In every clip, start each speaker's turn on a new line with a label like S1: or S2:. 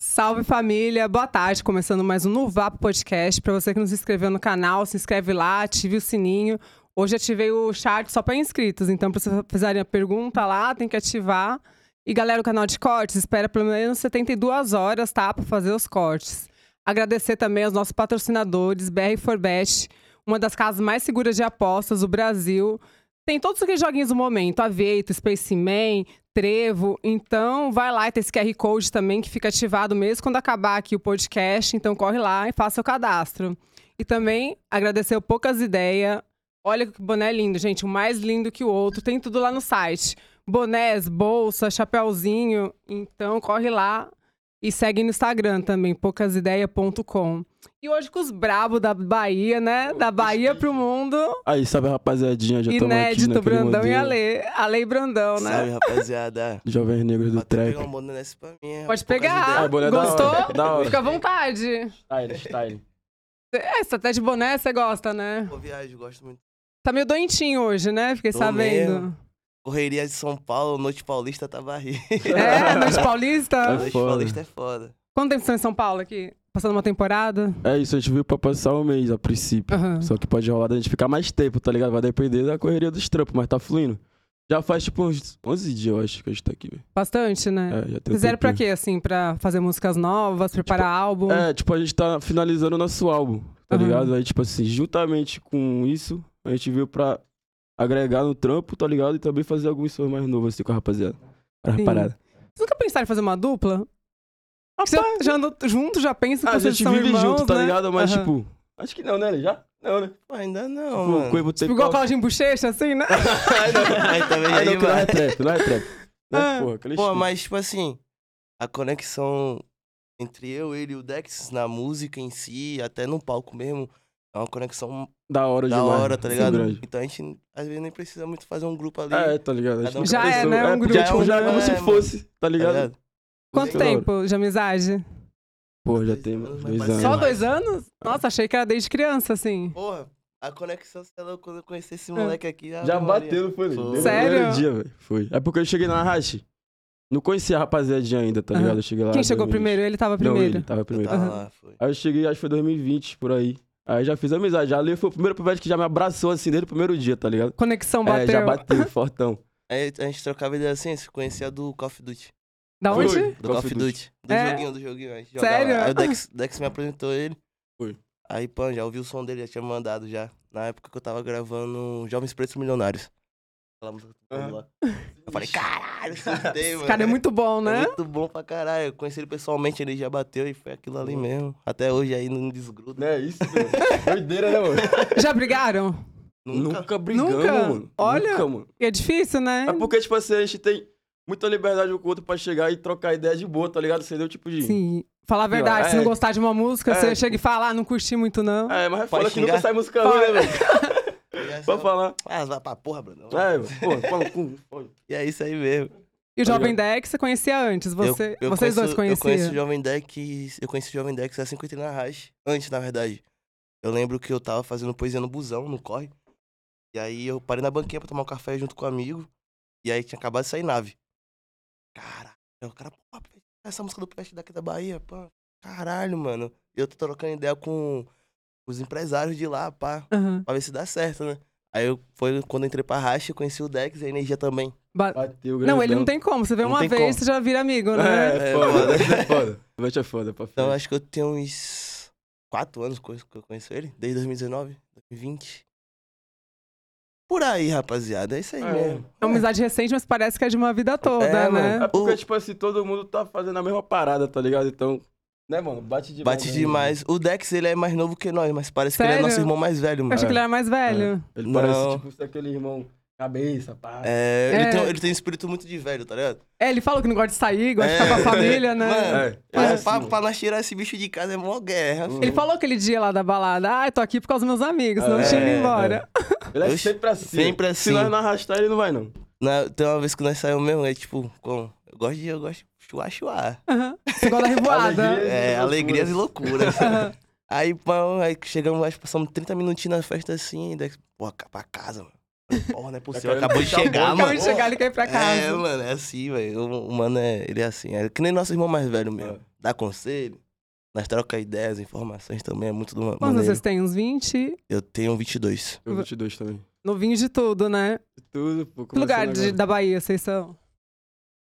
S1: Salve família, boa tarde. Começando mais um No Vapo Podcast. Pra você que não se inscreveu no canal, se inscreve lá, ative o sininho. Hoje ativei o chat só para inscritos, então pra vocês fizerem a pergunta lá, tem que ativar. E galera, o canal de cortes espera pelo menos 72 horas, tá? Pra fazer os cortes. Agradecer também aos nossos patrocinadores, BR4Bet, uma das casas mais seguras de apostas do Brasil. Tem todos aqueles joguinhos do momento, Aveito, Space Man, Trevo. Então, vai lá e tem esse QR Code também que fica ativado mesmo quando acabar aqui o podcast. Então, corre lá e faça o cadastro. E também agradecer o Poucas Ideias. Olha que boné lindo, gente. Um mais lindo que o outro. Tem tudo lá no site. Bonés, bolsa, chapéuzinho. Então, corre lá e segue no Instagram também, poucasideia.com. E hoje com os brabos da Bahia, né? Da Bahia pro mundo.
S2: Aí, sabe, rapaziadinha, já estamos aqui
S1: Inédito,
S2: naquele
S1: Brandão e
S2: modelo.
S1: Ale. Ale e Brandão, né?
S3: Salve, rapaziada.
S2: Jovens Negros do
S3: Vou até pegar
S2: Trap.
S3: um boné desse pra mim. é
S1: Pode
S3: poucas
S1: pegar.
S3: ideias.
S2: Ah, boné da
S1: Gostou?
S2: hora, da hora.
S1: Fica à vontade.
S2: Style, style.
S1: É, você até de boné, você gosta, né?
S3: Pô, viagem, gosto muito.
S1: Tá meio doentinho hoje, né? Fiquei
S3: Tô
S1: sabendo.
S3: mesmo. Correria de São Paulo, Noite Paulista tá barriga.
S1: É, noite paulista.
S2: É
S3: Noite
S2: foda.
S3: Paulista é foda.
S1: Quanto tempo estão em São Paulo aqui? Passando uma temporada?
S2: É isso, a gente veio pra passar um mês a princípio.
S1: Aham.
S2: Só que pode rolar da gente ficar mais tempo, tá ligado? Vai depender da correria dos trampos, mas tá fluindo. Já faz tipo uns 11 dias, eu acho, que a gente tá aqui, velho.
S1: Bastante, né?
S2: É, já tem um
S1: Fizeram pra
S2: tempinho.
S1: quê, assim? Pra fazer músicas novas, preparar álbum?
S2: É, tipo, a gente tá finalizando o nosso álbum, tá
S1: Aham.
S2: ligado? Aí, tipo assim, juntamente com isso, a gente veio pra agregar no trampo, tá ligado? E também fazer alguns sons mais novos, assim, com a rapaziada. Pra
S1: Sim.
S2: parada.
S1: Vocês nunca pensaram em fazer uma dupla? Você
S2: Rapaz,
S1: já andam junto, já pensa que
S2: a
S1: vocês
S2: gente
S1: são
S2: Ah, vive
S1: irmãos,
S2: junto, tá
S1: né?
S2: ligado? Mas,
S1: Aham.
S2: tipo, acho que não, né? Lê? Já? Não, né?
S3: Pô, ainda não,
S2: Tipo, o
S3: mano.
S2: Coibo tem
S1: Tipo, igual
S2: qual-
S1: Claudinho Bochecha, assim, né?
S3: Aí não- aí também
S2: Aí
S3: aí,
S2: não, que não é
S3: vai.
S2: trap, não é trap. Né?
S1: Ah.
S2: Porra, aquele
S3: Pô,
S2: estilo.
S3: mas tipo assim, a conexão entre eu, ele e o Dex na música em si, até no palco mesmo, é uma conexão
S2: Da hora
S3: da
S2: demais.
S3: hora, tá
S2: Sim,
S3: ligado?
S2: grande.
S3: Então a gente, às vezes, nem precisa muito fazer um grupo ali.
S2: É, tá ligado? A gente
S3: Cada um
S2: nunca
S3: Já é,
S2: pensou-
S1: né? Um
S2: porque,
S3: grupo,
S2: tipo, já é
S3: né?
S2: como se
S3: É,
S2: fosse, tá
S3: tá
S2: ligado?
S3: ligado?
S1: Quanto
S2: Isso que é da
S1: tempo de amizade?
S2: Pô, já tem
S3: Dois
S2: dois
S3: anos,
S2: anos.
S3: É
S1: Só
S3: mais.
S1: dois anos? Nossa, achei que era desde criança, assim.
S3: Porra, a conexão, sei lá, quando eu conheci esse moleque aqui.
S2: É. Já
S3: Ave Maria.
S2: bateu, não foi? Lê? Desde o
S1: Sério?
S2: primeiro dia, velho. Foi. É porque eu cheguei na Rachi. Não conhecia a rapaziadinha ainda, tá
S1: Aham.
S2: ligado? Eu cheguei lá.
S1: Quem chegou
S2: 2020.
S1: primeiro? Ele tava
S2: Não,
S1: primeiro.
S2: ele tava
S3: Eu
S2: primeiro.
S3: tava
S1: Aham.
S3: lá, foi.
S2: Aí eu cheguei, acho que foi 2020, por aí. Aí já fiz amizade. Já ali foi o primeiro pivete que já me abraçou, assim, desde o primeiro dia, tá ligado?
S1: Conexão
S2: É,
S1: bateu.
S2: já bateu, fortão.
S3: Aí a gente trocava ideia assim, se conhecia do Call of Duty.
S1: Da onde?
S2: Foi.
S3: Do Call of Duty. Do
S1: É?
S3: joguinho, do joguinho. a gente jogava.
S1: Sério?
S3: Aí o Dex, Dex me apresentou ele.
S2: Foi.
S3: Aí, pô, já ouvi o som dele, já tinha mandado já. Na época que eu tava gravando Jovens Pretos Milionários. Aquela música que eu tô
S2: Aham.
S3: lá. Eu falei, caralho, surtei, mano.
S1: Esse cara é muito bom,
S3: É
S1: né?
S3: muito bom pra caralho. Eu conheci ele pessoalmente, ele já bateu e foi aquilo ali mesmo. Até hoje aí não desgruda.
S2: Né, isso, mano. Doideira, né, mano?
S1: Já brigaram?
S2: Nunca,
S3: Nunca.
S2: brigamos,
S1: Nunca?
S2: mano.
S1: Olha.
S2: Nunca, mano.
S1: É difícil, né?
S3: um
S2: É porque, tipo assim, a gente tem muita liberdade um com o outro pra chegar e trocar ideia de boa, tá ligado? Você deu tipo de.
S1: Sim. Falar a verdade,
S2: É.
S1: se não gostar de uma música,
S2: É.
S1: você chega e fala, ah, não curti muito, não.
S2: É, mas é
S3: Pode
S2: foda que nunca
S3: xingar.
S2: sai música ruim, né, velho?
S3: Já
S2: Pra
S3: só-
S2: falar.
S3: Ah, vai pra porra, Bruno.
S2: É, velho. Pô, fala com.
S3: E é isso aí mesmo.
S1: E o
S2: tá
S1: Jovem Deck você conhecia antes, você,
S3: Eu- eu
S1: vocês dois
S3: conheço- Eu conheço
S1: conheciam.
S3: o Jovem Dex, eu conheci o Jovem Dex assim que eu entrei na Raiz, antes na verdade. Eu lembro que eu tava fazendo poesia no busão, no corre. E aí eu parei na banquinha pra tomar um café junto com um amigo. E aí tinha acabado de sair nave. Cara, aí o cara, pô, essa música do Peste daqui da Bahia, pô. Caralho, mano. E eu tô trocando ideia com os empresários de lá, pá,
S1: Aham.
S3: pra ver se dá certo, né? Aí eu, foi quando eu entrei pra Racha, eu conheci o Dex e a Energia também.
S1: Ba-
S2: Bateu,
S1: Não, ele não
S2: grandão.
S1: tem como. Você vê
S3: Não
S1: uma
S3: tem
S1: vez,
S3: como.
S1: você já vira amigo, né?
S2: É,
S3: É,
S2: foda.
S3: foda.
S2: Isso é foda. Pivete é foda, pra
S3: Então
S2: frente.
S3: acho que eu tenho uns 4 anos que eu que eu conheço ele, desde 2019, 2020. Por aí, rapaziada, é isso aí
S2: É.
S3: mesmo.
S1: É uma amizade recente, mas parece que é de uma vida toda,
S3: É,
S1: né?
S3: mano.
S2: É porque,
S3: O-
S2: tipo assim, todo mundo tá fazendo a mesma parada, tá ligado? Então. Né, mano? Bate demais.
S3: Bate
S2: né,
S3: demais. O Dex, ele é mais novo que nós, mas parece que ele
S1: Sério?
S3: é nosso irmão mais velho,
S1: Eu
S3: mano.
S1: achei que ele era mais velho.
S2: mano? Ele
S3: Não.
S2: parece, tipo, ser aquele irmão cabeça, pá.
S3: É,
S1: É.
S3: Ele, tem, ele tem um espírito muito de velho, tá ligado?
S1: É, ele falou que não gosta de sair, gosta de
S3: É.
S1: ficar com a família, né?
S3: Mano,
S2: É, ele
S3: Mas
S2: assim,
S3: pra,
S2: mano.
S3: pra nós tirar esse bicho de casa é mó guerra.
S2: Hum.
S3: filho.
S1: Ele falou aquele dia lá da balada, ah, tô aqui por causa dos meus amigos, senão
S2: É,
S1: eu tinha ido
S3: é.
S1: embora.
S2: Ele é
S3: Eu-
S2: sempre assim.
S3: sempre assim.
S2: Se nós não arrastar, ele não vai, não.
S3: Na- tem uma vez que nós saímos mesmo, é tipo, como? Eu gosto de, eu gosto de chuá, chuá.
S1: Aham. Você gosta da
S2: Alegria.
S1: revoada.
S3: É,
S2: Loucuras.
S3: alegrias e loucuras.
S1: Aham.
S3: aí, pão, aí chegamos, acho que passamos 30 minutinhos na festa assim, daí, pô, ca- pra casa, mano. Porra,
S1: Tá
S3: não é possível.
S2: querendo
S3: Acabou de
S2: fechar o
S3: chegar,
S2: banco.
S1: Acabou
S3: mano.
S1: de chegar, ele quer ir pra casa.
S3: É, mano, é assim, velho. O, o mano, é, ele é assim. É que nem nosso irmão mais velho mesmo.
S2: É.
S3: Dá conselho, nós troca ideias, informações também. É muito do ma-
S1: Quantos
S3: maneiro.
S1: vocês têm? Uns 20?
S3: Eu tenho 22.
S2: Eu 22 também.
S1: Novinho de tudo, né?
S2: Tudo, pô.
S1: Que lugar
S2: começando
S1: de-
S2: agora.
S1: da Bahia vocês são?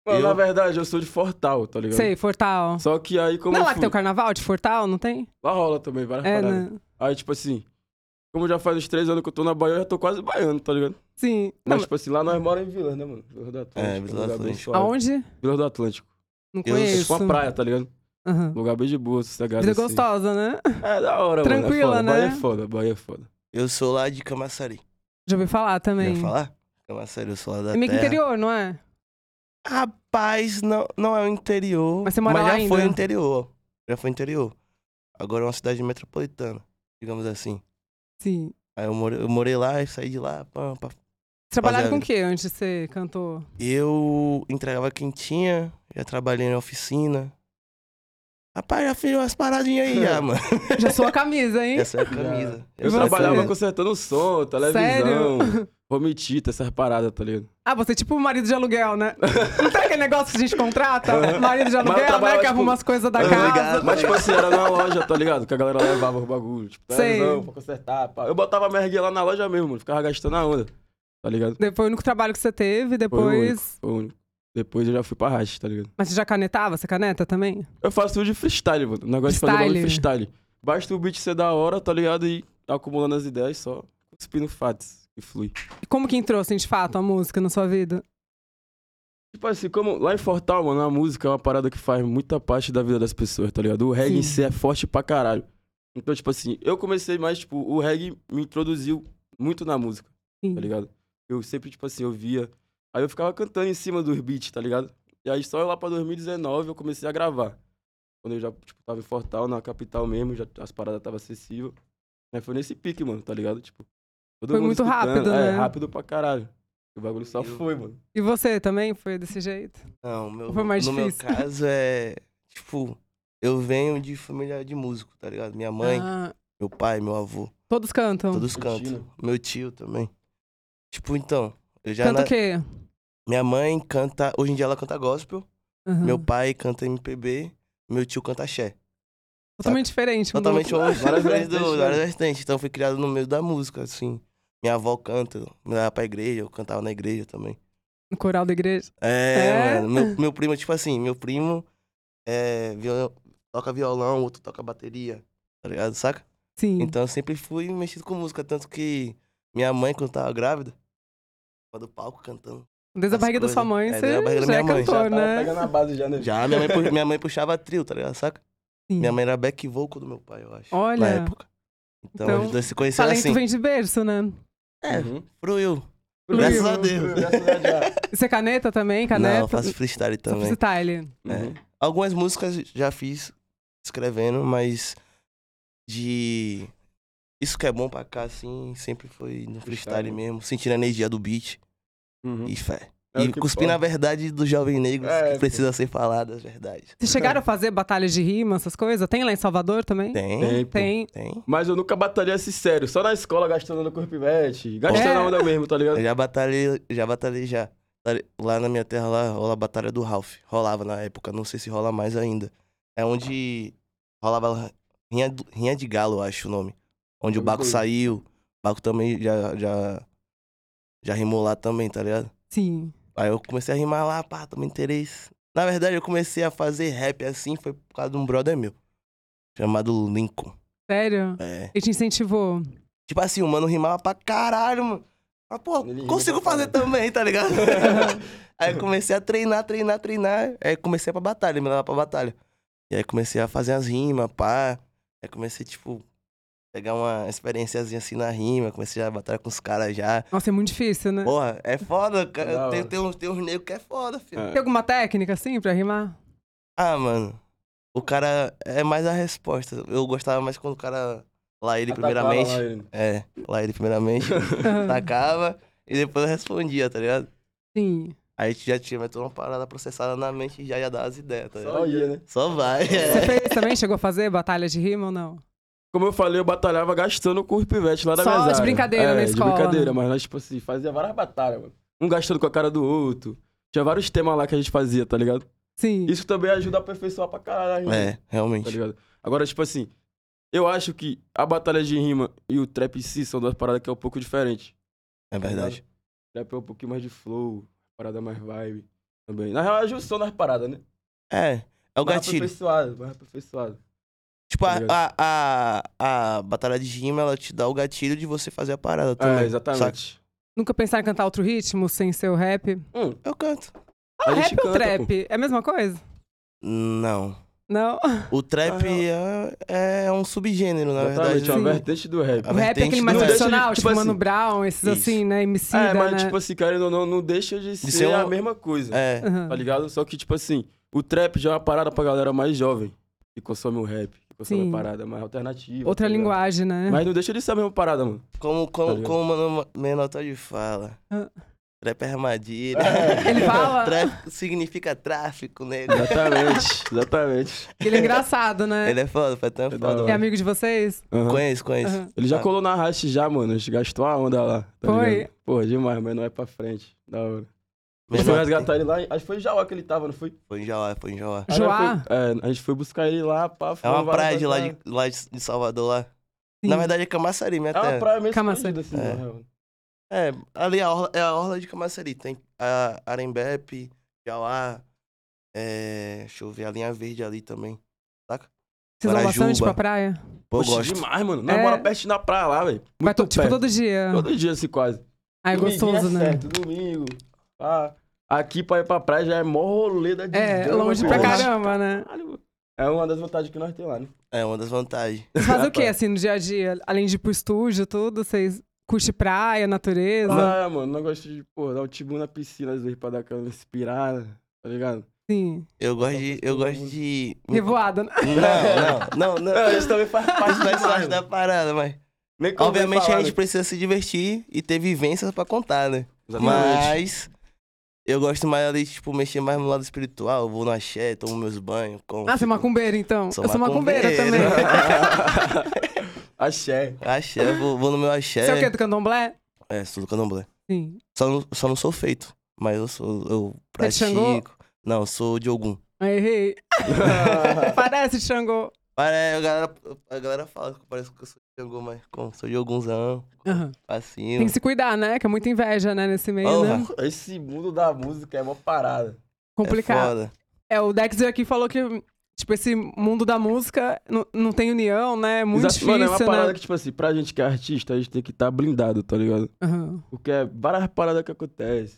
S2: Mano,
S3: Eu-
S2: na verdade, eu sou de Fortal, tá ligado?
S1: Sei, Fortal.
S2: Só que aí, como
S1: Não é
S2: eu
S1: lá que
S2: fui-
S1: tem o carnaval de Fortal, não tem?
S2: Lá rola também, várias
S1: É,
S2: paradas.
S1: né?
S2: Aí, tipo assim, como já faz uns três anos que eu tô na Bahia, eu já tô quase baiano, tá ligado?
S1: Sim. Não,
S2: Mas, tipo assim, lá nós moramos em Vilas, né, mano? Vilas do Atlântico.
S3: É, Vilas do
S2: um lugar bem
S3: Atlântico.
S2: suave.
S1: aonde?
S2: Vilas do Atlântico.
S1: Não
S3: Eu-
S2: É
S1: conheço.
S2: tipo uma praia, tá ligado?
S1: Aham.
S2: Lugar bem de boa, sossegado.
S1: Vida
S2: assim.
S1: gostosa, né?
S2: É da hora,
S1: Tranquila,
S2: mano. É
S1: né?
S2: foda. Bahia é foda, Bahia é foda.
S3: Eu sou lá de Camaçari.
S1: Já ouvi falar
S3: Já
S1: também.
S3: ouviu falar? Camaçari, eu sou lá da
S1: É meio que
S3: terra.
S1: interior, não é?
S3: Rapaz, não, não é o interior.
S1: Mas você mora lá
S3: já
S1: ainda?
S3: foi interior. Já foi interior. Agora é uma cidade metropolitana, digamos assim.
S1: Sim.
S3: Aí eu morei, eu morei lá e saí de lá. Pam, pá.
S1: Trabalharam com o
S3: Rapaziada.
S1: que antes de ser cantor?
S3: Eu entregava quentinha, já trabalhei na oficina. Rapaz, já fiz umas paradinhas aí, já, mano.
S1: Já sou a camisa, hein?
S3: Essa é a camisa.
S2: Eu
S1: você?
S2: trabalhava consertando som, televisão,
S1: Sério?
S2: vomitita, essas paradas, tá ligado?
S1: Ah, você é tipo o marido de aluguel, né? Não tem aquele negócio que a gente contrata? Marido de
S2: eu
S1: aluguel, né?
S2: trabalhava,
S1: Que
S2: tipo,
S1: arruma as coisas da
S3: eu
S1: casa.
S3: ligava.
S2: Mas, tipo assim, era na loja, tá ligado? Que a galera levava os bagulhos, tipo,
S1: Sei.
S2: televisão, pra consertar, pá. Eu botava minha erguia lá na loja mesmo, mano. Ficava gastando a onda, tá ligado?
S1: Depois Foi o único trabalho que você teve,
S2: Foi o único,
S1: depois.
S2: foi o único. Depois eu já fui pra racha, tá ligado?
S1: Mas você já canetava? Você caneta também?
S2: Eu faço tudo de freestyle, mano. O negócio de fazer bagulho de
S1: Freestyle.
S2: freestyle. Basta o beat ser da hora, tá ligado? E acumulando as ideias, só cuspindo fatos e flui.
S1: E como que entrou, assim, de fato, a música na sua vida?
S2: Tipo assim, como lá em Fortal, mano, a música é uma parada que faz muita parte da vida das pessoas, tá ligado? O reggae em
S1: Sim.
S2: si é forte pra caralho. Então, tipo assim, eu comecei mais, tipo, o reggae me introduziu muito na música,
S1: Sim.
S2: tá ligado? Eu sempre, tipo assim, eu via. Aí eu ficava cantando em cima dos beats, tá ligado? E aí só lá pra 2019 eu comecei a gravar. Quando eu já, tipo, tava em Fortal, na capital mesmo, já, as paradas tava acessível. Aí foi nesse pique, mano, tá ligado? Tipo, todo
S1: Foi
S2: mundo
S1: muito
S2: escutando.
S1: rápido, né?
S2: É, rápido pra caralho. O bagulho só
S3: Eu-
S2: foi, mano.
S1: E você também foi desse jeito?
S3: Não, meu,
S1: Foi mais
S3: no
S1: difícil.
S3: meu caso é. Tipo, eu venho de família de músico, tá ligado? Minha mãe,
S1: Ah,
S3: meu pai, meu avô,
S1: todos cantam.
S3: todos
S2: Meu
S3: cantam.
S2: tio.
S3: Meu tio também. Tipo, então, eu já.
S1: Canta
S3: na-
S1: o quê?
S3: Minha mãe canta. Hoje em dia ela canta gospel.
S1: Aham.
S3: Meu pai canta MPB. Meu tio canta axé.
S1: Totalmente diferente. um do
S3: Totalmente
S1: outro.
S3: uma
S2: Várias
S3: várias vertentes.
S2: vertentes, né?
S3: várias vertentes. Então eu fui criado no meio da música, assim. Minha avó canta, me levava pra igreja, eu cantava na igreja também.
S1: No coral da igreja.
S3: É,
S1: É?
S3: mano. Meu, meu primo, tipo assim, meu primo é, viol- toca violão, outro toca bateria, tá ligado? Saca?
S2: Uhum.
S1: Sim.
S3: Então eu sempre fui mexido com música, tanto que minha mãe, quando tava grávida, tava do palco cantando.
S1: Desde a
S3: as
S1: barriga da sua
S3: coisas-
S1: mãe,
S3: é,
S1: você
S3: desde a barriga da
S1: já é
S3: minha mãe, já
S1: cantor,
S2: Já tava
S1: né?
S2: pegando a base já, né?
S3: Já minha mãe, pu- minha mãe puxava trio, tá ligado? Saca?
S1: Sim.
S3: Minha mãe era back vocal do meu pai, eu acho.
S1: Olha.
S3: Na época. Então,
S1: Então,
S3: os dois se conheceram
S1: Talento
S3: assim.
S1: vem de berço, né?
S3: É,
S2: Uhum.
S3: fruiu.
S1: Fluiu.
S3: Uhum. Graças a Deus.
S2: Graças a Deus.
S1: E Você caneta também? Caneta?
S2: né?
S3: Não, eu faço freestyle
S1: Só
S3: também.
S1: freestyle.
S3: É.
S2: Uhum.
S3: Algumas músicas já fiz escrevendo, mas de. Isso que é bom pra cá, assim, sempre foi no freestyle
S2: Freestyle.
S3: mesmo, sentindo a energia do beat
S2: né? Uhum.
S3: e fé.
S2: É o
S3: e
S2: que
S3: cuspindo
S2: importa.
S3: a verdade dos jovens negros
S2: É,
S3: que precisa ser falada, as verdades.
S1: Vocês chegaram a fazer batalhas de rima, essas coisas? Tem lá em Salvador também?
S3: Tem, tem.
S2: Tem, pô. Mas eu nunca batalhei assim sério. Só na escola, gastando no corpo pivete. Gastando
S1: É.
S2: a onda mesmo, tá ligado?
S3: Eu já batalhei, já batalhei já. Lá na minha terra, lá rola a batalha do Ralph. Rolava na época, não sei se rola mais ainda. É onde rolava Rinha, do- Rinha de Galo, eu acho o nome. Onde o Baco
S2: Doido.
S3: saiu. O Baco também já, já, já rimou lá também, tá ligado?
S1: Sim.
S3: Aí eu comecei a rimar lá, pá, tomei interesse. Na verdade, eu comecei a fazer rap assim, foi por causa de um brother meu. Chamado Lincoln.
S1: Sério?
S3: É.
S1: Ele te incentivou.
S3: Tipo assim, o mano rimava pra caralho, mano. Mas, pô,
S2: Ele rima
S3: consigo
S2: pra
S3: fazer
S2: caralho.
S3: também, tá ligado? aí eu comecei a treinar, treinar, treinar. Aí comecei pra batalha, me levar pra batalha. E aí comecei a fazer as rimas, pá. Aí comecei, tipo, pegar uma experiênciazinha assim na rima. Comecei a batalhar com os caras já.
S1: Nossa, é muito difícil, né?
S3: Porra, é foda,
S2: É da
S3: cara.
S2: hora.
S3: Tem, tem, uns, tem uns negros que é foda, filho.
S1: Tem alguma técnica, assim, pra rimar?
S3: Ah, mano. O cara é mais a resposta. Eu gostava mais quando o cara. Lá ele primeiramente. É, lá ele primeiramente.
S2: Tá?
S3: tacava e depois eu respondia, tá ligado?
S1: Sim.
S3: Aí tu já tinha mais toda uma parada processada na mente e já ia dar as ideias, tá ligado?
S2: Só ia, né?
S3: Só vai.
S1: Você
S3: É.
S1: fez também? Chegou a fazer batalha de rima ou não?
S2: Como eu falei, eu batalhava gastando com os pivetes lá da
S1: Só
S2: minha É,
S1: de brincadeira na escola. né?
S2: de brincadeira, mas nós, tipo assim, fazia várias batalhas, mano. Um gastando com a cara do outro. Tinha vários temas lá que a gente fazia, tá ligado?
S1: Sim.
S2: Isso também ajuda a aperfeiçoar pra caralho, né?
S3: É, realmente.
S2: tá ligado? Agora, tipo assim, eu acho que a batalha de rima e o trap em si são duas paradas que é um pouco diferente. tá
S3: É verdade.
S2: Trap é um pouquinho mais de flow, parada mais vibe também. Na real, é a junção das paradas, né?
S3: É. É o
S2: mais
S3: gatilho.
S2: aperfeiçoado, mais aperfeiçoado.
S3: Tipo, a,
S2: tá ligado?
S3: a, a, a batalha de rima, ela te dá o gatilho de você fazer a parada também.
S2: É,
S3: saca?
S2: exatamente.
S1: Nunca pensaram em cantar outro ritmo sem ser o rap?
S2: Hum,
S3: Eu canto.
S1: Ah,
S2: a gente
S1: rap ou
S2: canta,
S1: trap?
S2: pô.
S1: É a mesma coisa?
S3: Não.
S1: Não.
S3: O trap
S2: Ah,
S3: é, é um subgênero, na
S2: Exatamente, é
S3: verdade.
S2: uma
S1: Sim.
S2: vertente do rap.
S3: A
S1: O rap é aquele
S3: vertente
S1: mais
S3: do-
S1: tradicional,
S2: Não deixa de-
S1: tipo,
S2: tipo
S1: Mano
S2: assim,
S1: Brown, esses
S3: isso.
S1: assim, né? MC,
S2: É, mas
S1: né?
S2: tipo assim, querendo ou não, não deixa de ser,
S3: ser uma-
S2: a mesma coisa,
S3: É.
S1: Aham.
S2: tá ligado? Só que, tipo assim, o trap já é uma parada pra galera mais jovem que consome o rap, que consome
S1: Sim.
S2: a parada mais alternativa.
S1: Outra
S2: tá ligado?
S1: linguagem, né?
S2: Mas não deixa de ser a mesma parada, mano.
S3: Como,
S2: Tá
S3: como,
S2: ligado?
S3: como o Mano Menor de fala.
S1: Ah.
S3: Trap é armadilha.
S1: Ele fala-
S3: Tráfico significa tráfico, né? nego.
S2: Exatamente, exatamente.
S1: Ele é engraçado, né?
S3: Ele é foda, foi tão
S2: É da
S3: foda.
S1: É
S2: hora.
S1: amigo de vocês?
S2: Aham.
S3: Conheço, conheço.
S1: Aham.
S2: Ele já
S3: Ah.
S2: colou na racha já, mano. A gente gastou a onda lá. Tá
S1: Foi.
S2: ligado? Porra, demais, mas não é pra frente. Da hora. A
S3: Menor
S2: gente foi
S3: tem-
S2: resgatar ele lá. em- Acho que foi em Jauá que ele tava, não foi?
S3: Foi em Jauá, foi em Jauá.
S2: Aí nós
S1: Joá?
S2: foi- é, a gente foi buscar ele lá, pá.
S3: É
S2: foi
S3: uma
S2: várias
S3: praia de lá de,
S2: batalhas.
S3: lá de de Salvador, lá.
S1: Sim.
S3: Na verdade é Camaçari, minha
S2: É uma
S3: terra.
S2: praia mesmo.
S1: Calma,
S2: escondida, assim,
S3: é.
S2: na real.
S3: É, ali é a orla, é a orla de Camaçari. Tem a Arembepe, Jauá, é... deixa eu ver, a linha verde ali também.
S1: Vocês vão
S3: Guarajuba.
S1: bastante pra praia?
S3: Pô, eu
S2: Poxa,
S3: gosto.
S2: demais, mano. Nós
S1: É.
S2: moramos perto da praia lá, velho.
S1: Vai to-
S2: Muito
S1: tipo
S2: perto.
S1: todo dia.
S2: Todo dia, assim, quase.
S1: Ah, é
S2: Dominguinho
S1: gostoso,
S2: é
S1: né?
S2: Certo, domingo. pá. Aqui pra ir pra praia já é mó rolê da
S1: É,
S2: desgrama,
S1: longe
S2: pô.
S1: pra
S3: gosto.
S1: caramba, né?
S2: Caralho, mano. É uma das vantagens que nós temos lá, né?
S3: É uma das vantagens.
S1: Vocês fazem o quê,
S2: Rapaz.
S1: assim, no dia a dia? Além de ir pro estúdio, tudo? Vocês curte praia, natureza?
S2: Ah, mano, nós gosto de, pô, dar um tibu na piscina às vezes pra dar aquela inspirada, tá ligado?
S1: Sim.
S3: Eu gosto
S2: Tá
S3: de...
S2: com
S3: Eu
S2: todo
S3: gosto
S2: mundo.
S3: de...
S1: Revoada, né?
S3: Não, não, não, não.
S2: É, isso também faz
S3: Isso faz
S2: demais,
S3: parte da
S2: mano.
S3: parada, mas...
S2: Nem convém
S3: Obviamente
S2: falar,
S3: a gente
S2: né?
S3: precisa se divertir e ter vivências pra contar, né?
S2: Exatamente.
S3: Mas... Eu gosto mais ali, tipo, mexer mais no lado espiritual. Eu vou no axé, tomo meus banhos. como
S1: Ah, você é macumbeira, então. Eu sou macumbeira também.
S3: né?
S2: Axé.
S3: Axé, vou, vou no meu axé.
S1: Você é o quê, do candomblé?
S3: É, sou do candomblé.
S1: Sim.
S3: Só não, só não sou feito, mas eu sou. Eu
S1: Você é de Xangô?
S3: pratico. Não, eu sou de algum.
S1: Aí, errei. Parece de Xangô.
S3: Mas é, a galera, a galera fala que parece que eu sou de algum, mas como? Sou de algumzão,
S1: Aham. Tem
S3: facinho.
S1: que se cuidar, né? Que é muita inveja, né, nesse meio, né?
S3: Porra,
S2: Esse mundo da música é mó parada.
S3: é
S1: Complicado.
S3: foda.
S1: É, o Dex veio aqui e falou que, tipo, esse mundo da música não, não tem união, né? É muito
S2: Exato.
S1: difícil,
S2: Mano, é uma parada
S1: né?
S2: que, tipo assim, pra gente que é artista, a gente tem que estar blindado, tá ligado?
S1: Aham.
S2: Porque é várias paradas que acontecem.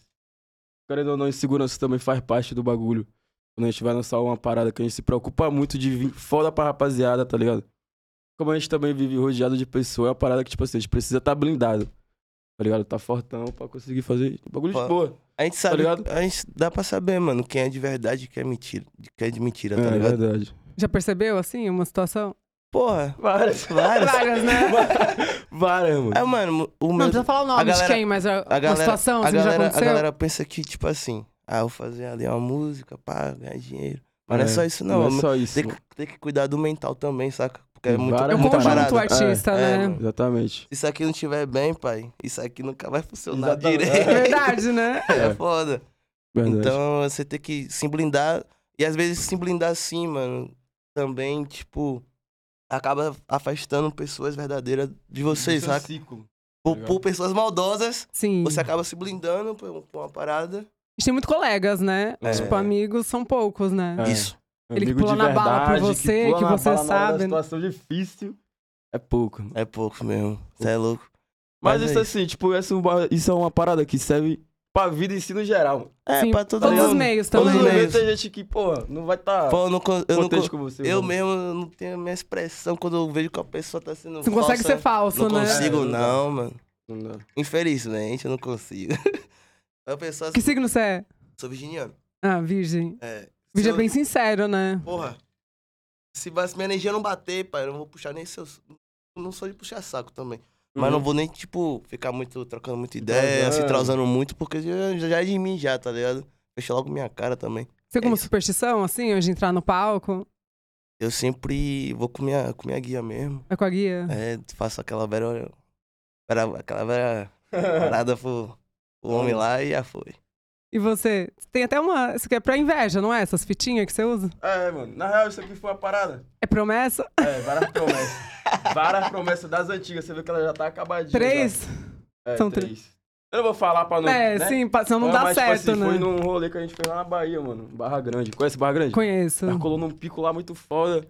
S2: Querendo ou não, insegurança também faz parte do bagulho. Quando a gente vai lançar uma parada que a gente se preocupa muito de vir foda pra rapaziada, tá ligado? Como a gente também vive rodeado de pessoas, é uma parada que, tipo assim, a gente precisa estar blindado. Tá ligado? Tá fortão pra conseguir fazer bagulho
S3: Fala.
S2: de boa.
S3: A gente sabe.
S2: Tá ligado?
S3: a gente dá pra saber, mano, quem é de verdade e quem é mentira. de- Quem é de mentira, tá
S2: é
S3: ligado?
S2: verdade.
S1: Já percebeu, assim, uma situação?
S3: Porra,
S2: Várias.
S3: vários.
S1: Várias, né?
S2: Várias, mano.
S3: Ah, mano, o
S1: Não tá
S3: meu.
S1: precisa falar o nome
S3: a galera-
S1: de quem, mas a,
S3: a
S1: uma
S3: galera,
S1: situação,
S3: a,
S1: assim, já
S3: galera, a
S1: aconteceu?
S3: galera pensa que, tipo assim, ah, eu vou fazer ali uma música, pá, ganhar dinheiro. Mas não é
S2: É,
S3: só isso,
S2: Não,
S3: não.
S2: é só isso.
S3: Tem que, tem que cuidar do mental também, saca? Porque é
S2: Tem
S3: muito,
S1: É
S2: várias
S1: um
S3: muita
S1: conjunto
S3: parada.
S2: ar-
S1: artista,
S3: É,
S1: né?
S3: mano.
S2: Exatamente.
S3: Se isso aqui não estiver bem, pai, isso aqui nunca vai funcionar
S2: Exatamente. É
S1: É
S3: direito.
S1: verdade, né?
S3: É foda.
S2: Verdade.
S3: Então você tem que se blindar. E às vezes se blindar assim, mano, também, tipo, acaba afastando pessoas verdadeiras de você,
S2: Isso é um
S3: saca?
S2: ciclo.
S3: Por,
S2: legal.
S3: por pessoas maldosas,
S1: Sim.
S3: você acaba se blindando por por uma parada.
S1: A gente tem muito colegas, né?
S2: É.
S1: Tipo, amigos são poucos, né?
S2: É.
S3: Isso.
S1: Ele que
S2: Amigo de
S1: pula na bala por
S2: verdade,
S1: você,
S2: pula
S1: que
S2: na
S1: você
S2: bala na hora da
S1: sabe, né?
S2: situação difícil é pouco. mano.
S3: É pouco mesmo. Você é louco.
S2: Mas,
S3: Mas é
S2: isso assim, tipo, essa é uma- isso é uma parada que serve pra vida em si no geral.
S3: É,
S1: Sim,
S3: pra todo
S1: todos os
S3: mundo.
S1: meios
S2: Todos
S1: também,
S2: os
S3: Todos
S1: né?
S2: momentos tem gente que, porra, não vai estar tá
S3: Pô, eu não, con- eu, não,
S2: contente
S3: con-
S2: com você.
S3: eu
S2: mano.
S3: mesmo eu não tenho a minha expressão quando eu vejo que a pessoa tá sendo.
S1: Você não consegue
S3: falsa.
S1: ser falso,
S3: Não
S1: né?
S3: consigo,
S2: É, não dá.
S3: não, mano.
S2: Não dá.
S3: Infelizmente, eu não consigo. A pessoa. assim,
S1: Que signo você é?
S3: Sou virginiano.
S1: Ah, virgem.
S3: É. Se
S1: Virgem
S3: eu-
S1: é bem sincero, né?
S3: Porra. Se bas- minha energia não bater, pai, eu não vou puxar nem seus. Não sou de puxar saco também. Mas
S2: Uhum.
S3: não vou nem, tipo, ficar muito. trocando
S2: É,
S3: muita ideia, se
S2: Entrosando.
S3: trausando muito, porque já, já é de mim já, tá ligado? Fecha logo minha cara também.
S1: Você tem alguma
S3: isso.
S1: superstição, assim, antes de entrar no palco?
S3: Eu sempre vou com minha, com minha guia mesmo.
S1: É com a guia?
S3: É, faço aquela velha. velha- Aquela velha
S2: É.
S3: parada pro, pro homem lá e já foi.
S1: E você? Tem até uma. Isso aqui é pra inveja, não é? Essas fitinhas que você usa?
S2: É, mano. Na real, isso aqui foi uma parada.
S1: É promessa?
S2: É, várias promessas. várias promessas das antigas. Você vê que ela já tá acabadinha.
S1: Três?
S2: já. É,
S1: São três.
S2: três. Eu não vou falar pra não.
S1: é,
S2: né?
S1: sim, pra- senão não
S2: Ah,
S1: dá
S2: mas,
S1: certo,
S2: tipo assim,
S1: né?
S2: Foi num rolê que a gente fez lá na Bahia, mano. Barra Grande. Conhece Barra Grande?
S1: Conheço.
S3: Hum.
S2: Ela colou num Tá um pico lá muito foda.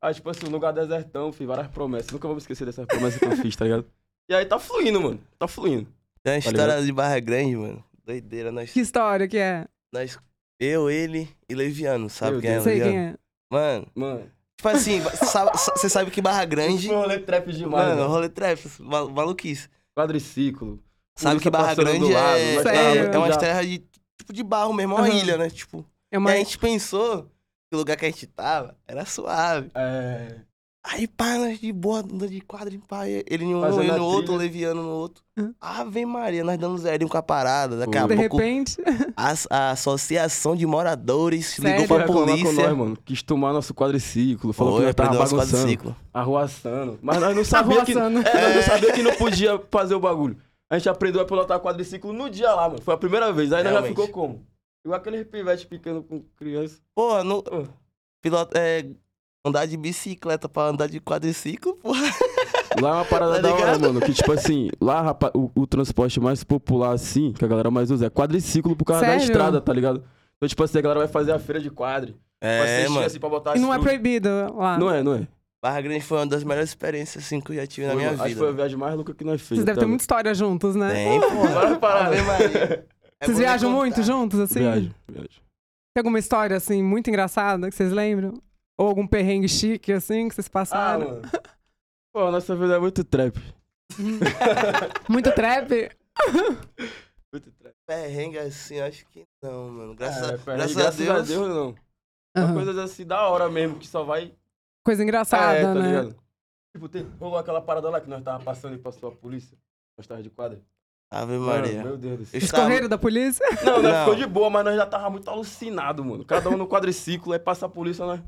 S2: Aí, tipo assim, um lugar desertão, fiz várias promessas. Nunca vou me esquecer dessas promessas que eu fiz, tá ligado? E aí tá fluindo, mano. Tá fluindo.
S3: Tem uma
S2: Tá
S3: história de Barra Grande, mano. Doideira. Nós,
S1: Que história que é?
S3: nós, eu, ele e Leviano, sabe
S2: Meu
S3: quem é
S1: Não
S2: Deus.
S1: sei
S3: Leviano?
S1: quem é.
S3: Mano,
S2: Mano.
S3: tipo assim, você sabe que Barra Grande.
S2: Foi um rolê trap demais.
S3: Mano, é
S2: mano.
S3: rolê trap, mal- maluquice.
S2: Quadriciclo.
S3: Sabe que Barra
S2: passando do
S3: Grande
S2: lado,
S3: é,
S2: mas
S1: Sério?
S2: tava-
S3: é umas
S2: já-
S3: terras de tipo de barro mesmo, é uma
S1: Aham.
S3: ilha, né? Tipo,
S1: É
S3: e
S1: uma.
S3: a gente pensou que o lugar que a gente tava era suave.
S2: É.
S3: Aí, pá, nós de boa, andando de quadra em pá, ele em um,
S2: Fazendo
S3: eu
S2: a
S3: no outro,
S2: trilha.
S3: leviano no outro.
S1: Hum.
S3: Ave Maria, nós damos zerinho com a parada. Daqui a
S1: De
S2: Pô.
S3: pouco,
S1: repente.
S3: a, a associação de moradores
S1: Sério?
S3: ligou
S2: Foi
S3: pra
S2: reclamar com
S3: polícia.
S2: nós, mano. Quis tomar nosso quadriciclo. Falou que
S3: Foi,
S2: nós tava
S3: aprendeu nosso
S2: bagunçando.
S3: quadriciclo.
S2: Arruaçando. Mas nós não sabia que... É,
S1: Arruaçando.
S2: nós não sabia que não podia fazer o bagulho. A gente aprendeu a pilotar quadriciclo no dia lá, mano. Foi a primeira vez. Aí nós já
S3: Realmente.
S2: ficou como? Igual aquele pivete picando com criança.
S3: Porra, no, piloto, é, andar de bicicleta pra andar de quadriciclo, porra.
S2: Lá é uma parada
S3: Tá
S2: da hora,
S3: ligado?
S2: mano. Que tipo assim, lá rapa, o, o transporte mais popular, assim, que a galera mais usa é quadriciclo por causa da
S1: Sério?
S2: estrada, tá ligado? Então, tipo assim, a galera vai fazer a feira de quadre. vai
S3: É,
S2: cestinha,
S3: mano.
S2: assim pra botar
S1: E não é
S2: as frutas.
S1: proibido lá.
S2: Não é, não é.
S3: Barra Grande foi uma das melhores experiências assim, que eu já tive na
S2: Foi,
S3: minha
S2: mano, Acho que
S3: vida.
S2: foi a viagem mais louca que nós fez. tá
S1: Vocês devem ter muita história juntos, né?
S3: Tem, pô.
S2: Várias paradas.
S3: Ave Maria. É
S1: Vocês
S3: bom
S1: viajam
S3: nem
S1: muito
S3: contar.
S1: juntos, assim?
S2: Viagem, viagem.
S1: Tem alguma história, assim, muito engraçada que vocês lembram? Ou algum perrengue chique, assim, que vocês
S2: Ah,
S1: passaram?
S2: mano. Pô, a nossa vida é muito trap.
S1: muito trap?
S2: Muito trap.
S3: Perrengue assim, eu acho que não, mano. Graças,
S2: É,
S3: a,
S2: perrengue,
S3: graças, a Deus.
S2: não. São
S1: Aham.
S2: coisas assim da hora mesmo, que só vai
S1: Coisa engraçada,
S2: é, tá
S1: né?
S2: ligado? Tipo, tem, rolou aquela parada lá que nós tava passando e passou a polícia. Nós tava de quadra.
S3: Ave
S2: Mano,
S3: Maria.
S2: meu Deus do céu.
S3: Eu
S1: Vocês
S3: estava-
S1: correram da polícia?
S2: Não, nós
S3: Não.
S2: é ficou de boa, mas nós já tava muito alucinado, mano. Cada um no quadriciclo, aí passa a polícia, nós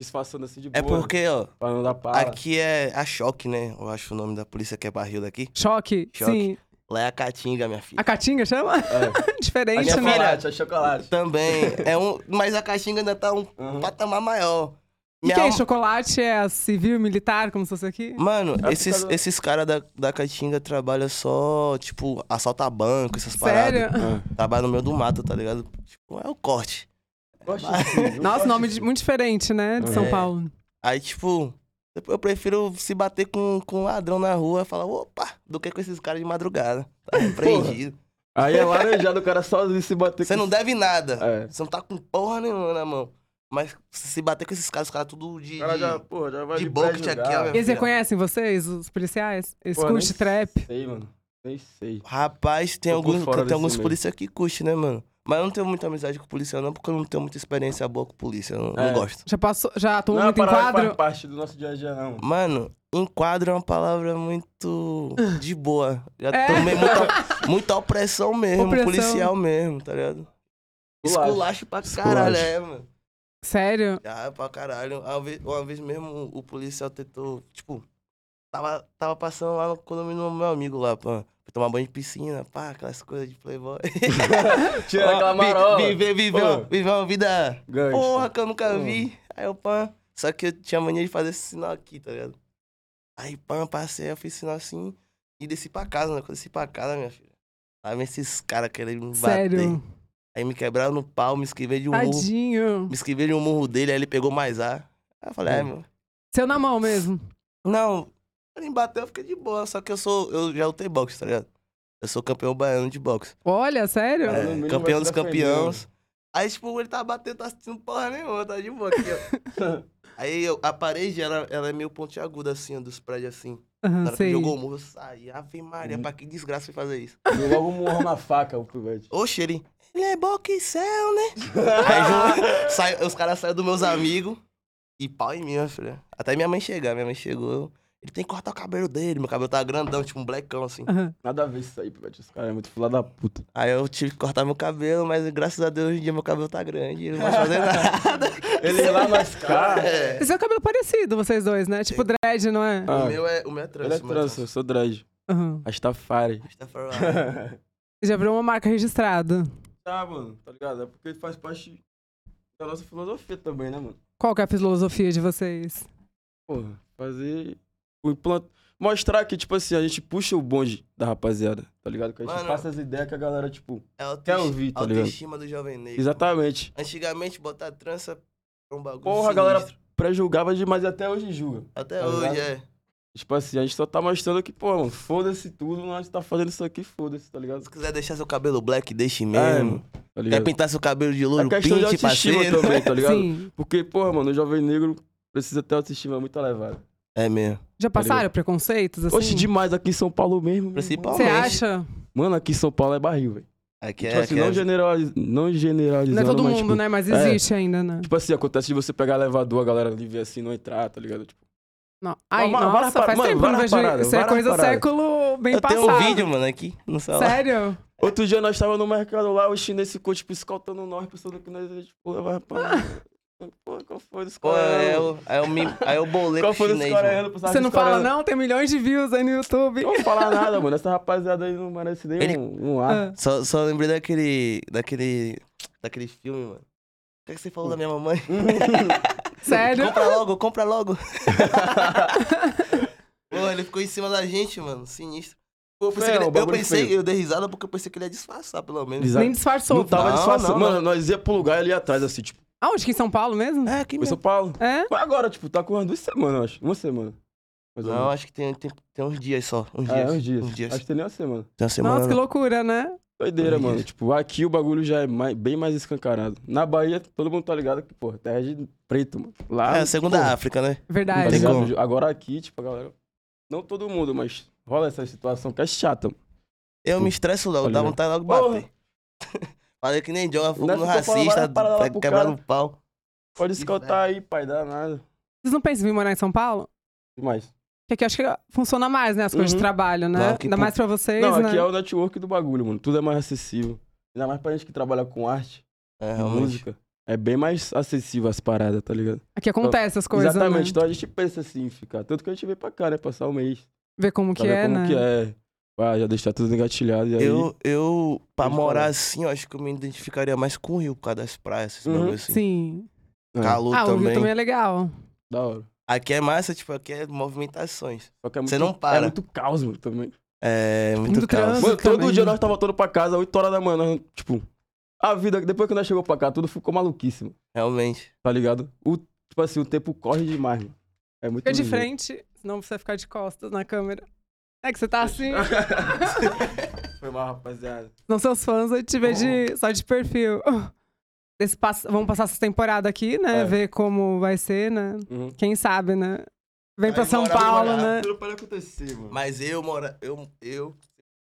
S2: disfarçando assim de boa.
S3: É porque, ó,
S2: Pra não dar para.
S3: aqui é a Choque, né? Eu acho o nome da polícia que é barril daqui.
S1: Choque.
S3: Choque.
S1: Sim.
S3: Lá é a Caatinga, minha filha.
S1: A Caatinga chama?
S2: É. A
S1: Diferente, né?
S2: chocolate, a chocolate.
S3: Também. é um... Mas a Caatinga ainda tá um
S2: Uhum.
S3: patamar maior.
S1: E
S3: Minha
S1: quem?
S3: alma-
S1: Chocolate é a civil, militar, como se fosse aqui?
S3: Mano,
S2: por
S3: esses,
S2: causa da-
S3: esses caras da, da Caatinga trabalham só, tipo, assalta banco, essas paradas.
S1: Sério?
S2: É.
S3: Trabalha no meio do mato, tá ligado? Tipo, é o corte.
S2: Gosto assim, eu
S1: Nossa,
S2: gosto
S1: nome
S2: assim.
S1: de- muito diferente, né? De São
S3: É.
S1: Paulo.
S3: Aí, tipo, eu- eu prefiro se bater com, com um ladrão na rua e falar, opa, do que com esses caras de madrugada. Tá repreendido.
S2: Aí é laranjado, o cara sozinho se bater
S3: Você
S2: com-
S3: não deve nada.
S2: É.
S3: Você não tá com porra nenhuma na mão. Mas se bater com esses caras, os caras tudo de.
S2: O cara já,
S3: de-
S2: porra, já vai
S3: de
S2: de
S3: boca
S2: prédio
S3: aqui, ó,
S2: já.
S3: meu
S1: Eles
S3: filho.
S1: reconhecem vocês, os policiais? Eles
S2: Porra,
S1: curtem
S2: nem
S1: trap?
S2: Sei, mano. Nem sei.
S3: Rapaz, tem
S2: Tô por
S3: alguns,
S2: fora
S3: tem
S2: desse
S3: alguns
S2: meio.
S3: polícia que curte, né, mano? Mas eu não tenho muita amizade com polícia, não, porque eu não tenho muita experiência boa com polícia. Eu não, não
S2: É.
S3: gosto.
S1: Já passou, já tomou
S2: não é uma
S1: muito em
S2: parada que
S1: quadro?
S2: faz parte do nosso dia a dia, não.
S3: Mano, enquadro é uma palavra muito de boa. Já
S1: É?
S3: tomei muita, muita opressão mesmo,
S1: Opressão.
S3: policial mesmo, tá ligado?
S2: Esculacho.
S3: Esculacho pra
S2: Esculacho.
S3: caralho, é, mano.
S1: Sério?
S3: Ah, pra caralho. Uma vez, uma vez mesmo o policial tentou, tipo, tava, tava passando lá no condomínio do meu amigo lá, pá. Foi tomar banho de piscina, pá, aquelas coisas de playboy.
S2: Tira aquela marola.
S3: Vi- Viver, viver,
S2: Ô.
S3: viver uma vida,
S2: Gancho.
S3: porra, que eu nunca
S2: Ô.
S3: vi. Aí eu, pã, só que eu tinha mania de fazer esse sinal aqui, tá ligado? Aí, pã, passei, eu fiz sinal assim e desci pra casa, né? Quando eu desci pra casa, minha filha. Lá vem esses caras querendo me bater.
S1: Sério?
S3: Aí me quebraram no pau, me esquivei de um murro.
S1: Tadinho.
S3: Me esquivei de um murro dele, aí ele pegou mais ar. Aí eu falei,
S2: Hum.
S3: é, meu.
S1: Seu na mão mesmo.
S3: Não, ele me bateu, eu fiquei de boa. Só que eu sou. Eu já lutei boxe, tá ligado? Eu sou campeão baiano de boxe.
S1: Olha, sério?
S2: É, no mínimo
S3: campeão
S2: vai
S3: dos
S2: se defender,
S3: campeões.
S2: né?
S3: Aí, tipo, ele tá batendo, tá assistindo porra nenhuma, tá de boa aqui, ó. Aí eu- a parede, ela, ela é meio pontiaguda, assim, ó, dos prédios assim. Na
S1: Aham,
S3: hora que
S1: sei.
S3: jogou o murro, eu saí. Ave Maria, pra que desgraça foi fazer isso?
S2: Deu logo um morro na faca, o pivete.
S3: Oxe, ele. Ele é boxel, né? Aí sai- os caras saíram dos meus amigos e pau em mim, minha filha. Até minha mãe chegar. Minha mãe chegou. Ele tem que cortar o cabelo dele. Meu cabelo tá grandão, tipo um blackão, assim.
S1: Aham.
S2: Nada a ver isso aí, Pivete. Esse cara é muito fila da puta.
S3: Aí eu tive que cortar meu cabelo, mas graças a Deus hoje em dia meu cabelo tá grande. Eu não posso fazer nada.
S2: Ele lá mais cá.
S3: É.
S1: Vocês têm o cabelo parecido, vocês dois, né? Tipo dread, não é?
S2: Ah,
S3: O meu é, o meu é trança.
S2: Ele é
S3: o meu
S2: trança, eu sou dread.
S1: Aham.
S2: Rastafari.
S3: Tá falando.
S1: Já virou uma marca registrada.
S2: tá, mano, tá ligado? É porque faz parte da nossa filosofia também, né, mano?
S1: Qual que é a filosofia de vocês?
S2: Porra, fazer. O implant... Mostrar que, tipo assim, a gente puxa o bonde da rapaziada, tá ligado? Que a gente
S3: Mano.
S2: passa as ideias que a galera, tipo.
S3: É a
S2: Quer
S3: autoestima,
S2: ouvir, tá ligado?
S3: autoestima do jovem negro.
S2: Exatamente.
S3: Antigamente, botar trança era um bagulho
S2: Porra, a galera
S3: sinistro.
S2: pré-julgava demais e até hoje julga.
S3: Até
S2: tá
S3: hoje,
S2: ligado?
S3: é.
S2: Tipo assim, a gente só tá mostrando que, pô, mano, foda-se tudo, nós tá fazendo isso aqui, foda-se, tá ligado?
S3: Se quiser deixar seu cabelo black, deixe
S2: É,
S3: mesmo.
S2: mano, tá
S3: Quer
S2: ligado?
S3: pintar seu cabelo de
S2: É
S3: louro,
S2: questão de
S3: pinte,
S2: autoestima
S3: parceiro.
S2: também, tá ligado?
S1: Sim.
S2: Porque, porra, mano, o jovem negro precisa ter autoestima muito elevada.
S3: É mesmo.
S1: Já passaram preconceitos, assim?
S2: Oxe, demais aqui em São Paulo mesmo. meu irmão.
S1: Você
S3: Principalmente.
S1: acha?
S2: Mano, aqui em São Paulo é barril, velho. tipo
S3: Aqui é,
S2: assim,
S3: aqui é-
S2: não, generaliz... não generalizando,
S1: Não é todo
S2: mas,
S1: mundo,
S2: tipo,
S1: né? Mas
S2: é.
S1: existe ainda, né?
S2: Tipo assim, acontece de você pegar elevador, a galera livre assim, não entrar, tá ligado? Tipo,
S1: Não. Ai,
S2: mano,
S1: nossa,
S2: várias par-
S1: faz
S2: mano,
S1: tempo que eu não
S2: várias
S1: vejo
S2: paradas,
S1: isso. É
S2: várias
S1: coisa do
S2: paradas.
S1: século bem
S3: Eu
S1: passado.
S3: tenho um vídeo, mano, aqui no celular.
S1: Sério?
S2: Outro dia nós tava no mercado lá, o chinês ficou, tipo, escoltando nós, pensando que nós, ia, tipo, levar pra... Pô, qual foi dos
S3: Pô, é
S2: coreanos?
S3: o, é o, mim- é o boleto
S2: Qual foi dos
S3: chinês, mano.
S2: coreanos?
S1: Você não fala, não? Tem milhões de views aí no YouTube.
S2: Não vou falar nada, mano. Essa rapaziada aí não merece nem
S3: Ele-
S2: um, um ar.
S1: Ah.
S3: Só, só lembrei daquele, daquele, daquele filme, mano. O que, é que você falou da minha mamãe?
S2: Hum.
S1: Sério?
S3: Compra logo, compra logo. Pô, ele ficou em cima da gente, mano. Sinistro. Pô, eu pensei,
S2: Feio,
S3: que ele-
S2: É, o
S3: eu,
S2: bagulho
S3: pensei
S2: feio.
S3: eu dei risada porque eu pensei que ele ia disfarçar, pelo menos.
S2: Exato.
S1: Nem disfarçou.
S2: Não tá. tava
S3: Não,
S2: disfarçando.
S3: não,
S2: Mano, nós ia pro lugar e ele ia atrás, assim, tipo,
S1: Aonde? Que em São Paulo mesmo?
S3: É, que
S2: foi São
S3: mesmo.
S2: Paulo.
S1: É?
S2: Foi agora, tipo, tá com umas duas semanas, eu acho. Uma semana. Mais ou
S3: Não,
S2: menos.
S3: acho um que tem, tem, tem uns dias só. Uns
S2: né? É,
S3: dias.
S2: uns dias.
S3: Uns dias.
S2: Acho que tem nem uma semana.
S3: Tem uma semana.
S1: Nossa, que
S3: né?
S1: loucura, né?
S2: Doideira,
S3: Uns
S2: mano.
S3: dias.
S2: Tipo, aqui o bagulho já é mais- bem mais escancarado. Na Bahia, todo mundo tá ligado que, pô, terra de preto, mano. Lá.
S3: É, a segunda
S2: pô,
S3: África, né?
S2: tá
S1: Verdade.
S3: Tem
S2: ligado?
S3: como.
S2: Agora aqui, tipo, a galera. Não todo mundo, mas rola essa situação que é chata. mano.
S3: Eu me estresso logo,
S2: Olha
S3: dá
S2: já.
S3: vontade logo de
S2: Porra.
S3: bater. Falei que nem joga fogo
S2: Nós
S3: no
S2: ficou falando
S3: racista,
S2: várias paradas lá
S3: vai
S2: pro
S3: quebrar
S2: cara.
S3: no pau.
S2: Pode
S3: Que
S2: escoltar
S3: é.
S2: aí, pai, dá nada.
S1: Vocês não pensam em vir morar em São Paulo?
S2: Demais.
S1: Porque aqui eu acho que funciona mais, né? As coisas de
S2: Uhum.
S1: trabalho, né?
S3: Não, aqui
S1: Ainda
S3: pu-
S1: mais pra vocês,
S2: Não,
S1: né?
S2: aqui é o network do bagulho, mano. Tudo é mais acessível. Ainda mais pra gente que trabalha com arte,
S3: É,
S2: com
S3: realmente.
S2: música. É bem mais acessível as paradas, tá ligado?
S1: Aqui acontece as coisas,
S2: Exatamente.
S1: né?
S2: Então a gente pensa assim, em ficar. Tanto que a gente veio pra cá, né? Passar um mês.
S1: Ver como que
S2: pra ver
S1: é,
S2: como
S1: né?
S2: que é. Pá, já deixar tudo engatilhado. E aí.
S3: Eu, eu, pra
S2: Pode
S3: morar
S2: falar.
S3: assim, eu acho que eu me identificaria mais com o Rio, por causa das praias, esses
S2: Uhum.
S3: bagulho assim.
S1: Sim.
S2: É,
S3: Calor
S1: ah, o Rio
S3: também.
S1: também é legal.
S2: Da hora.
S3: Aqui é massa, tipo, aqui é movimentações.
S2: Só que é
S3: Você
S2: muito,
S3: não para.
S2: É muito caos, mano, também.
S3: É, muito,
S1: Tipo, Muito
S3: caos.
S1: trânsito.
S2: Mano, todo
S1: também. né?
S2: dia nós tava voltando pra casa, 8 horas da manhã. nós, tipo, a vida, depois que nós chegou pra cá, tudo ficou maluquíssimo,
S3: Realmente.
S2: tá ligado? O, tipo assim, o tempo corre demais, mano. É muito
S1: Fica de
S2: doideira.
S1: frente, senão você vai ficar de costas na câmera. É que você tá assim.
S2: Foi mal, rapaziada.
S1: Não seus fãs vão te ver de, só de perfil. Esse pass- vamos passar essa temporada aqui, né?
S2: É.
S1: Ver como vai ser, né?
S2: Uhum.
S1: Quem sabe, né? Vem pra
S3: Vai
S1: São
S3: morar,
S1: Paulo,
S3: morar.
S1: né?
S2: Tudo pode acontecer, mano.
S3: Mas eu morar, eu, eu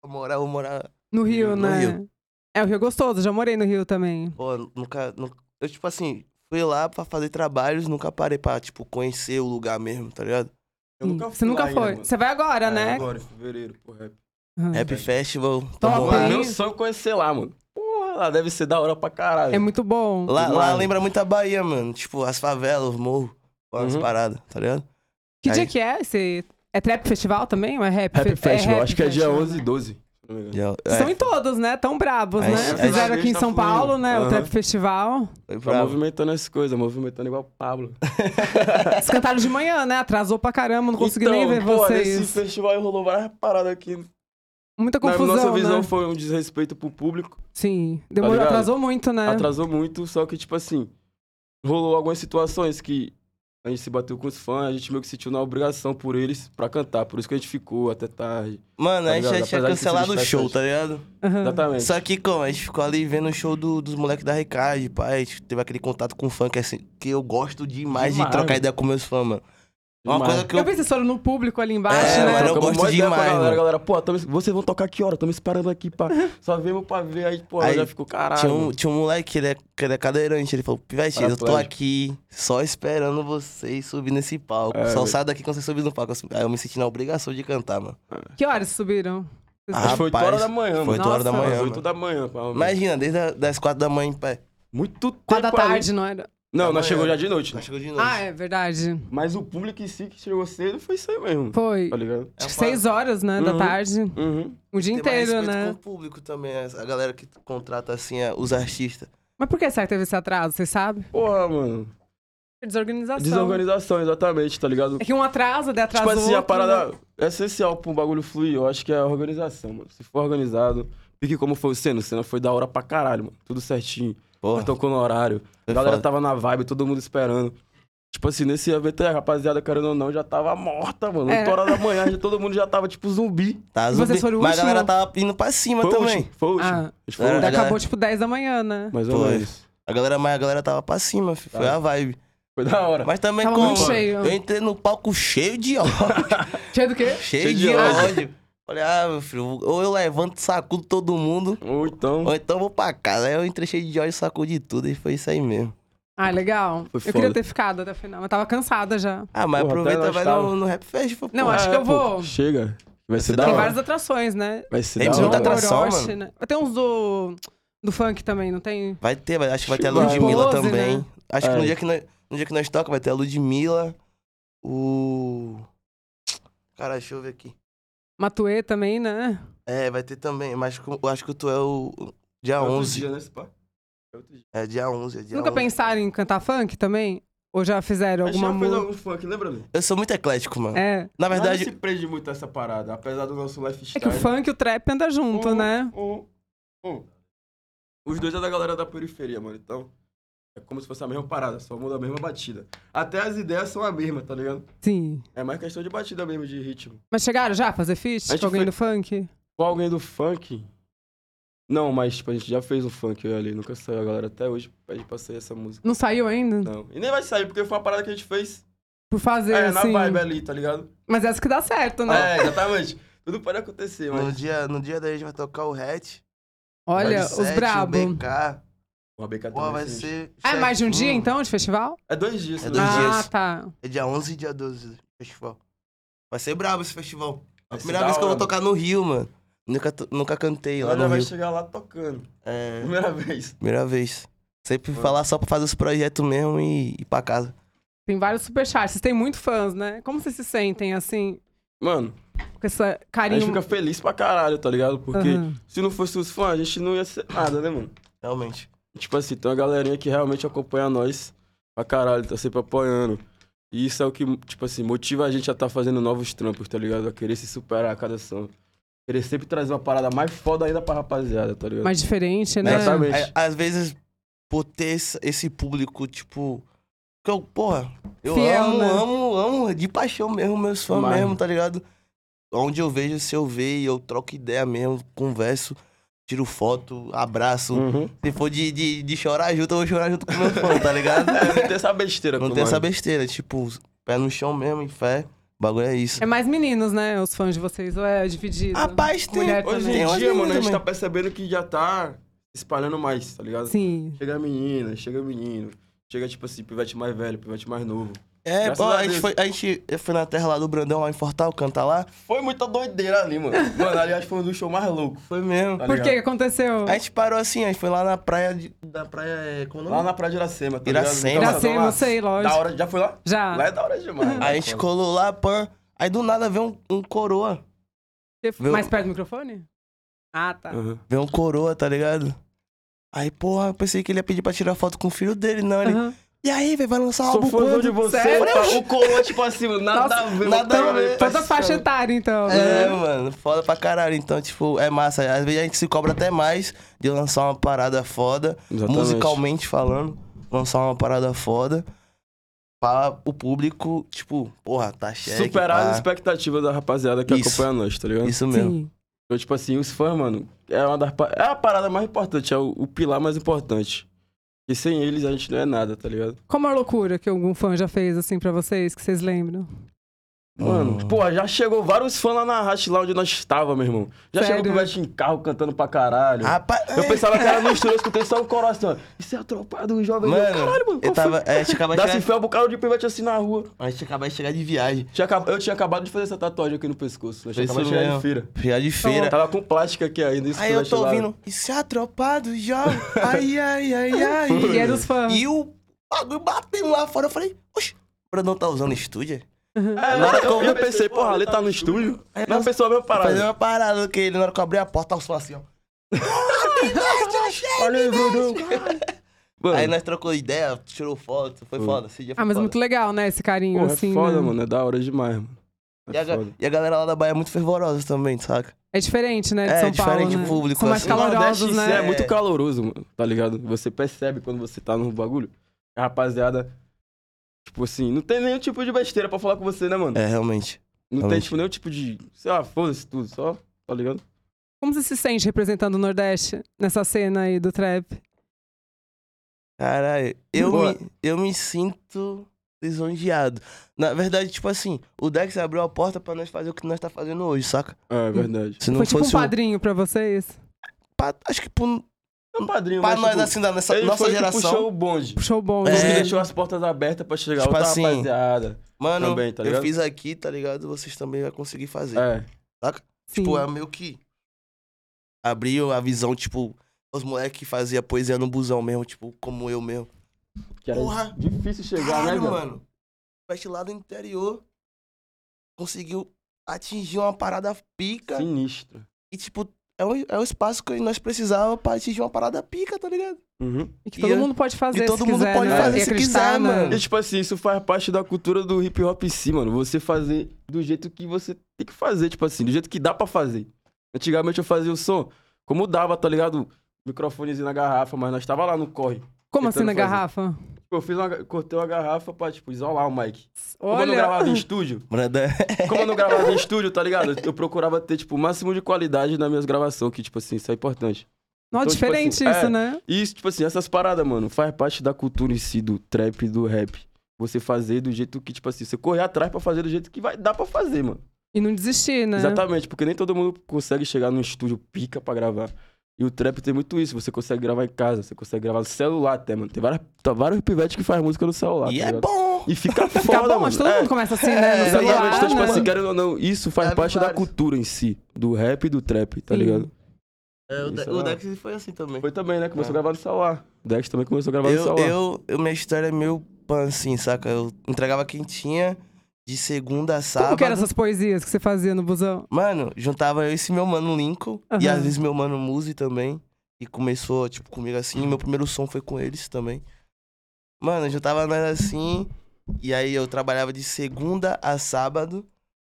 S3: eu morar, eu morar.
S1: No Rio,
S3: No
S1: né?
S3: Rio.
S1: É, o Rio é gostoso. Já morei no Rio também.
S3: Pô, nunca, nunca. Eu, tipo assim, fui lá pra fazer trabalhos, nunca parei pra, tipo, conhecer o lugar mesmo, tá ligado?
S2: Eu nunca fui
S1: você nunca
S2: lá ainda,
S1: foi.
S2: mano. É,
S1: você vai agora, né?
S2: Agora, em fevereiro, é pro rap.
S1: Uhum.
S3: Happy Festival, tá
S1: Top,
S3: tamo
S2: Mano,
S1: hein?
S3: lá.
S2: meu sonho é conhecer lá, mano. Porra, lá deve ser da hora pra caralho.
S1: É muito bom.
S3: Lá,
S2: Mano.
S3: lá lembra muito a Bahia, mano. Tipo, as favelas, os morros, as
S2: Uhum.
S3: paradas, tá ligado?
S1: Que
S3: aí-
S1: dia que é esse? É Trap Festival também? Ou é Rap,
S2: Rap
S1: Fe-
S2: Festival,
S1: Rap
S2: acho que é dia Tá
S1: Festival,
S2: 11 e
S1: né?
S2: 12. se não me engano.
S3: Já,
S1: Estão
S3: é,
S1: em todos, né? Tão brabos,
S3: Aí-
S1: né?
S3: aí-
S1: Fizeram aqui em
S2: tá
S1: São
S2: fluindo.
S1: Paulo, né? O
S2: Aham.
S1: Trap Festival.
S3: foi
S2: Tá
S3: bravo.
S2: movimentando as coisas, movimentando igual o Pablo.
S1: Eles cantaram de manhã, né? Atrasou pra caramba, não consegui
S2: então,
S1: nem ver
S2: pô, Nesse
S1: vocês.
S2: festival rolou várias paradas aqui.
S1: Muita
S2: Na nossa
S1: confusão,
S2: visão
S1: né?
S2: foi um desrespeito pro público.
S1: Sim. Demorou,
S2: ligado?
S1: atrasou muito, né?
S2: Atrasou muito, só que, tipo assim, rolou algumas situações que a gente se bateu com os fãs, a gente meio que sentiu na obrigação por eles pra cantar. Por isso que a gente ficou até tarde.
S3: Mano,
S2: Tá
S3: a gente já
S2: ligado? Apesar
S3: tinha
S2: de que
S3: cancelado o
S2: seja
S3: show,
S2: bastante.
S3: tá ligado?
S1: Aham.
S2: Exatamente.
S3: Só que, como, a gente ficou ali vendo o show do- dos moleques da Recard, pai, a gente teve aquele contato com o fã que, assim, que eu gosto demais,
S2: Demais,
S3: de trocar
S2: mano.
S3: ideia com meus fãs, mano. É Uma
S2: Demais.
S3: coisa que
S1: Eu,
S3: eu.
S1: vi vocês foram no público ali embaixo,
S3: É,
S1: né?
S3: mano, eu
S2: Trocamos uma
S3: gosto
S2: ideia com a
S3: demais,
S2: Galera,
S3: mano.
S2: galera, pô, tamo- vocês vão tocar que hora? Tô me esperando aqui, pá. Só vemos pra ver. Aí, pô,
S3: Uhum. Aí
S2: já ficou caralho.
S3: Tinha um,
S2: mano.
S3: tinha um moleque que ele, é, que ele é cadeirante. Ele falou: Pivete, eu tô
S2: Paraplégico.
S3: aqui só esperando vocês subir nesse palco.
S2: É,
S3: só
S2: velho.
S3: sai daqui quando vocês subirem no palco. Aí eu me senti na obrigação de cantar, mano.
S1: Que horas subiram?
S2: Acho que foi 8 horas
S3: rapaz,
S2: da manhã,
S3: Foi
S2: mano.
S3: 8 horas da
S1: Nossa.
S3: manhã.
S2: Às 8
S3: mano.
S2: da manhã, pá. mano.
S3: Imagina, desde a, das 4 da manhã em pé.
S2: Muito tempo.
S1: Quatro da
S2: ali.
S1: tarde, não era?
S2: Não,
S3: Da
S2: nós
S3: manhã.
S2: chegou já de noite. né?
S3: Mas chegou de noite.
S1: Ah, é verdade.
S2: Mas o público em si que chegou cedo foi isso aí mesmo.
S1: Foi.
S2: Tá ligado?
S3: É uma-
S1: Acho que seis horas, né, da
S2: Uhum.
S1: tarde.
S2: Uhum.
S1: O dia
S3: tem mais
S1: inteiro,
S3: respeito com
S1: né?
S3: o público também, a a galera que contrata, assim, a- os artistas.
S1: Mas por que será que teve esse atraso, vocês sabem?
S2: Porra, mano.
S1: Desorganização.
S2: Desorganização, exatamente, tá ligado?
S1: É que um atrasa, daí atrasa
S2: Tipo
S1: o
S2: assim, a
S1: outro, né?
S2: parada é essencial pra um bagulho fluir. Eu acho que é a organização, mano. Se for organizado. Pique como foi o Senna. O Senna foi da hora pra caralho, mano. Tudo certinho.
S3: Porra,
S2: Nós tocou no horário. A
S3: foi
S2: galera
S3: foda.
S2: tava na vibe, todo mundo esperando. Tipo assim, nesse evento aí, a rapaziada, querendo ou não, já tava morta, mano.
S1: É.
S2: 8 horas da manhã, já todo mundo já tava tipo zumbi.
S3: Tá
S1: vocês
S3: zumbi.
S1: foram o
S3: Mas a galera
S1: último?
S3: tava indo pra cima
S2: Foi o
S3: também.
S2: último, foi o último.
S1: Ah.
S2: Acho que foi o
S3: É.
S1: Daí
S2: último.
S1: acabou tipo 10 da manhã, né?
S2: Mais ou
S3: Foi.
S2: menos.
S3: A galera, mas a galera tava pra cima, fi, foi
S2: Tá.
S3: a vibe.
S2: Foi da hora.
S3: Mas também
S1: Tava
S3: como?
S1: muito cheio.
S3: Eu entrei no palco cheio de ódio.
S1: Cheio do quê?
S3: cheio,
S2: Cheio de
S3: de, ódio. Falei, ah, meu filho, ou eu levanto, sacudo todo mundo,
S2: Ou então.
S3: ou então eu vou pra casa. Aí eu entrei cheio de ódio, sacudi tudo, e foi isso aí mesmo.
S1: Ah, legal.
S2: Foi
S1: eu queria
S2: foda.
S1: ter ficado até o final, mas tava cansada já.
S3: Ah,
S2: Porra,
S3: mas
S2: até
S3: aproveita,
S2: nós
S3: vai
S2: tava.
S3: no, no Rap Fest, pô.
S1: Não,
S3: pô.
S1: acho que eu
S2: Ah, pô,
S1: vou.
S2: Chega. Vai ser
S3: ser
S2: da
S3: da
S1: Tem
S3: hora.
S1: várias atrações, né?
S2: Vai ser
S3: Tem
S2: da
S1: Tem
S3: muita
S1: um
S2: hora.
S1: do
S3: atração,
S1: Orochi,
S3: mano.
S1: né? Tem uns do, do funk também, não tem?
S3: Vai ter, vai- acho que vai ter a
S2: Vai.
S3: Ludmilla
S1: Pose,
S3: também.
S1: né?
S3: Acho que
S2: É.
S3: no dia que, nós, no dia que nós toca vai ter a Ludmilla, o... Cara, deixa eu ver aqui.
S1: Matuê também, né?
S3: É, vai ter também, mas com- eu acho que tu é o... o Dia
S2: É outro
S3: 11.
S2: dia, né, esse pá? É outro dia.
S3: É, dia 11, é dia
S1: Nunca
S3: 11.
S1: pensaram em cantar funk também? Ou já fizeram
S2: Mas
S1: alguma
S2: já fez
S1: música?
S2: algum funk, lembra, velho?
S3: Eu sou muito eclético, mano.
S1: É.
S3: Na
S2: Na verdade, se
S3: verdade,
S2: prende muito a essa parada, apesar do nosso
S1: É
S2: lifestyle.
S1: que o funk e o trap andam junto,
S2: Um,
S1: né?
S2: um, um. Os dois é da galera da periferia, mano. Então, é como se fosse a mesma parada, só muda a mesma batida. Até as ideias são a mesma, tá ligado?
S1: Sim.
S2: É mais questão de batida mesmo, de ritmo.
S1: Mas chegaram já a fazer feat
S2: A gente
S1: com alguém
S2: foi-
S1: do funk?
S2: Com alguém do funk. Não, mas tipo, a gente já fez um funk eu e ali, nunca saiu a galera. Até hoje pede pra sair essa música.
S1: Não saiu ainda?
S2: Não. E nem vai sair, porque foi uma parada que a gente fez.
S1: Por fazer,
S2: É, na
S1: assim.
S2: vibe ali, tá ligado?
S1: Mas é essa que dá certo, né?
S2: É, exatamente. Tudo pode acontecer,
S3: no
S2: mas.
S3: dia, no dia daí a gente vai tocar o Hatch.
S1: Olha,
S3: o
S1: os brabo.
S3: O BK.
S2: Uma BK
S3: Pô,
S2: também
S3: vai
S2: é sinistro.
S3: ser...
S1: Ah, é mais de um dia,
S3: certinho.
S1: então, de festival?
S2: É dois dias,
S3: É
S2: né?
S3: dois
S1: ah,
S3: dias.
S1: tá.
S3: É dia 11 e dia 12 do festival. Vai ser brabo esse festival.
S2: Vai
S3: A
S2: ser
S3: primeira
S2: da
S3: vez que eu vou
S2: hora.
S3: tocar no Rio, mano. Nunca, to- nunca cantei lá
S2: Ela já
S3: no
S2: vai
S3: Rio.
S2: chegar lá tocando.
S3: É,
S2: Primeira vez.
S3: primeira vez. Sempre
S2: Mano.
S3: falar só pra fazer os projetos mesmo e ir pra casa.
S1: Tem vários superchats. Vocês têm muito fãs, né? Como vocês se sentem, assim,
S2: Mano,
S1: com esse
S2: a gente
S1: carinho?
S2: fica feliz pra caralho, tá ligado? Porque
S1: Aham.
S2: se não fosse os fãs, a gente não ia ser nada, né, mano?
S3: Realmente.
S2: Tipo assim, tem uma galerinha que realmente acompanha nós pra caralho, tá sempre apoiando. E isso é o que, tipo assim, motiva a gente a estar fazendo novos trampos, tá ligado? A querer se superar a cada som. Querer sempre trazer uma parada mais foda ainda pra rapaziada, tá ligado?
S1: Mais diferente, né?
S2: Exatamente.
S3: Aí, às vezes, por ter esse- esse público, tipo. Que eu, porra, eu
S1: Fiel,
S3: amo,
S1: né?
S3: amo, amo, de paixão mesmo, meus fãs
S2: Demais.
S3: mesmo, tá ligado? Onde eu vejo, se eu ver, eu troco ideia mesmo, converso, tiro foto, abraço.
S2: Uhum.
S3: Se for de, de, de chorar junto, eu vou chorar junto com meu fã, tá ligado?
S2: É, não tem essa besteira,
S3: Não
S2: com
S3: tem
S2: nós.
S3: essa besteira, tipo, pé no chão mesmo, em fé. O bagulho é isso.
S1: É mais meninos, né? Os fãs de vocês. Ou é dividido?
S3: Rapaz, tem.
S1: Mulher
S2: Hoje
S1: também.
S3: Tem
S2: em
S3: umas
S2: dia, mano, a
S3: meninas
S2: gente tá
S3: também.
S2: percebendo que já tá espalhando mais, tá ligado?
S1: Sim.
S2: Chega menina, chega menino. Chega, tipo assim, pivete mais velho, pivete mais novo.
S3: É,
S2: Graças
S3: pô,
S2: a
S3: a gente,
S2: Deus.
S3: foi, a gente foi na terra lá do Brandão, lá em Fortal, cantar lá.
S2: Foi muita doideira ali, mano. Mano, aliás, foi um dos shows mais loucos.
S3: Foi mesmo.
S2: Tá
S1: Por que que
S2: ligado? É
S1: aconteceu?
S3: A gente parou assim, a gente foi lá na praia de, da praia, é, como é o
S2: Lá
S3: nome?
S2: na Praia de Iracema, tá
S3: Iracema.
S2: ligado?
S1: Iracema,
S2: lá.
S1: eu sei, lógico. Ah. Uhum.
S2: Da hora, já foi lá?
S1: Já.
S2: Lá é da hora demais. mano.
S3: Aí a gente colou lá, pan. Aí do nada veio um, um coroa.
S1: Você-
S3: Viu?
S1: Mais perto do microfone? Ah, tá.
S2: Aham.
S3: Veio um coroa, tá ligado? Aí, porra, eu pensei que ele ia pedir pra tirar foto com o filho dele, não. Ele,
S1: Aham.
S3: e aí, velho, vai lançar o
S2: Sou
S3: álbum
S2: fã de
S3: quando?
S2: você,
S1: Sério?
S2: tá? o coroa, tipo assim, nada
S1: Nossa,
S2: a ver.
S3: nada
S2: tá
S3: a ver.
S1: Toda faixa
S2: ligado?
S1: etária, então.
S3: É,
S1: né?
S3: mano, foda pra caralho. Então, tipo, é massa. Às vezes a gente se cobra até mais de lançar uma parada foda,
S2: Exatamente.
S3: musicalmente falando, lançar uma parada foda pra o público, tipo, porra, tá
S2: é
S3: cheio.
S2: Superar as expectativas da rapaziada que
S3: Isso.
S2: acompanha nós, tá ligado?
S3: Isso mesmo.
S1: Sim.
S2: Então, tipo assim, os fãs, mano, é uma das pa- é a parada mais importante, é o, o pilar mais importante. E sem eles a gente não é nada, tá ligado?
S1: Qual a maior loucura que algum fã já fez, assim, pra vocês, que vocês lembram?
S2: Mano, pô, já chegou vários fãs lá na Racha, lá onde nós estava, meu irmão. Já
S1: Sério?
S2: chegou conversa em carro cantando pra caralho.
S3: Rapaz,
S2: Eu pensava que era no estúdio, eu escutei só um coro assim, ó. Isso é a tropa do jovem.
S3: Mano,
S2: Eu, caralho, mano. qual
S3: eu tava-
S2: foi?
S3: é, a gente acaba de
S2: Dá
S3: chegar-
S2: fel pro cara de pivete assim na rua.
S3: a gente acabou de chegar de viagem.
S2: Tinha acab- Eu tinha acabado de fazer essa tatuagem aqui no pescoço. Nós tinha
S3: Isso
S2: acabado de chegar
S3: mesmo.
S2: de feira.
S3: Chegar de feira.
S2: Então, Tava com plástica aqui ainda. Isso
S3: Aí
S2: que
S3: eu
S2: nós
S3: tô
S2: lá-
S3: ouvindo, isso é atropado, jovem. Ai, ai, ai, ai.
S1: E é dos fãs.
S3: E o bagulho batendo lá fora. Eu falei, oxe, o Brandão tá usando estúdio?
S2: É,
S3: Nada
S2: eu,
S3: como-
S2: eu pensei, porra, ali tá no estúdio.
S3: Aí
S2: Não,
S3: nós-
S2: pessoal, meu
S3: Fazer
S2: parado.
S3: uma parada que ele, na hora que eu abri a porta, tava só assim, ó.
S2: Olha aí, Brudão. Mano,
S3: né? Aí nós trocou ideia, tirou foto, foi foda. Esse dia foi
S1: Ah, mas
S3: foda.
S1: muito legal, né? Esse carinho,
S2: porra,
S1: assim.
S2: é foda,
S1: né?
S2: mano. É da hora demais, mano.
S3: E a,
S2: É
S3: ga-
S2: foda.
S3: e a galera lá da Bahia é muito fervorosa também, saca?
S1: É diferente, né? De
S3: É,
S1: São
S3: diferente
S1: Paulo.
S3: do
S1: né?
S3: público,
S1: São mais
S3: assim.
S2: Nordeste em
S1: calorosos,
S2: si
S1: né?
S2: é muito caloroso, mano, tá ligado? Você percebe quando você tá no bagulho. A rapaziada, tipo assim, não tem nenhum tipo de besteira pra falar com você, né, mano?
S3: É, realmente.
S2: não tem,
S3: realmente.
S2: tipo, nenhum tipo de, sei lá, foda-se tudo, só, tá ligado?
S1: Como você se sente representando o Nordeste nessa cena aí do trap?
S3: Caralho, eu
S2: Boa.
S3: me, eu me sinto lisonjeado. Na verdade, tipo assim, o Dex abriu a porta pra nós fazer o que nós tá fazendo hoje, saca?
S2: É, é verdade.
S3: Se não
S1: Foi tipo um
S3: fosse o-
S1: padrinho pra vocês?
S3: pa- acho que pro,
S2: É um padrinho,
S3: pra
S2: mas,
S3: nós,
S2: tipo,
S3: assim, da nossa,
S2: ele
S3: nossa
S2: foi
S3: geração.
S2: que puxou o bonde.
S1: Show bom,
S2: Ele
S1: né?
S2: que
S3: É.
S2: deixou as portas abertas pra chegar
S3: Tipo
S2: outra
S3: assim,
S2: rapaziada.
S3: Mano,
S2: também, tá
S3: eu
S2: ligado?
S3: fiz aqui, tá ligado? Vocês também vão conseguir fazer.
S2: É,
S1: Sim.
S3: Tipo, é meio que. Abriu a visão, tipo, os moleques que faziam poesia no busão mesmo, tipo, como eu mesmo.
S2: que era
S3: Porra.
S2: difícil chegar, né,
S3: Caralho,
S2: mano?
S3: mano. Veste lá do interior conseguiu atingir uma parada pica.
S2: Sinistro.
S3: E, tipo, é um, é um espaço que nós precisávamos pra atingir uma parada pica, tá ligado?
S2: Uhum.
S1: E que todo
S3: e-
S1: mundo pode fazer
S3: e todo
S1: se
S3: mundo
S1: quiser,
S3: pode
S1: né?
S2: fazer
S1: E
S3: se
S1: acreditar,
S3: quiser,
S1: né?
S3: mano.
S2: E, tipo assim, isso faz parte da cultura do hip hop em si, mano. Você fazer do jeito que você tem que fazer, tipo assim, do jeito que dá pra fazer. Antigamente eu fazia o som como dava, tá ligado? Microfonezinho na garrafa, mas nós tava lá no corre.
S1: Como assim
S2: tentando
S1: na
S2: fazer.
S1: garrafa?
S2: Eu fiz uma, ga- cortei uma garrafa pra, tipo, isolar o mic. Como eu não gravava em
S1: Olha,
S2: estúdio,
S3: Brother.
S2: como eu não gravava em estúdio, tá ligado? Eu procurava ter, tipo, o máximo de qualidade nas minhas gravações, que, tipo assim, isso é importante.
S1: não,
S2: então, tipo
S1: diferente
S2: assim,
S1: isso,
S2: é.
S1: né?
S2: E isso, tipo assim, essas paradas, mano, faz parte da cultura em si, do trap e do rap. Você fazer do jeito que, tipo assim, você correr atrás pra fazer do jeito que vai dar pra fazer, mano.
S1: E não desistir, né?
S2: Exatamente, porque nem todo mundo consegue chegar num estúdio pica pra gravar. E o trap tem muito isso, você consegue gravar em casa, você consegue gravar no celular até, mano. Tem várias, tá vários pivetes que faz música no celular.
S3: E
S2: tá
S3: é
S2: ligado?
S3: bom.
S2: E fica foda,
S1: Fica bom,
S2: mano.
S1: mas todo
S2: É,
S1: mundo começa assim, né? No
S3: É,
S1: celular,
S2: Exatamente, então, tipo
S1: né?
S2: assim, querendo ou não, isso faz
S3: Abre
S2: parte da
S3: vários.
S2: cultura em si, do rap e do trap, tá
S1: Sim.
S2: ligado?
S3: É, o,
S2: Isso
S3: De-
S2: é
S3: o
S2: da hora.
S3: Dex foi assim também.
S2: Foi também, né? Começou
S3: É.
S2: a gravar no celular. O Dex também começou a gravar no
S3: Eu,
S2: celular.
S3: eu, eu, minha história é meio pan, assim, saca? Eu entregava quem tinha de segunda a sábado.
S1: Como que eram essas poesias que você fazia no busão?
S3: Mano, juntava eu esse meu mano Lincoln e
S1: Aham.
S3: às vezes meu mano Muse também. E começou, tipo, comigo assim. Meu primeiro som foi com eles também. Mano, juntava nós assim. E aí eu trabalhava de segunda a sábado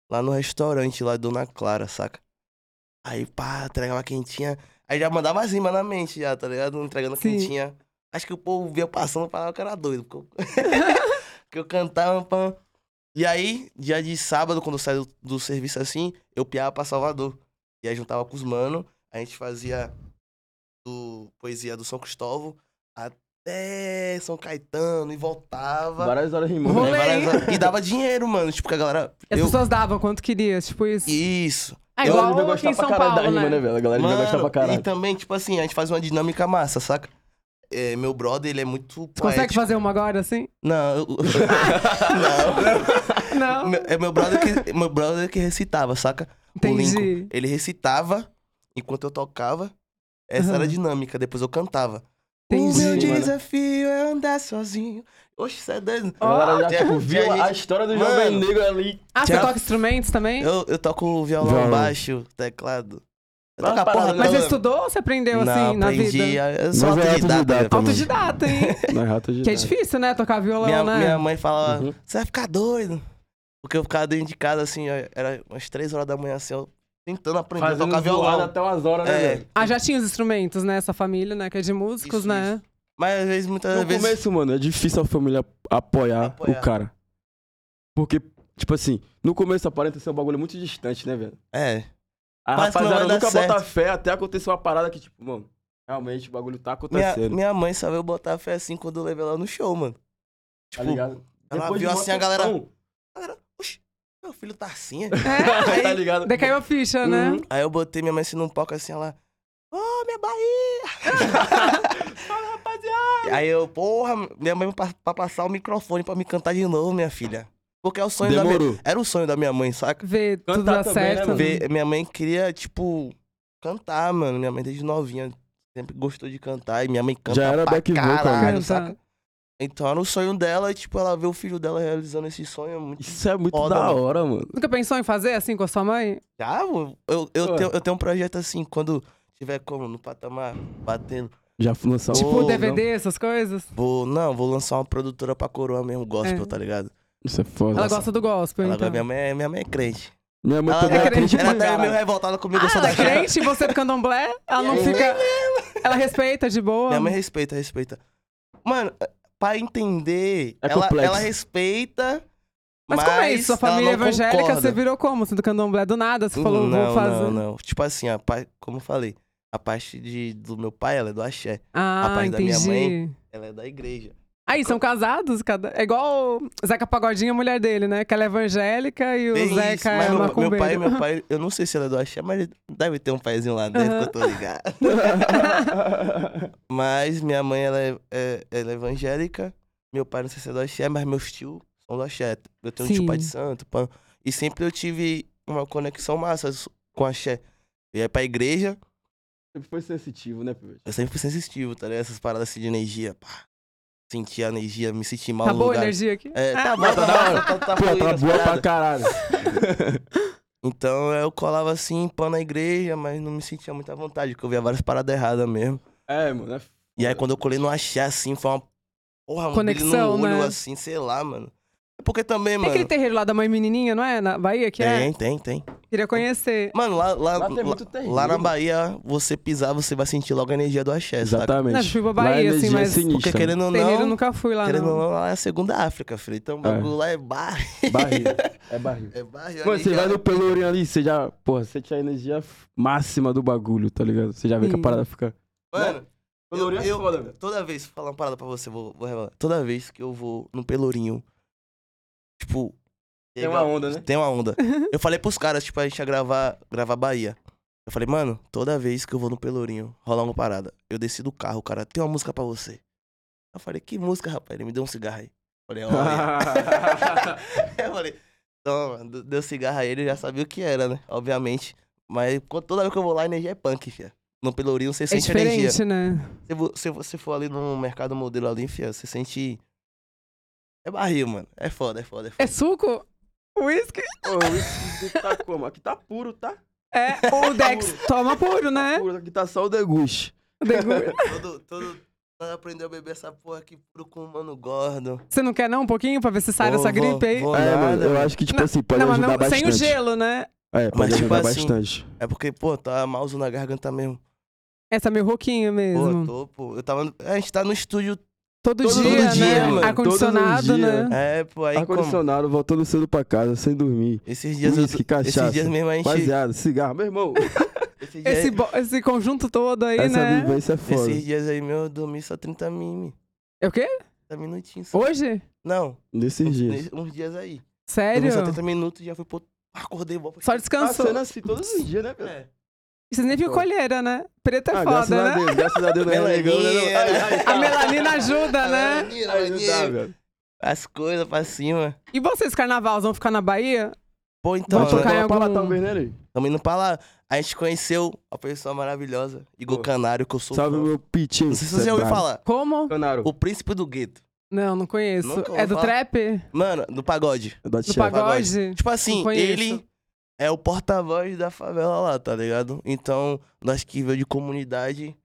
S3: lá no restaurante, lá de Dona Clara, saca? Aí, pá, entregava quentinha. Aí já mandava as rimas na mente, já, tá ligado? Entregando
S1: Sim.
S3: quentinha. Acho que o povo via passando e falava que eu era doido. Porque eu que eu cantava. Pã. E aí, dia de sábado, quando eu saía do, do serviço assim, eu piava pra Salvador. E aí juntava com os mano, a gente fazia do poesia do São Cristóvão até São Caetano e voltava.
S2: Várias horas rimando.
S1: Rolê.
S3: Várias horas- E dava dinheiro, mano. Tipo, que a galera.
S1: E as
S3: eu-
S1: pessoas davam quanto queria, tipo isso.
S3: Isso.
S1: Ah,
S2: Eu acho que vai
S1: igual aqui
S2: gostar
S1: em
S2: pra
S1: São
S2: caralho da
S1: Paulo,
S2: rima, né,
S1: né?
S2: velho? A galera vai gostar pra
S3: Mano, e
S2: caralho.
S3: também, tipo assim, a gente faz uma dinâmica massa, saca? É, meu brother, ele é muito
S1: Você consegue
S3: poético.
S1: fazer uma agora, assim?
S3: Não, eu- não.
S1: Ah, Não,
S3: Meu- É meu brother, que, meu brother que recitava, saca? O
S1: entendi.
S3: Lincoln. Ele recitava enquanto eu tocava. Essa
S1: Aham.
S3: era a dinâmica, depois eu cantava.
S1: Entendi.
S3: O meu
S2: Mano.
S3: desafio é andar sozinho. Oxe, você é doido.
S2: A galera já, tipo,
S3: Tinha-
S2: viu
S3: tinha
S2: a
S3: gente-
S2: história do
S3: Mano.
S2: jovem negro ali.
S1: Ah, você
S3: Tinha-
S1: toca instrumentos também?
S3: Eu, eu toco violão,
S2: Violão.
S3: baixo, teclado. Eu
S2: Mas
S3: toco a
S2: parada,
S3: porra
S2: né?
S1: Mas
S3: toda.
S1: você estudou ou você aprendeu,
S3: Não,
S1: assim, na
S3: aprendi.
S1: vida?
S3: Eu sou
S2: Mas é
S3: autodidata.
S2: autodidata. também.
S1: Autodidata, hein?
S2: Na rata de
S1: que é
S2: nada.
S1: difícil, né? Tocar violão,
S3: Minha,
S1: né?
S3: minha mãe falava,
S2: Uhum.
S3: você vai ficar doido. Porque eu ficava dentro de casa, assim, ó, era umas três horas da manhã, assim, eu tentando aprender a
S2: Fazendo
S3: tocar
S2: zoada
S3: violão.
S2: até umas horas, né,
S3: É.
S2: velho?
S1: Ah, já tinha os instrumentos, né? Essa família, né? Que é de músicos,
S3: Isso,
S1: né?
S3: Mas às vezes, muitas
S2: No
S3: vezes...
S2: começo, mano, é difícil a família apoiar,
S3: Apoiar.
S2: o cara. Porque, tipo assim, no começo aparenta ser um bagulho muito distante, né, velho?
S3: É,
S2: A
S3: Parece que não
S2: rapaziada
S3: vai dar
S2: nunca bota
S3: certo.
S2: fé até acontecer uma parada que, tipo, mano, realmente o bagulho tá
S3: minha,
S2: acontecendo.
S3: minha mãe só veio botar fé assim quando eu levei ela no show, mano.
S2: Tá
S3: Tipo,
S2: ligado?
S3: ela
S2: Depois de
S3: viu
S2: uma
S3: assim a galera.
S2: sessão,
S3: Galera, oxi, eu meu filho Tarcinha.
S1: É,
S2: tá
S1: aí
S2: ligado?
S1: decaiu a ficha, né?
S2: Uhum.
S3: Aí eu botei minha mãe assim num palco assim, ela. Ô, minha Bahia!
S2: Fala, rapaziada!
S3: Aí eu, porra, minha mãe pra, pra passar o microfone pra me cantar de novo, minha filha. Porque é o sonho da minha.
S2: Demorou.
S3: Era o sonho da minha mãe, saca?
S1: Vê, tudo
S2: Cantar
S1: dá
S2: também, né,
S1: certo.
S2: mano?
S1: né?
S3: Ver- minha mãe queria, tipo, cantar, mano. Minha mãe desde novinha sempre gostou de cantar. E minha mãe canta
S2: Já era
S3: pra
S2: back vocal, né?
S3: caralho,
S1: Canta.
S3: saca? Então era o sonho dela e, tipo, ela vê o filho dela realizando esse sonho é muito.
S2: Isso é muito
S3: Foda,
S2: da
S3: mano.
S2: hora, mano.
S1: Nunca pensou em fazer assim com a sua mãe?
S3: Já, eu, eu, eu,
S2: Ué.
S3: tenho, eu tenho um projeto assim, quando tiver como, no patamar, batendo.
S2: Já fui lançar um
S3: Tipo,
S1: Por
S3: Ou
S1: DVD, essas coisas?
S3: Vou, não, vou lançar uma produtora pra coroa mesmo, gospel,
S1: É.
S3: tá ligado?
S2: Isso é foda.
S1: Ela gosta do gospel,
S3: Ela,
S1: então.
S3: minha, mãe, é- minha mãe é crente.
S2: Minha mãe
S3: Ela,
S2: também
S1: é
S3: ela,
S2: é crente
S1: crente
S3: ela
S1: pra
S3: tá meio
S1: caralho.
S3: revoltada comigo, eu
S1: Ah,
S3: sou
S1: ela
S3: da
S1: é
S3: crente.
S1: crente, você do candomblé, ela não
S3: Minha mãe
S1: fica... Ela respeita de boa.
S3: Minha mãe respeita, respeita. Mano, pra entender,
S2: É
S3: ela,
S2: complexo.
S3: ela respeita,
S1: Mas, como é isso? Sua
S3: ela
S1: família
S3: não
S1: evangélica,
S3: concorda.
S1: você virou como? Você do candomblé do nada? Você falou,
S3: não,
S1: vou fazer.
S3: Não, não, Tipo assim, a pa- como eu falei, a parte de, do meu pai, ela é do axé.
S1: Ah,
S3: A parte da minha
S1: entendi.
S3: mãe. Ela é da igreja.
S1: Aí, são casados? Cada... É igual o Zeca Pagodinho, a mulher dele, né? Que ela é evangélica e o
S3: Bem
S1: Zeca
S3: isso,
S1: é
S3: mas meu, meu pai,
S1: macumbeiro.
S3: meu pai, eu não sei se ela é do axé, mas deve ter um paizinho lá dentro que eu tô ligado. Mas minha mãe, ela é, é- ela é evangélica. Meu pai não sei se é do axé, mas meus tios são do axé. Eu tenho um tio pai de
S1: Sim.
S3: santo. pá. E sempre eu tive uma conexão massa s- com axé. Eu ia pra igreja,
S2: Sempre foi sensitivo, né, Pivete?
S3: eu sempre fui sensitivo, tá ligado? Essas paradas assim de energia, pá. Sentia a energia, me senti mal
S1: Tá
S3: no
S1: boa a
S3: lugar.
S1: energia aqui?
S3: É, tá
S1: Ah,
S3: bom, tá da hora. Tá, tá
S2: Pô,
S3: fluindo
S2: tá
S3: as
S2: boa pra
S3: paradas.
S2: caralho.
S3: Então eu colava assim, pão na igreja, mas não me sentia muito à vontade, porque eu via várias paradas erradas mesmo.
S2: É, mano. É... f-
S3: E aí quando eu colei no axé, assim, foi uma porra, um brilho
S1: Conexão,
S3: no olho,
S1: né?
S3: assim, sei lá, mano. É porque também,
S1: Tem
S3: mano...
S1: aquele terreiro lá da mãe menininha, não é? Na Bahia, que é?
S3: Tem, tem, tem.
S1: Queria conhecer.
S3: Mano, lá, lá,
S2: Lá tem
S3: lá,
S2: muito né? terreno.
S3: lá na Bahia, você pisar, você vai sentir logo a energia do axé, saca?
S2: Exatamente.
S1: Não, fui pra
S2: Lá a
S1: Bahia, assim,
S2: energia
S1: mas-
S2: é sinistra.
S3: Porque querendo ou
S1: Terreiro eu
S3: não,
S1: nunca fui lá,
S3: querendo ou
S1: não.
S3: não, lá é a segunda África, filho. Então o
S2: É.
S3: bagulho lá é barrio.
S2: Barril. É barril.
S3: É barrio.
S2: Mano, você
S3: energia-
S2: vai no Pelourinho ali, você já. Porra, você tinha a energia f- máxima do bagulho, tá ligado? Você já vê que
S1: Sim.
S2: a parada fica.
S3: Mano, eu,
S2: Pelourinho é
S3: eu-
S2: foda, velho.
S3: toda vez, vou falar uma parada pra você, vou, vou revelar. Toda vez que eu vou no Pelourinho, tipo...
S2: Tem uma onda, né?
S3: Tem uma onda. Eu falei pros caras, tipo, a gente ia gravar, gravar Bahia. Eu falei, mano, toda vez que eu vou no Pelourinho, rolar uma parada. Eu desci do carro, o cara, tem uma música pra você. Eu falei, que música, rapaz? Ele me deu um cigarro aí. Eu falei, olha. eu falei, toma, d- deu cigarro a ele, eu já sabia o que era, né? Obviamente. Mas co- toda vez que eu vou lá, a energia é punk, fia. No Pelourinho você
S1: É
S3: sente a energia.
S1: diferente, né?
S3: Se vo- se você for ali no mercado modelo ali, fia, você sente. É barril, mano. É foda, é foda, é
S1: É
S3: foda.
S1: suco? Whisky?
S2: Ô, isso aqui tá como? Aqui tá puro, tá?
S1: É, o Dex toma puro,
S2: Tá
S1: né?
S2: puro, aqui tá só o deguste.
S1: Degu-
S3: Todo, todo. Nós aprendeu a beber essa porra aqui puro com o mano gordo.
S1: Você não quer não um pouquinho pra ver se sai
S3: Vou-
S1: dessa
S3: vou-
S1: gripe aí?
S3: vou
S2: é,
S3: nada,
S2: mano, eu
S3: mano.
S2: acho que, tipo assim, pode
S1: Não, mas
S2: ajudar
S1: não,
S2: bastante.
S1: sem o gelo, né?
S2: É, pode
S3: Mas, tipo
S2: ajudar
S3: assim,
S2: bastante.
S3: É porque, pô, tá malzão na garganta mesmo.
S1: Essa é meio roquinho
S3: Pô,
S1: mesmo.
S3: tô, pô. Eu tava. no- A gente tá no estúdio.
S1: Todo,
S3: todo
S1: dia,
S2: dia,
S1: né?
S2: mano, todo
S1: Ar-condicionado,
S2: dia.
S1: né?
S3: É, pô, aí como?
S2: Ar-condicionado, voltando cedo pra casa, sem dormir.
S3: Esses dias. eu-
S2: Whisky, cachaça,
S3: Esses dias mesmo a gente.
S2: Baseado, cigarro. Meu irmão,
S3: Esses, dias,
S1: Esse, bo- esse conjunto todo aí,
S2: É, essa
S1: né?
S2: vivência é foda.
S3: esses dias aí meu, eu dormi só 30 mimi.
S1: É o quê?
S3: 30 minutinhos. Só.
S1: Hoje?
S3: Não.
S2: Nesses
S3: uns-
S2: dias.
S3: Uns dias aí.
S1: Sério?
S3: Dormi só 30 minutos, já fui pro. Acordei, vou pro
S1: Só
S2: Passando
S1: descansou.
S2: assim todos os dias, né, velho?
S3: É.
S1: Vocês nem viram
S2: Então.
S1: colheira, né? Preto é
S2: ah, graças
S1: foda,
S2: a
S1: né?
S2: Deus, graças a Deus não é legal, né? não? Ai, ai,
S1: A melanina ajuda, né?
S3: Menina,
S2: ai, não dá,
S3: menina.
S2: velho.
S3: As coisas pra cima.
S1: E vocês, carnaval, vão ficar na Bahia?
S3: Pô, então.
S1: Vai
S3: né?
S1: tocar em
S2: Pra lá,
S1: algum-
S2: talvez, né, Lei?
S3: Tamo indo pra lá. A gente conheceu uma pessoa maravilhosa, Igor
S2: Pô.
S3: Canário, que eu sou.
S2: Salve
S3: fã.
S2: meu pitinho. é
S3: Não sei se você já ouviu
S2: Sebastião.
S3: falar.
S1: Como?
S2: Canaro.
S3: O príncipe do gueto.
S1: Não, não conheço.
S3: Nunca ouvi
S1: é do
S3: falar.
S1: trap?
S3: Mano, do pagode.
S2: Da
S1: Do
S2: Tchela.
S1: pagode?
S3: Tipo assim,
S1: Não conheço.
S3: ele é o porta-voz da favela lá, tá ligado? Então, nós que veio de comunidade,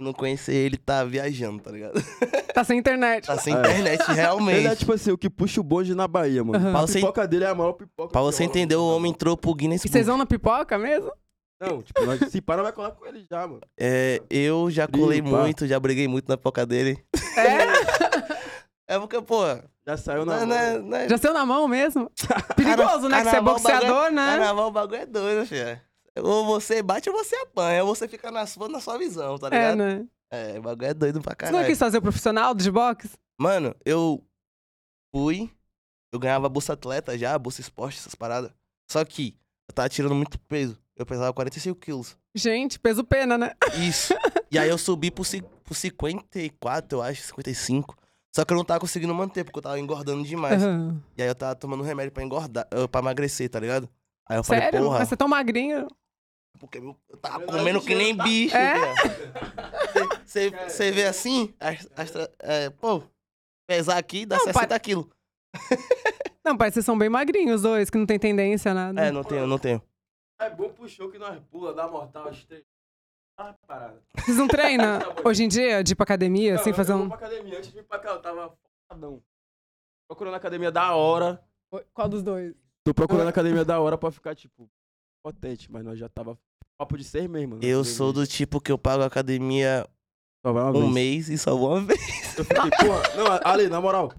S3: não conhecer ele tá viajando, tá ligado?
S1: Tá sem internet.
S3: Tá sem
S2: É.
S3: internet, realmente.
S2: Ele é tipo assim, o que puxa o bonde na Bahia, mano.
S1: Aham.
S3: Pra
S2: A
S3: você,
S2: pipoca dele é a maior pipoca.
S3: pra
S2: que
S3: você
S2: rola.
S3: entender, o homem entrou pro Guinness
S1: E vocês
S3: Book.
S1: vão na pipoca mesmo?
S2: Não, tipo, nós, se para, vai colar com ele já, mano.
S3: É, eu já colei
S2: Ih, pá.
S3: muito, já briguei muito na boca dele.
S1: É?
S3: É porque, pô...
S2: Já saiu na.
S3: Não, é,
S2: mão,
S3: não,
S2: né?
S3: não,
S1: Já saiu na mão mesmo?
S3: Tá.
S1: Perigoso, né? Que você é
S3: Carnaval, o bagulho é-
S1: boxeador, né?
S3: Carnaval, o bagulho é doido, filho. Ou você bate ou você apanha. Ou você fica na sua, na sua visão, tá
S1: É,
S3: ligado?
S1: né?
S3: É, o bagulho é doido pra
S1: Você não
S3: caralho.
S1: quis fazer o profissional de boxe?
S3: Mano, eu fui. Eu ganhava bolsa atleta já, bolsa esporte, essas paradas. Só que eu tava tirando muito peso. Eu pesava 45 quilos.
S1: Gente, peso pena, né?
S3: Isso. e aí eu subi pro, ci- pro 54, eu acho, 55. Só que eu não tava conseguindo manter, porque eu tava engordando demais.
S1: Aham.
S3: E aí eu tava tomando remédio pra engordar, eh, pra emagrecer, tá ligado? Aí eu falei,
S1: Sério?
S3: porra,
S1: Mas você é tão magrinho.
S3: porque eu tava
S2: Verdade,
S3: comendo que nem bicho,
S1: É?
S3: velho. Você vê assim, as- as tra- eh, pô, pesar aqui dá
S1: Não,
S3: 60 quilos.
S1: Não, parece que vocês são bem magrinhos os dois, que não tem tendência a nada.
S3: É, não tenho, não tenho.
S2: É bom pro show que nós pula, dá mortal, as três. Ah, parada.
S1: Vocês não treinam hoje em dia de ir pra academia, assim,
S2: Não,
S1: fazer
S2: eu vou
S1: um.
S2: pra academia. Antes de vir pra cá, eu tava fodão. Procurando academia da hora.
S1: Qual dos dois?
S2: Tô procurando
S1: Ah.
S2: academia da hora pra ficar, tipo, potente, mas nós já tava papo de seis meses, mano.
S3: Eu sou do tipo que eu pago a academia
S2: Só vai uma
S3: um
S2: vez.
S3: mês e só vou uma vez.
S2: Eu fiquei, porra, não, ali, na moral.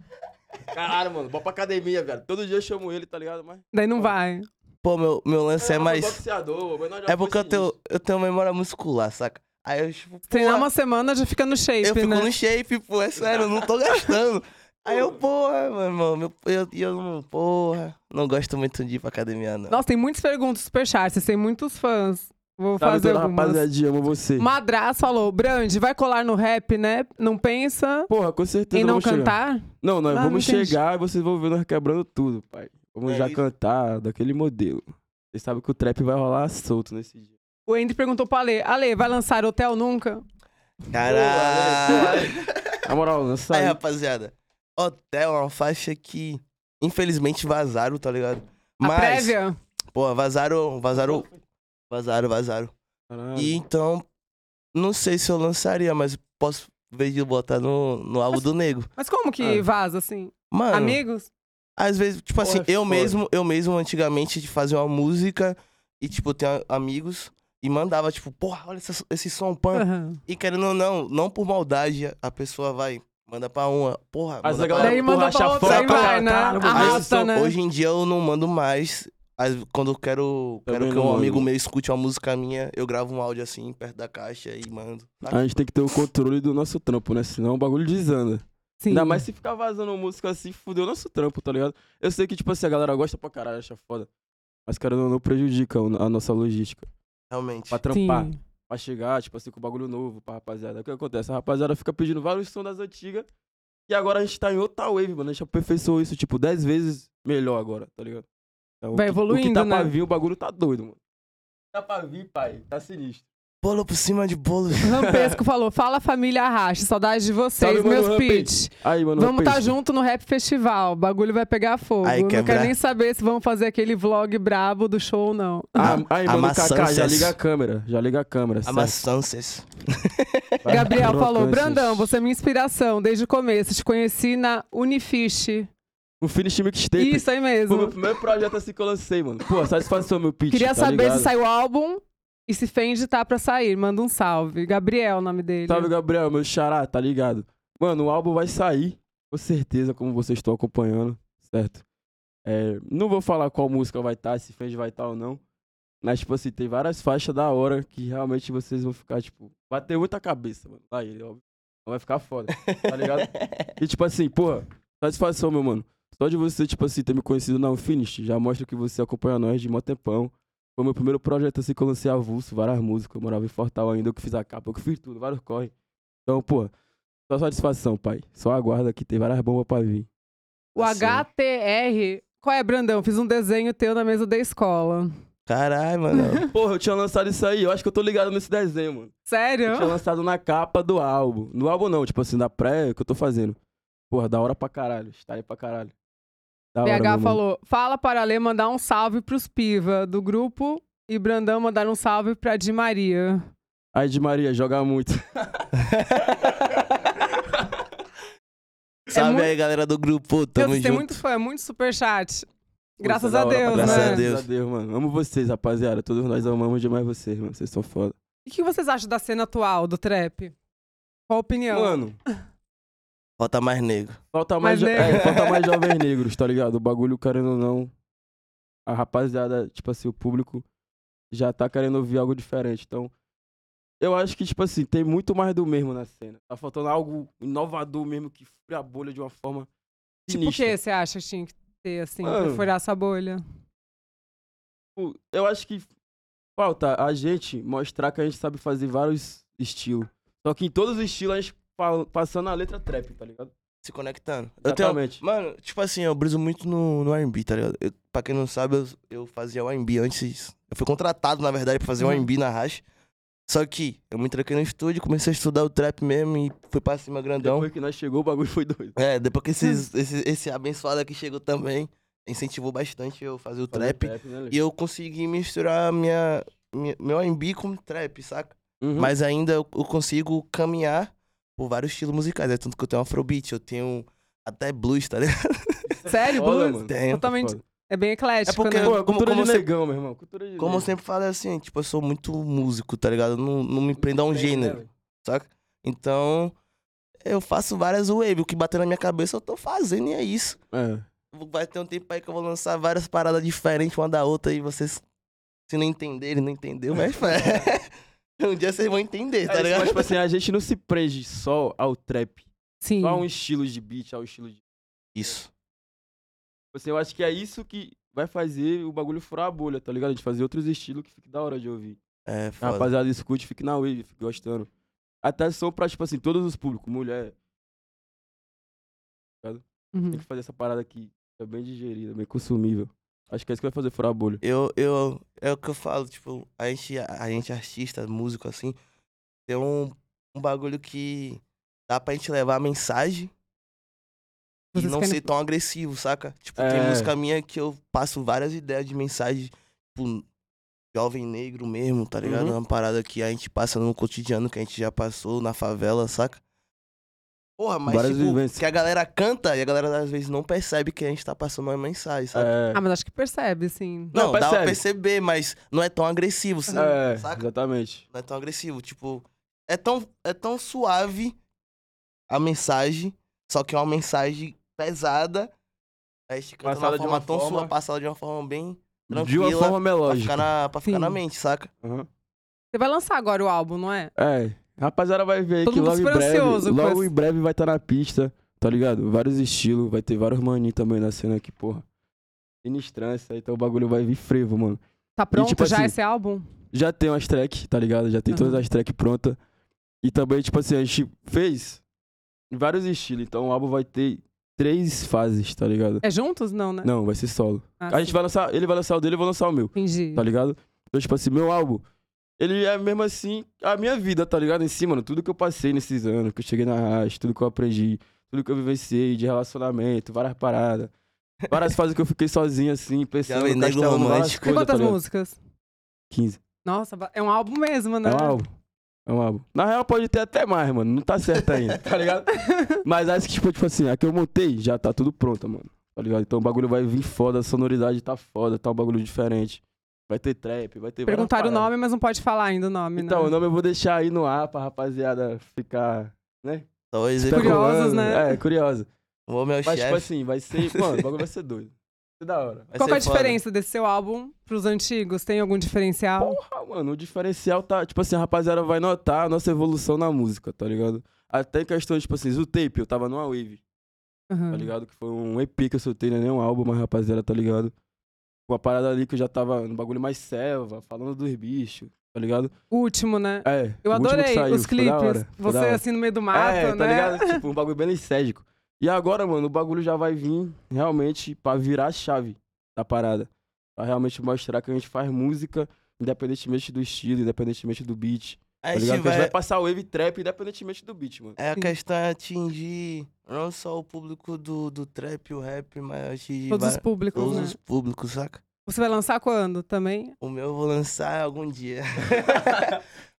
S2: Caralho, mano, bora pra academia, velho. Todo dia eu chamo ele, tá ligado? Mas.
S1: Daí não vai.
S3: Pô, meu, meu lance é
S2: Eu sou
S3: mais.
S2: boxeador, mas nós já
S3: É porque
S2: foi
S3: eu tenho, eu tenho memória muscular, saca? Aí eu, tipo, pô,
S1: Treinar é uma semana já fica no shape,
S3: eu fico
S1: né?
S3: no shape, pô, é sério, eu não tô gastando. Aí eu, porra, meu irmão, meu- eu, eu não, porra, não gosto muito de ir pra academia, não.
S1: Nossa, tem muitas perguntas do Superchat, vocês têm muitos fãs. Vou
S3: Tá
S2: Sabe,
S1: fazer
S2: toda
S1: algumas.
S2: Tá, então, rapaziadinha, amo você.
S1: Madras falou, Brand, vai colar no rap, né? Não pensa
S2: Porra, com certeza
S1: em não
S2: vamos chegar.
S1: cantar?
S2: Não, nós
S1: Ah,
S2: vamos
S1: não entendi.
S2: chegar e vocês vão ver nós quebrando tudo, pai. Vamos
S3: É
S2: já
S3: isso.
S2: cantar daquele modelo. Vocês sabem que o trap vai rolar solto nesse dia.
S1: O Andy perguntou pra Ale, Ale, vai lançar Hotel Nunca?
S3: Caralho.
S2: Na moral, lança
S3: Aí,
S2: aí.
S3: rapaziada, hotel é uma faixa que, infelizmente, vazaram, tá ligado?
S1: A
S3: Mas,
S1: prévia?
S3: pô, vazaram, vazaram, vazaram, vazaram.
S2: Caralho.
S3: E então, não sei se eu lançaria, mas posso ver de botar no, no álbum do Nego.
S1: Mas como que
S2: Ah.
S1: vaza, assim?
S3: Mano,
S1: Amigos?
S3: às vezes, tipo assim,
S2: Porra, é
S3: eu
S2: foda.
S3: mesmo, eu mesmo antigamente de fazer uma música e, tipo, ter a- amigos e mandava, tipo, porra, olha essa- esse som
S2: Ah.
S3: pan.
S1: Aham.
S3: E querendo ou não, não por maldade, a pessoa vai, manda pra uma, porra,
S2: Mas
S3: manda
S2: a
S3: pra
S2: galera
S1: Daí
S2: porra,
S1: manda
S2: acha
S1: pra outra,
S2: foda
S1: aí
S2: pra
S1: vai, né?
S2: caralho, mano.
S1: Arrasta,
S3: Mas
S1: né?
S3: Hoje em dia eu não mando mais. As- Quando eu quero,
S2: Também
S3: quero que
S2: não
S3: um
S2: mando.
S3: amigo meu escute uma música minha, eu gravo um áudio assim, perto da caixa e mando.
S2: A gente tem que ter o controle do nosso trampo, né? Senão o bagulho desanda.
S1: Sim.
S2: Ainda mais se ficar vazando música assim, fudeu nosso trampo, tá ligado? Eu sei que, tipo assim, a galera gosta pra caralho, acha foda. Mas, cara, não, não prejudica o- a nossa logística.
S3: Realmente.
S2: Pra
S1: Sim.
S2: trampar, pra chegar, tipo assim, com bagulho novo pra rapaziada. O que acontece? A rapaziada fica pedindo vários sons das antigas. E agora a gente tá em outra wave, mano. A gente aperfeiçoou isso, tipo, 10 vezes melhor agora, tá ligado? Então,
S1: Vai
S2: o que- O que
S1: evoluindo,
S2: tá pra
S1: né?
S2: vir, o bagulho tá doido, mano. Tá pra vir, pai. Tá sinistro.
S3: Bolo por cima de bolo.
S1: Rampesco falou, fala família Arraste, saudade de vocês,
S2: Salve, mano,
S1: meus
S2: Rampage.
S1: pitch.
S2: Aí, mano.
S1: Vamos estar
S2: pensa.
S1: junto no Rap Festival, o bagulho vai pegar fogo.
S3: Aí,
S1: não
S3: quebra.
S1: quero nem saber se vão fazer aquele vlog brabo do show ou não.
S2: Ah, aí, mano,
S3: Amassando
S2: Kaká, já
S3: essas-
S2: liga a câmera. Já liga a câmera. certo?
S3: Amassances.
S2: Vai.
S1: Gabriel
S2: Trocando
S1: falou,
S2: esses-
S1: Brandão, você é minha inspiração desde o começo, te conheci na Unifiche.
S2: O Finish Um Mixtape.
S1: Isso aí
S2: Foi o meu
S1: mesmo.
S2: primeiro projeto assim que eu lancei, mano. Pô, satisfação, meu pitch.
S1: Queria
S2: tá
S1: saber
S2: ligado?
S1: se saiu o álbum e se Fendi tá pra sair, manda um salve. Gabriel, o nome dele. né?
S2: Salve, Gabriel, meu xará, tá ligado? Mano, o álbum vai sair, com certeza, como vocês estão acompanhando, certo? É, não vou falar qual música vai estar, se Fendi vai estar ou não. Mas, tipo assim, tem várias faixas da hora que realmente vocês vão ficar, tipo, bater muita cabeça, mano. Lá ele, óbvio. Vai ficar foda, tá ligado? E tipo assim, porra, satisfação, meu mano. Só de você, tipo assim, ter me conhecido na Unfinished, já mostra que você acompanha nós de mó tempão. Foi meu primeiro projeto assim que eu lancei avulso, várias músicas, eu morava em Fortal ainda, eu que fiz a capa, eu que fiz tudo, vários corre. Então, porra, só satisfação, pai. Só aguarda que tem várias bombas pra vir.
S1: O
S3: Assim.
S1: HTR. Qual é, Brandão? Fiz um desenho teu na mesa da escola.
S3: Caralho, mano.
S2: Porra, eu tinha lançado isso aí, eu acho que eu tô ligado nesse desenho, mano. Eu tinha
S1: Sério?
S2: lançado na capa do álbum. No álbum não, tipo assim, da pré que eu tô fazendo. Porra, da hora pra caralho, está aí pra caralho. Da hora, meu
S1: BH
S2: mano.
S1: falou: fala para Lê mandar um salve pros Piva do grupo e Brandão mandar um salve pra Di Maria.
S2: Ai, de Maria, joga muito.
S3: Salve
S1: É muito-
S3: aí, galera do grupo.
S1: Meu,
S3: Tamo
S1: Deus,
S3: junto.
S1: tem muito fã, muito superchat.
S2: Pô,
S1: Graças
S2: isso é
S1: a
S2: da hora pra
S1: Deus, né?
S3: Graças
S2: caralho.
S3: a Deus.
S2: Graças a Deus, mano. Amo vocês, rapaziada. Todos nós amamos demais vocês, mano. Vocês são foda.
S1: O que vocês acham da cena atual do trap? Qual a opinião?
S2: Mano,
S3: Falta mais nego.
S2: falta mais,
S1: Mais
S2: jo-
S1: negro.
S2: é, falta mais jovens negros, tá ligado? O bagulho, querendo ou não, a rapaziada, tipo assim, o público já tá querendo ouvir algo diferente. Então, eu acho que, tipo assim, tem muito mais do mesmo na cena. Tá faltando algo inovador mesmo que fure a bolha de uma forma
S1: tipo o
S2: sinistra.
S1: que você acha, Tim? ter, assim, pra
S2: Mano.
S1: furar sua bolha?
S2: Tipo, eu acho que falta a gente mostrar que a gente sabe fazer vários estilos. Só que em todos os estilos a gente fala- passando a letra trap, tá ligado?
S3: se conectando.
S2: Exatamente.
S3: Eu tenho, mano, tipo assim, eu briso muito no, no R&B, tá ligado? Eu, pra quem não sabe, eu, eu fazia o R&B antes. Eu fui contratado, na verdade, pra fazer o
S1: Uhum.
S3: R&B na Racha. Só que eu me tranquei no estúdio, comecei a estudar o trap mesmo e fui pra cima grandão.
S2: Depois Hum. que nós chegou, o bagulho foi doido.
S3: É, depois que esses, esse, esse abençoado aqui chegou também, incentivou bastante eu fazer o
S2: Fazer
S3: trap.
S2: né, Lê?
S3: E eu consegui misturar minha, minha- meu R&B com trap, saca?
S2: Uhum.
S3: Mas ainda eu eu consigo caminhar por vários estilos musicais. É tanto que eu tenho afrobeat, eu tenho até blues, tá ligado?
S1: Sério,
S2: Foda,
S1: blues?
S2: mano.
S3: Tenho.
S1: Totalmente.
S2: Foda.
S1: É bem eclético,
S3: É porque-
S1: né?
S2: Pô, é
S3: Como-
S2: cultura
S3: como
S2: de
S3: você-
S2: negão, meu irmão. Cultura de
S3: Como eu
S2: negão.
S3: sempre falo, é assim, tipo, eu sou muito músico, tá ligado? Eu Não, não me prendo a um
S2: Tem,
S3: gênero,
S2: né, velho?
S3: saca? Então, eu faço várias wave. O que bater na minha cabeça, eu tô fazendo e é isso.
S2: É.
S3: Vai ter um tempo aí que eu vou lançar várias paradas diferentes uma da outra e vocês, se não entenderem, não entendeu, mas um dia vocês vão entender, tá
S2: É,
S3: ligado?
S2: Mas, tipo assim, a gente não se prende só ao trap,
S1: Sim.
S2: só a um estilo de beat, ao estilo de.
S3: Isso.
S2: Tipo assim, eu acho que é isso que vai fazer o bagulho furar a bolha, tá ligado? De fazer outros estilos que fique da hora de ouvir.
S3: É,
S2: A
S3: foda.
S2: rapaziada escute, fique na wave, fique gostando. Até som pra, tipo assim, todos os públicos, mulher,
S1: Uhum.
S2: tem que fazer essa parada aqui. É bem digerida, bem consumível. Acho que é isso que vai fazer furar a bolha.
S3: Eu, eu, é o que eu falo, tipo, a gente, a gente artista, músico, assim, tem um, um bagulho que dá pra gente levar a mensagem
S1: Vocês
S3: e não
S1: querem-
S3: ser tão agressivo, saca? Tipo, tem
S2: É.
S3: música minha que eu passo várias ideias de mensagem, tipo, jovem negro mesmo, tá ligado?
S2: Uhum.
S3: É Uma parada que a gente passa no cotidiano, que a gente já passou na favela, saca? Porra, mas
S2: Várias
S3: tipo,
S2: vivências.
S3: que a galera canta e a galera às vezes não percebe que a gente tá passando uma mensagem, sabe?
S2: É,
S1: Ah, mas acho que percebe, sim.
S3: Não,
S2: Não,
S3: dá pra
S2: percebe.
S3: perceber, mas não é tão agressivo, sa-
S2: é,
S3: saca?
S2: exatamente.
S3: Não é tão agressivo. Tipo, é tão, é tão suave a mensagem, só que é uma mensagem pesada. A gente canta
S2: Passada
S3: de uma forma tão
S2: forma-
S3: suave, passada de uma forma bem
S2: De uma
S3: tranquila.
S2: forma
S3: pra
S2: melódica.
S3: ficar, na, pra ficar na
S1: Sim.
S3: mente, saca?
S2: Aham.
S1: Você vai lançar agora o álbum, não é?
S2: É, rapaziada vai ver aí
S1: Todo
S2: que
S1: mundo
S2: logo em
S1: super
S2: breve,
S1: ansioso com
S2: logo
S1: esse-
S2: em breve vai estar na pista, tá ligado? Vários estilos, vai ter vários maninhos também na cena aqui, porra. Sinistrância, então o bagulho vai vir frevo, mano.
S1: Tá pronto
S2: tipo
S1: já
S2: assim,
S1: esse álbum?
S2: já tem umas tracks, tá ligado? Já tem todas
S1: Aham.
S2: as tracks prontas. E também, tipo assim, a gente fez em vários estilos. Então o álbum vai ter três fases, tá ligado?
S1: É juntos? Não, né?
S2: Não, vai ser solo.
S1: Ah,
S2: A gente
S1: sim.
S2: vai lançar, ele vai lançar o dele, eu vou lançar o meu,
S1: Entendi.
S2: tá ligado? Então, tipo assim, meu álbum, ele é mesmo assim a minha vida, tá ligado? Em si, mano, tudo que eu passei nesses anos, que eu cheguei na racha, tudo que eu aprendi, tudo que eu vivenciei de relacionamento, várias paradas. Várias fases que eu fiquei sozinho, assim, pensando,
S3: nego
S2: castelando várias
S3: romântico.
S1: Tem
S2: coisas, tá
S1: quantas
S2: ligado?
S1: músicas?
S2: 15.
S1: Nossa, ba- é um álbum mesmo, né?
S2: É um álbum. É um álbum. Na real, pode ter até mais, mano. Não tá certo ainda, tá ligado? Mas acho que, tipo, tipo assim, a que eu montei já tá tudo pronto, mano. Tá ligado? Então o bagulho vai vir foda, a sonoridade tá foda, tá um bagulho diferente. Vai ter trap, vai ter. várias
S1: Perguntaram o
S2: paradas.
S1: nome, mas não pode falar ainda o nome,
S2: né? Então, o
S1: né?
S2: nome eu vou deixar aí no ar pra rapaziada ficar.
S3: Talvez ele
S1: Curioso. Curiosos,
S2: especulando.
S1: né?
S2: É, curiosa.
S3: Então, um o meu
S2: Mas,
S3: chefe.
S2: tipo assim, vai ser. Mano, o bagulho vai ser doido. Vai ser da hora.
S3: vai
S1: Qual que é a
S3: ser foda.
S1: diferença desse seu álbum pros antigos? Tem algum diferencial?
S2: Porra, mano, o diferencial tá. Tipo assim, a rapaziada vai notar a nossa evolução na música, tá ligado? Até em questões, tipo assim, o tape, eu tava numa wave.
S1: Aham.
S2: tá ligado? Que foi um EP que eu soltei, não é nem um álbum, mas rapaziada, tá ligado? Uma parada ali que eu já tava no bagulho mais selva, falando dos bichos, tá ligado?
S1: O último, né?
S2: É.
S1: Eu
S2: o último que
S1: adorei
S2: saiu,
S1: os
S2: foi da
S1: clipes.
S2: hora, foi
S1: Você
S2: da hora.
S1: assim no meio do mato,
S2: é,
S1: né?
S2: tá ligado? Tipo, um bagulho bem lisérgico. E agora, mano, o bagulho já vai vir realmente pra virar a chave da parada. Pra realmente mostrar que a gente faz música, independentemente do estilo, independentemente do beat.
S3: a
S2: Tá
S3: gente
S2: ligado? Que a gente
S3: vai-
S2: vai passar wave trap, independentemente do beat, mano.
S3: É a
S1: Sim.
S3: questão é atingir não só o público do, do trap, o rap, mas atingir
S1: Todos os
S3: va-
S1: públicos,
S3: todos
S1: né?
S3: os públicos, saca?
S1: Você vai lançar quando também?
S3: O meu eu vou lançar algum dia.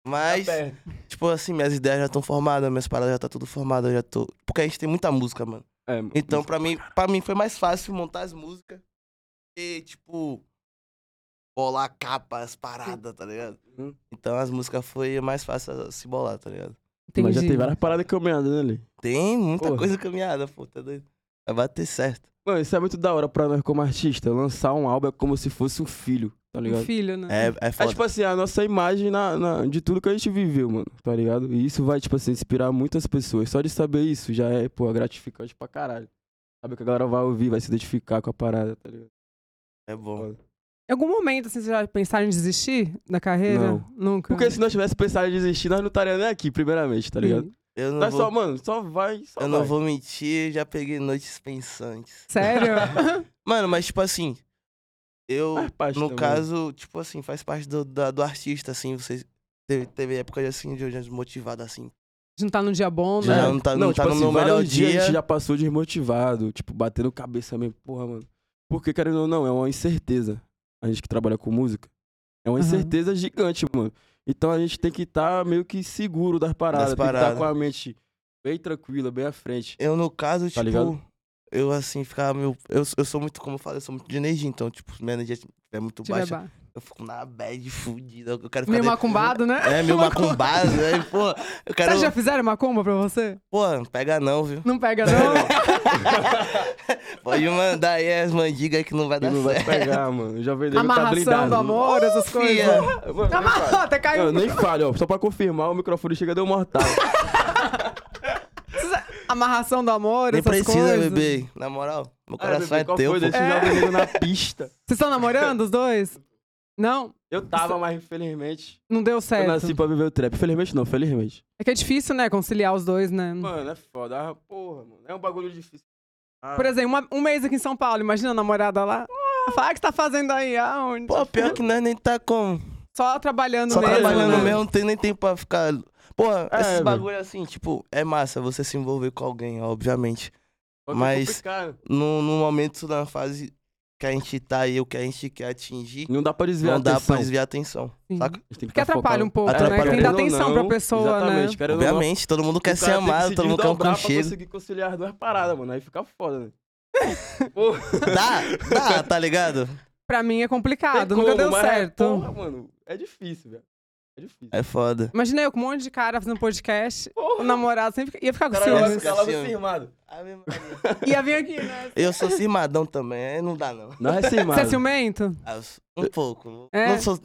S3: mas...
S2: Tá perto.
S3: Tipo assim, minhas ideias já estão formadas, minhas paradas já tá tudo formada, eu já tô. Porque a gente tem muita música, mano.
S2: É, mano.
S3: Então, pra mim, para mim foi mais fácil montar as músicas e tipo bolar capa, as paradas, tá ligado?
S2: Uhum.
S3: Então as músicas foi mais fácil a se bolar, tá ligado?
S1: Entendi.
S2: Mas já tem várias tá paradas caminhando, né, ali.
S3: Tem muita
S2: Porra.
S3: coisa caminhada, pô, tá doido? Vai bater certo.
S2: Mano, isso é muito da hora pra nós como artista. Lançar um álbum é como se fosse um filho, tá
S1: Um
S2: ligado?
S1: filho, né?
S3: É, é
S2: É
S3: foda.
S2: tipo assim, a nossa imagem na, na- de tudo que a gente viveu, mano, tá ligado? E isso vai, tipo assim, inspirar muitas pessoas. Só de saber isso já é, pô, gratificante pra caralho. Sabe que a galera vai ouvir, vai se identificar com a parada, tá ligado?
S3: É bom.
S1: Em algum momento, assim, vocês já pensaram em desistir da carreira?
S2: Não.
S1: Nunca.
S2: Porque se nós tivesse pensado em desistir, nós não estaríamos nem aqui, primeiramente, tá ligado?
S3: Eu não,
S2: Nós
S3: vou,
S2: só, mano, só vai, só
S3: eu
S2: vai.
S3: não vou mentir, já peguei noites pensantes.
S1: Sério?
S3: Mano, mas tipo assim, eu,
S2: Faz parte
S3: no
S2: também.
S3: caso, tipo assim, faz parte do, da- do artista, assim, você teve, teve época de assim, de eu já desmotivado, assim.
S1: de não tá num dia bom, né?
S3: Já não tá, não tá
S2: tipo
S3: no meu
S2: assim,
S3: melhor
S2: vários dias
S3: dia.
S2: A gente já passou desmotivado, tipo, batendo cabeça mesmo. Porra, mano. Porque, querendo ou não, é uma incerteza. A gente que trabalha com música. É uma
S1: Aham.
S2: incerteza gigante, mano. Então a gente tem que estar meio que seguro das paradas. Tem que
S3: paradas.
S2: estar com a mente bem tranquila, bem à frente.
S3: Eu, no caso, tipo,
S2: Tá ligado?
S3: eu assim, ficava meio. Eu, eu sou muito, como eu falei, eu sou muito de energia, então, tipo, minha energia é muito
S1: Tiver
S3: baixa.
S1: ba-
S3: Eu fico na bad fudida. Eu quero ficar.
S1: Meio
S3: de-
S1: macumbado, né?
S3: É, meio macumbado, né? Pô, eu quero.
S1: Vocês já fizeram macumba pra você?
S3: Pô, pega não, viu?
S1: Não pega, não?
S3: Pode mandar aí as mandigas que não vai
S2: E
S3: dar
S2: não vai
S3: Tá certo.
S2: pegar, mano. Já veio tá
S1: Amarração
S2: blindado.
S1: do amor, Tá essas coisas.
S3: Fia.
S2: Mano, nem
S1: Amarrou,
S2: fale.
S1: até caiu.
S2: Eu nem fale, ó. Só pra confirmar, o microfone chega deu mortal.
S1: Amarração do amor,
S3: Nem
S1: essas
S3: precisa,
S1: coisas.
S3: bebê. Na moral, meu
S2: Cara,
S3: coração é,
S2: Ah, qual
S3: teu,
S2: foi
S3: pô.
S2: desse jogo nego na pista?
S1: Vocês estão namorando os dois? Não?
S2: Eu tava, mas infelizmente.
S1: Não deu
S2: Eu
S1: certo.
S2: nasci pra viver o trap. Infelizmente não, felizmente.
S1: É que é difícil, né? Conciliar os dois, né?
S2: Mano, é foda. Ah, porra, mano. É um bagulho difícil. Ah,
S1: Por exemplo, uma- um mês aqui em São Paulo, imagina a namorada lá. Fala, ah, o que você tá fazendo aí? Aonde?
S3: Pô, pior que nós nem tá como.
S1: Só trabalhando
S3: Só
S1: mesmo.
S3: trabalhando
S1: né?
S3: mesmo, não tem nem tempo pra ficar. Porra,
S2: É,
S3: esses
S2: velho.
S3: bagulho assim, tipo, é massa você se envolver com alguém, obviamente.
S2: só que é
S3: mas-
S2: complicado.
S3: No, no momento, na fase que a gente tá e o que a gente quer atingir,
S2: Não dá pra desviar
S3: não
S2: a
S3: dá pra
S2: atenção.
S3: desviar a atenção.
S1: Sim.
S3: Saca?
S2: A gente tem que
S1: Porque
S2: tá
S1: atrapalha
S2: focado.
S1: um pouco,
S3: Atrapalha
S1: né? Tem
S3: um
S1: que dar
S2: Querendo ou
S1: atenção pra
S2: não,
S1: pessoa,
S2: exatamente,
S1: né?
S2: Querendo ou não,
S3: Obviamente, todo mundo
S2: o cara
S3: quer ser
S2: tem que
S3: amado,
S2: se
S3: todo mundo quer um
S2: desdobrar Pra
S3: conchego.
S2: conseguir conciliar as duas paradas, mano. Aí fica foda, né? Porra,
S3: Dá, dá, tá ligado?
S1: Pra mim é complicado,
S2: tem
S1: nunca
S2: como,
S1: deu
S2: mas é-
S1: certo.
S2: Porra, mano. É difícil, velho. É difícil.
S3: É foda.
S1: Imagina eu com um monte de cara fazendo podcast, o
S2: Porra,
S1: namorado sempre fica- ia ficar
S2: o
S1: com
S2: cara vai
S1: ciúmes.
S2: ficar logo
S3: Ciúme.
S2: firmado.
S1: Ia vir aqui, né?
S3: Eu sou cimadão também, aí não dá não.
S2: Não é
S1: Você é
S2: firmado.
S1: ciumento?
S3: Ah, eu sou- Um pouco.
S1: É?
S3: Não sou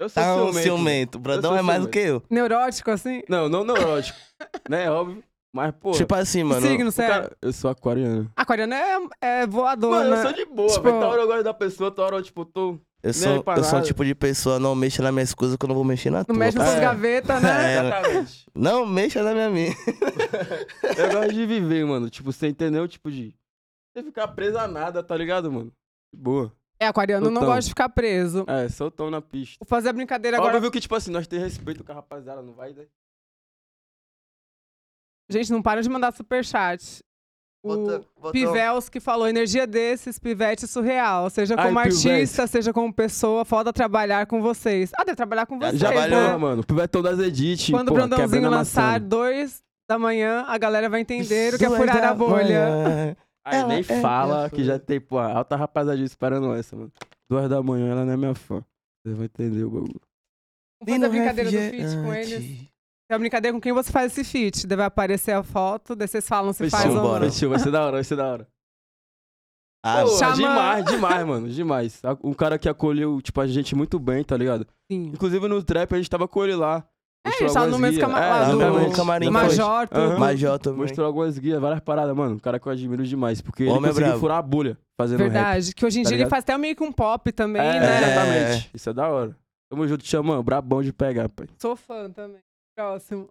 S2: Eu sou
S3: tão
S2: é ciumento.
S3: Tá um
S2: né?
S3: ciumento. O Brandão
S2: sou
S3: é mais do que eu.
S1: Neurótico, assim?
S2: Não, não neurótico. né? Óbvio. Mas, pô.
S3: Tipo assim, mano.
S1: Signo, sério?
S2: eu sou aquariano.
S1: Aquariano é, é voador,
S2: Mano,
S1: né?
S2: eu sou de boa,
S1: Tipo-
S2: velho. Tá hora eu gosto da pessoa, tá hora eu, tipo, tô.
S1: Né,
S3: Eu
S2: Nem
S3: sou,
S2: pra
S3: eu sou um
S2: nada.
S3: tipo de pessoa, não mexa nas minhas coisas que eu não vou mexer na
S1: Não
S3: tua.
S1: mexe nas
S3: tá?
S1: suas gavetas, né?
S3: É.
S2: Exatamente.
S3: Não mexa na minha minha.
S2: Eu gosto de viver, mano. Tipo, você entendeu? Tipo, de. Você ficar preso a nada, tá ligado, mano? De boa.
S1: É, aquariano não
S2: Então.
S1: gosta de ficar preso.
S2: É, soltão na pista.
S1: Vou fazer a brincadeira
S2: Agora...
S1: agora.
S2: Óbvio que, tipo assim, nós temos respeito com a rapaziada, não vai, né?
S1: Gente, não para de mandar superchat. O é Pivels que falou, energia desses, pivete é surreal. Seja
S2: Ai,
S1: como
S2: pivete.
S1: artista, seja como pessoa, foda trabalhar com vocês. Ah, deve trabalhar com
S3: Já
S1: vocês,
S2: Já
S3: trabalhou,
S1: né?
S2: valeu, mano. O Pivetão das Edit,
S1: Quando
S2: pô,
S1: o Brandãozinho
S2: quebrando a
S1: lançar
S2: maçã.
S1: dois da manhã, a galera vai entender o que é furar a bolha.
S2: Aí
S3: Ela
S2: nem
S3: é
S2: fala
S3: minha
S2: que
S3: fã.
S2: já tem, pô, a alta rapaziada esperando essa, mano. Duas da manhã, ela não é minha fã. Você vai entender o bagulho.
S1: Vamos fazer a brincadeira do feat com eles. É a brincadeira com quem você faz esse feat. Deve aparecer a foto, daí vocês falam se faz um
S3: Fechou,
S1: ou não.
S3: bora.
S2: Fechou, vai ser da hora, vai ser da hora.
S3: Ah,
S2: Pô,
S1: Chama-
S2: demais, demais, mano, demais. A- Um cara que acolheu, tipo, a gente muito bem, tá ligado?
S1: Sim.
S2: Inclusive no trap a gente tava com ele lá.
S1: É,
S2: Mostrou
S1: ele tava no
S2: algumas
S1: mesmo
S2: guias.
S1: cama- lá do-
S2: É, exatamente,
S1: do
S3: camarim,
S2: exatamente.
S3: foi.
S1: Major, tudo.
S2: Aham.
S3: Major também.
S2: Mostrou algumas guias, várias paradas, mano. Um cara que eu admiro demais, porque
S3: Homem
S2: ele
S3: é
S2: conseguiu
S3: brabo.
S2: furar a bolha fazendo rap.
S1: Verdade. Que hoje em
S2: tá
S1: dia ele
S2: ligado?
S1: faz até meio que um pop também,
S2: É,
S1: né?
S2: exatamente. Isso é da hora. Tamo junto, Xamã. Brabão de pegar, pai.
S1: Sou fã também. Próximo.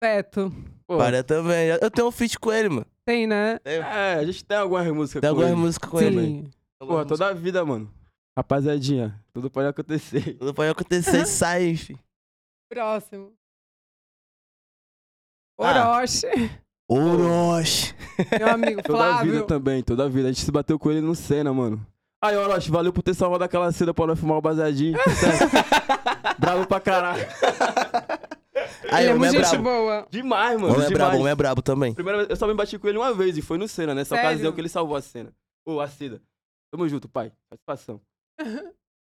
S1: Beto.
S2: Pô,
S3: Para também. Eu tenho um feat com ele, mano.
S1: Tem, né?
S2: É, a gente tem algumas músicas
S3: Tem
S2: com
S3: algumas
S2: ele.
S3: músicas com ele. mano.
S1: Sim.
S3: Tem
S2: Porra,
S3: algumas músicas.
S2: toda a vida, mano. Rapaziadinha, tudo pode acontecer.
S3: Tudo pode acontecer e sai, fi.
S1: Próximo.
S3: Ah.
S1: Orochi.
S3: Orochi.
S1: Meu amigo
S2: Toda a vida
S1: Flávio.
S2: também, toda a vida. A gente se bateu com ele no Senna, mano. Aí, Orochi, valeu por ter salvado aquela cena pra nós fumar o baseadinho. Certo? bravo pra caralho.
S3: Aí,
S1: ele é
S3: homem
S1: muito
S3: é
S1: gente
S3: brabo.
S1: boa.
S2: Demais, mano.
S3: Homem é
S2: demais.
S3: brabo, homem é brabo também.
S2: Primeira vez, eu só me bati com ele uma vez e foi no Senna, né? nessa
S1: Sério?
S2: ocasião que ele salvou a cena. Ô, a Cida. Tamo junto, pai. Satisfação.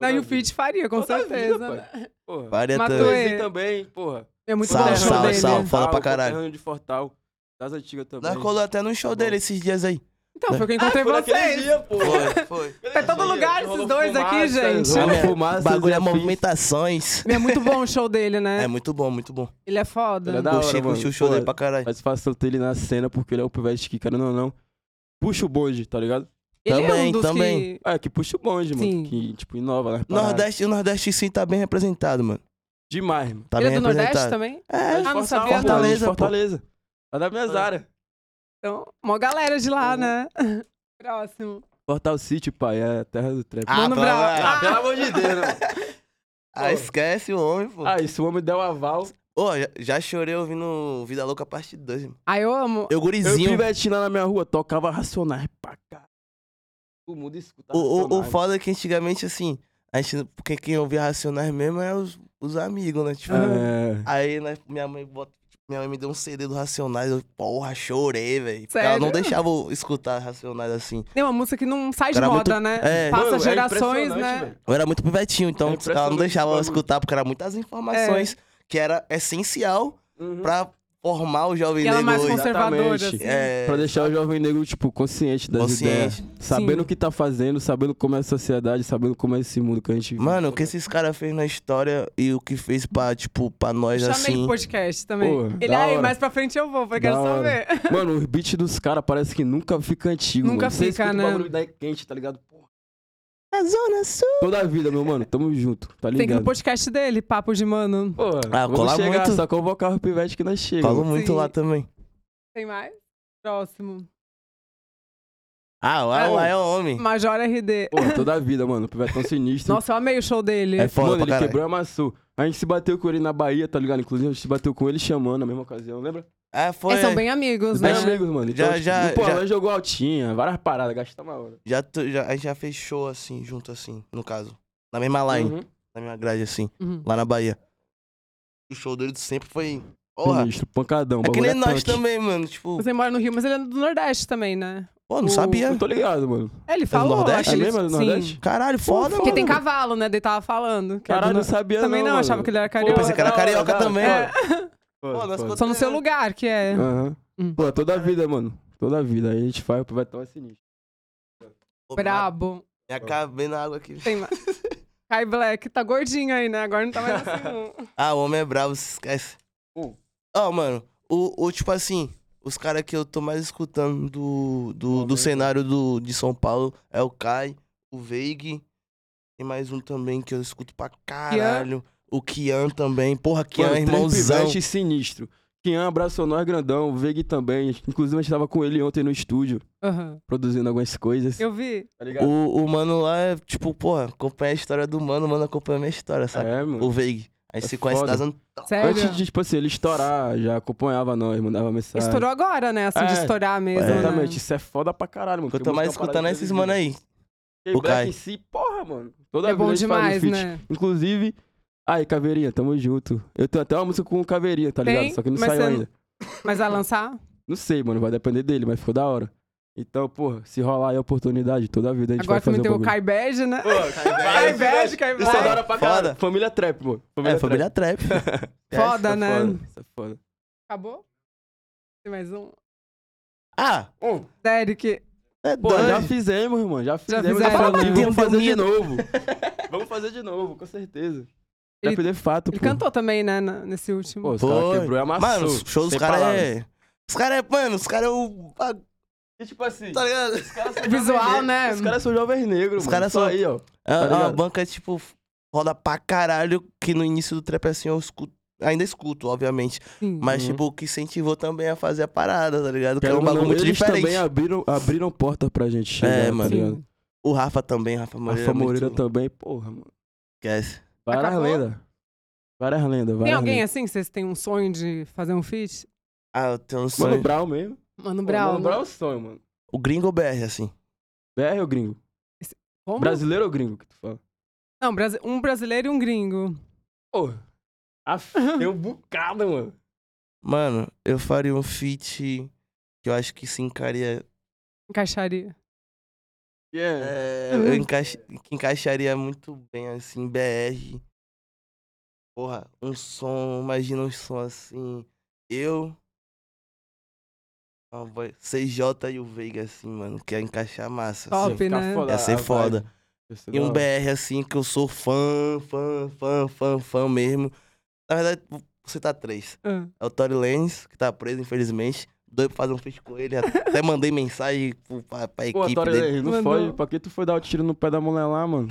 S1: Não, e
S2: Toda
S1: Tá o Fit faria, com
S2: Toda
S1: certeza.
S2: vida,
S1: né?
S2: Porra.
S3: Varia
S1: Matou
S3: também.
S2: Esse também, porra.
S1: É muito bom
S3: Sal,
S1: o
S2: Terrão
S1: show
S3: sal,
S1: dele.
S3: sal. fala pra caralho. é
S2: Terrão de Fortal. Das antigas também.
S3: Nós colou até no show
S2: Tá bom.
S3: dele esses dias aí.
S1: Então, foi que eu encontrei
S2: Foi naquele
S1: vocês.
S2: dia, porra.
S3: foi.
S1: Tá em todo lugar esses dois aqui, gente.
S3: Ah,
S2: Rolou
S3: meu,
S2: fumaça,
S3: bagulho é
S2: desafio.
S3: movimentações.
S1: É muito bom o show dele, né?
S3: É muito bom, muito bom.
S1: Ele é foda.
S2: Ele é da hora,
S3: Gostei,
S2: mano.
S3: curti o show dele
S2: Pô,
S3: pra caralho.
S2: Satisfação ter ele na cena, porque ele é o pivete que, cara, não, não. puxa o bonde, tá ligado?
S1: Ele é um
S3: Também,
S1: dos
S3: também.
S1: que...
S2: É, que puxa o bonde, mano.
S1: Sim.
S2: Que, tipo, inova, né? Parada.
S3: Nordeste, o Nordeste sim tá bem representado, mano.
S2: Demais, mano.
S3: Tá
S1: ele é
S3: bem
S1: do Nordeste
S3: representado.
S1: também?
S3: É,
S1: Ah, não sabia, não.
S2: Fortaleza,
S3: Fortaleza, pô.
S2: Fortaleza. Tá Lá da minhas
S3: É.
S2: áreas.
S1: Então, mó galera de lá,
S2: Uhum.
S1: né? Próximo.
S2: Portal City, pai, é a terra do trap.
S3: Ah,
S1: Mano
S3: pelo-
S1: Brown.
S3: ah,
S2: Ah, pelo amor de Deus, né?
S3: ah, esquece o homem, pô.
S2: Ah, e se o homem der o aval,
S3: Ô, já, já chorei ouvindo Vida Louca Parte 2, irmão.
S1: Aí eu amo.
S3: Eu
S2: eu
S3: gurizinho.
S2: pivetinho lá na minha rua, tocava Racionais pra cá. O mundo escuta
S3: O, o, o
S2: Racionais.
S3: foda é que antigamente, assim, a gente, porque quem ouvia Racionais mesmo é os, os amigos, né? Tipo,
S2: É,
S3: aí né, minha mãe bota, minha mãe me deu um CD do Racionais, eu, porra, chorei, velho. Ela
S1: Sério?
S3: não deixava eu escutar Racionais assim.
S1: Tem uma música que não sai de
S3: Era
S1: moda,
S3: muito-
S1: né?
S3: é.
S1: Passa
S2: Mano, é
S1: gerações,
S2: impressionante,
S1: né?
S2: velho.
S3: Eu era muito pivetinho,
S2: É
S3: então ela não
S2: impressionante
S3: deixava eu
S2: esse bagulho.
S3: escutar, porque era muitas informações que era essencial
S2: Uhum.
S3: pra formar o jovem
S1: E ela é
S3: negro
S1: mais
S3: hoje.
S1: conservadora,
S2: exatamente.
S1: assim.
S3: É,
S2: Pra deixar o jovem negro, tipo, consciente das
S3: Consciente.
S2: ideias. Sabendo o que tá fazendo, sabendo como é a sociedade, sabendo como é esse mundo que a gente vive.
S3: Mano, o que esses caras fez na história e o que fez pra, tipo, pra nós
S1: Chamei
S3: assim.
S1: pro podcast também.
S2: Porra,
S1: ele,
S2: da
S1: aí,
S2: hora.
S1: mais pra frente eu vou, porque eu
S2: Da
S1: quero só
S2: hora.
S1: ver.
S2: Mano, o beat dos caras parece que nunca fica antigo,
S1: Nunca
S2: mano. Você
S1: fica,
S2: escuta o
S1: né?
S2: bagulho da quente, tá ligado? Porra,
S3: A Zona Sul.
S2: Toda a vida, meu mano. Tamo junto, tá
S1: Tem que ir no
S2: ligado?
S1: podcast dele, papo de mano.
S2: Porra,
S3: Ah,
S2: vamos
S3: colar
S2: chegar,
S3: muito.
S2: só convocar o pivete que nós chega.
S3: Falo
S2: mano.
S3: muito
S1: Sim.
S3: lá também.
S1: Tem mais? Próximo.
S3: Ah, lá,
S1: Ah,
S3: lá é homem.
S1: Major RD.
S2: Porra, toda a vida, mano. O pivete tão sinistro.
S1: Nossa, eu amei o show dele.
S3: É foda
S2: mano,
S3: pra
S2: ele
S3: caralho.
S2: quebrou e amassou. A gente se bateu com ele na Bahia, tá ligado? Inclusive, a gente se bateu com ele chamando na mesma ocasião, lembra?
S3: Ah, foi.
S2: é.
S1: Eles são bem amigos, né?
S2: Bem amigos, mano. Então,
S3: Já-
S2: tipo,
S3: já-
S2: pô,
S3: já-
S2: nós jogou altinha, várias paradas, gastamos uma hora.
S3: Já, tu- já- a gente já fechou assim, junto assim, no caso. Na mesma line,
S2: Uhum.
S3: na mesma grade assim,
S2: é.
S1: Uhum.
S3: lá na Bahia. O show dele sempre foi. Porra.
S2: Sinistro, pancadão.
S3: É que
S2: bagulho
S3: nem nós
S2: punk.
S3: também, mano. Tipo,
S1: Você mora no Rio, mas ele é do Nordeste também, né?
S3: pô, não
S1: o-
S3: sabia.
S2: Eu tô ligado, mano.
S1: É, ele falou.
S3: Nordeste?
S1: acho que
S2: É mesmo? É do
S1: Sim.
S2: Nordeste?
S3: Caralho, foda,
S1: Porque
S3: mano.
S1: tem cavalo, né? Ele tava falando. que é do
S2: Caralho, não
S1: Nor-
S2: sabia
S1: Também não,
S2: mano.
S1: achava que ele era
S2: Pô,
S1: carioca.
S3: pensei que era
S2: da hora,
S3: carioca
S2: da hora,
S3: também,
S2: da
S1: É,
S2: hora.
S3: Pô, nós
S1: só no seu lugar, que é.
S2: Aham.
S1: Hum.
S2: Pô, toda a vida, mano. Toda a vida. Aí a gente faz, vai tomar sinistro.
S3: Pô,
S1: Brabo.
S3: Me acabei na água aqui.
S1: Tem mais. Kai Black tá gordinho aí, né? Agora não tá mais assim, não.
S3: Ah, o homem é bravo, se esquece. Ó,
S2: Hum.
S3: mano, o, o tipo assim, os caras que eu tô mais escutando do, do, do
S2: Homem.
S3: cenário do, de São Paulo é o Kai, o Veig e mais um também que eu escuto pra caralho. O Kian também. Porra, Kian,
S2: Mano,
S3: é irmãozão.
S2: Tripivete sinistro. Kian abraçou nós grandão, o Veg também. Inclusive, a gente tava com ele ontem no estúdio,
S1: Aham.
S2: produzindo algumas coisas.
S1: Eu vi.
S2: Tá ligado?
S3: O, o mano lá é, tipo, porra, acompanha a história do mano, o mano acompanha a minha história, sabe?
S2: É, mano.
S3: O Veig. Aí
S2: É
S3: se conhece
S2: foda.
S3: das an-
S1: Sério?
S2: Antes de, tipo assim, ele estourar, já acompanhava nós, mandava mensagem.
S1: Estourou agora, né? Assim, de
S2: Tá. É,
S1: estourar mesmo. né?
S2: Exatamente, isso é foda pra caralho, mano.
S3: Eu tô mais escutando esses mano aí.
S2: O
S3: O
S2: Black
S3: Kai.
S2: em si, porra, mano. Toda
S1: É
S2: vida
S1: bom
S2: a gente faz um
S1: demais,
S2: feat.
S1: né?
S2: Inclusive, aí, Caveirinha, tamo junto. Eu tenho até uma música com o Caveirinha, tá ligado?
S1: Tem,
S2: Só que não
S1: mas
S2: saiu
S1: você
S2: ainda.
S1: Mas vai lançar?
S2: Não sei, mano, vai depender dele, mas ficou da hora. Então, porra, se rolar aí a oportunidade, toda a vida a gente
S1: Agora
S2: vai fazer
S1: também tem o
S2: bagulho.
S1: Kai Bad, né?
S2: Vai,
S1: Kai Bad, Kai
S2: Isso é da
S1: Bad.
S2: hora pra
S3: Foda.
S2: caralho. Família Trap, mano.
S3: É, família trap.
S2: Trap.
S1: Foda,
S2: Isso é
S1: né?
S2: foda, Isso é foda.
S1: Acabou? Tem mais um.
S3: Ah,
S1: Derek.
S3: é
S2: Pô, já
S3: doido.
S2: fizemos, irmão. Já fizemos.
S1: fizeram.
S2: falamos,
S3: Fala,
S2: vamos
S3: bateu,
S2: fazer de
S3: deu
S2: novo. vamos fazer de novo, com certeza.
S1: Ele-
S2: Ele, de fato,
S1: Ele
S2: pô.
S1: cantou também, né? na- Nesse
S2: Pô,
S1: último.
S2: os caras
S3: Foi.
S2: quebrou e amassou.
S3: Mano, o show dos
S2: Sem
S3: caras
S2: palavras.
S3: é. Os caras é, mano, os caras é o. ah,
S2: E tipo assim,
S3: Tá ligado?
S2: os caras são
S1: Visual,
S2: jovens negros.
S1: né?
S2: Os caras são jovens negros,
S3: Os
S2: mano.
S3: caras
S2: Só
S3: são-
S2: aí, ó.
S3: É é uma
S2: ligado?
S3: banca, tipo, roda pra caralho, que no início do trap assim eu escuto. Ainda escuto, obviamente.
S1: Sim.
S3: Mas,
S2: Uhum.
S3: tipo, o que incentivou também a fazer a parada, tá ligado? Que é
S2: Quero
S3: um bagulho
S2: não,
S3: muito
S2: eles
S3: diferente.
S2: também abriram, abriram porta pra gente chegar,
S3: É,
S2: tá
S3: mano.
S2: ligado?
S1: Sim.
S3: O Rafa também, Rafa
S2: A
S3: Moreira. é
S2: Rafa Moreira
S3: muito...
S2: também, porra, mano.
S3: Esquece.
S2: Várias
S1: Acabou?
S2: lendas. Várias lendas, várias
S1: Tem alguém
S2: lendas.
S1: assim que vocês têm um sonho de fazer um feat?
S3: Ah, eu tenho um
S2: Mano,
S3: sonho.
S2: Brau mesmo.
S1: assim? Mano né?
S2: Pô,
S1: Brown.
S2: Mano, Brau é o sonho, mano.
S3: O Gringo BR, assim.
S2: BR ou é gringo?
S1: Como?
S2: Brasileiro ou gringo que tu fala?
S1: Não, brasi- um brasileiro e um gringo.
S2: Porra. Af... Deu bocada, um mano.
S3: Mano, eu faria um feat que eu acho que se encaria.
S1: Encaixaria.
S2: Yeah.
S3: É, eu encaix- que encaixaria muito bem, assim, BR. Porra, um som, imagina um som assim. Eu. uma voz- CJ e o Veiga, assim, mano, que ia encaixar massa.
S1: Top,
S3: assim.
S2: Ficar
S1: né?
S2: foda Ah,
S3: Ia ser
S2: a vibe.
S3: foda.
S2: Ia ser
S3: E
S2: da
S3: um
S2: hora.
S3: BR, assim, que eu sou fã, fã, fã, fã, fã mesmo. Na verdade, você tá três.
S1: Ah.
S3: É o Tory Lanez, que tá preso, infelizmente. doido pra fazer um feat com ele. Até mandei mensagem pro- pra, pra
S2: Pô,
S3: equipe dele.
S2: Torelli, não
S1: Mandou.
S2: foge. Pra que tu foi dar o tiro no pé da mulher lá, mano?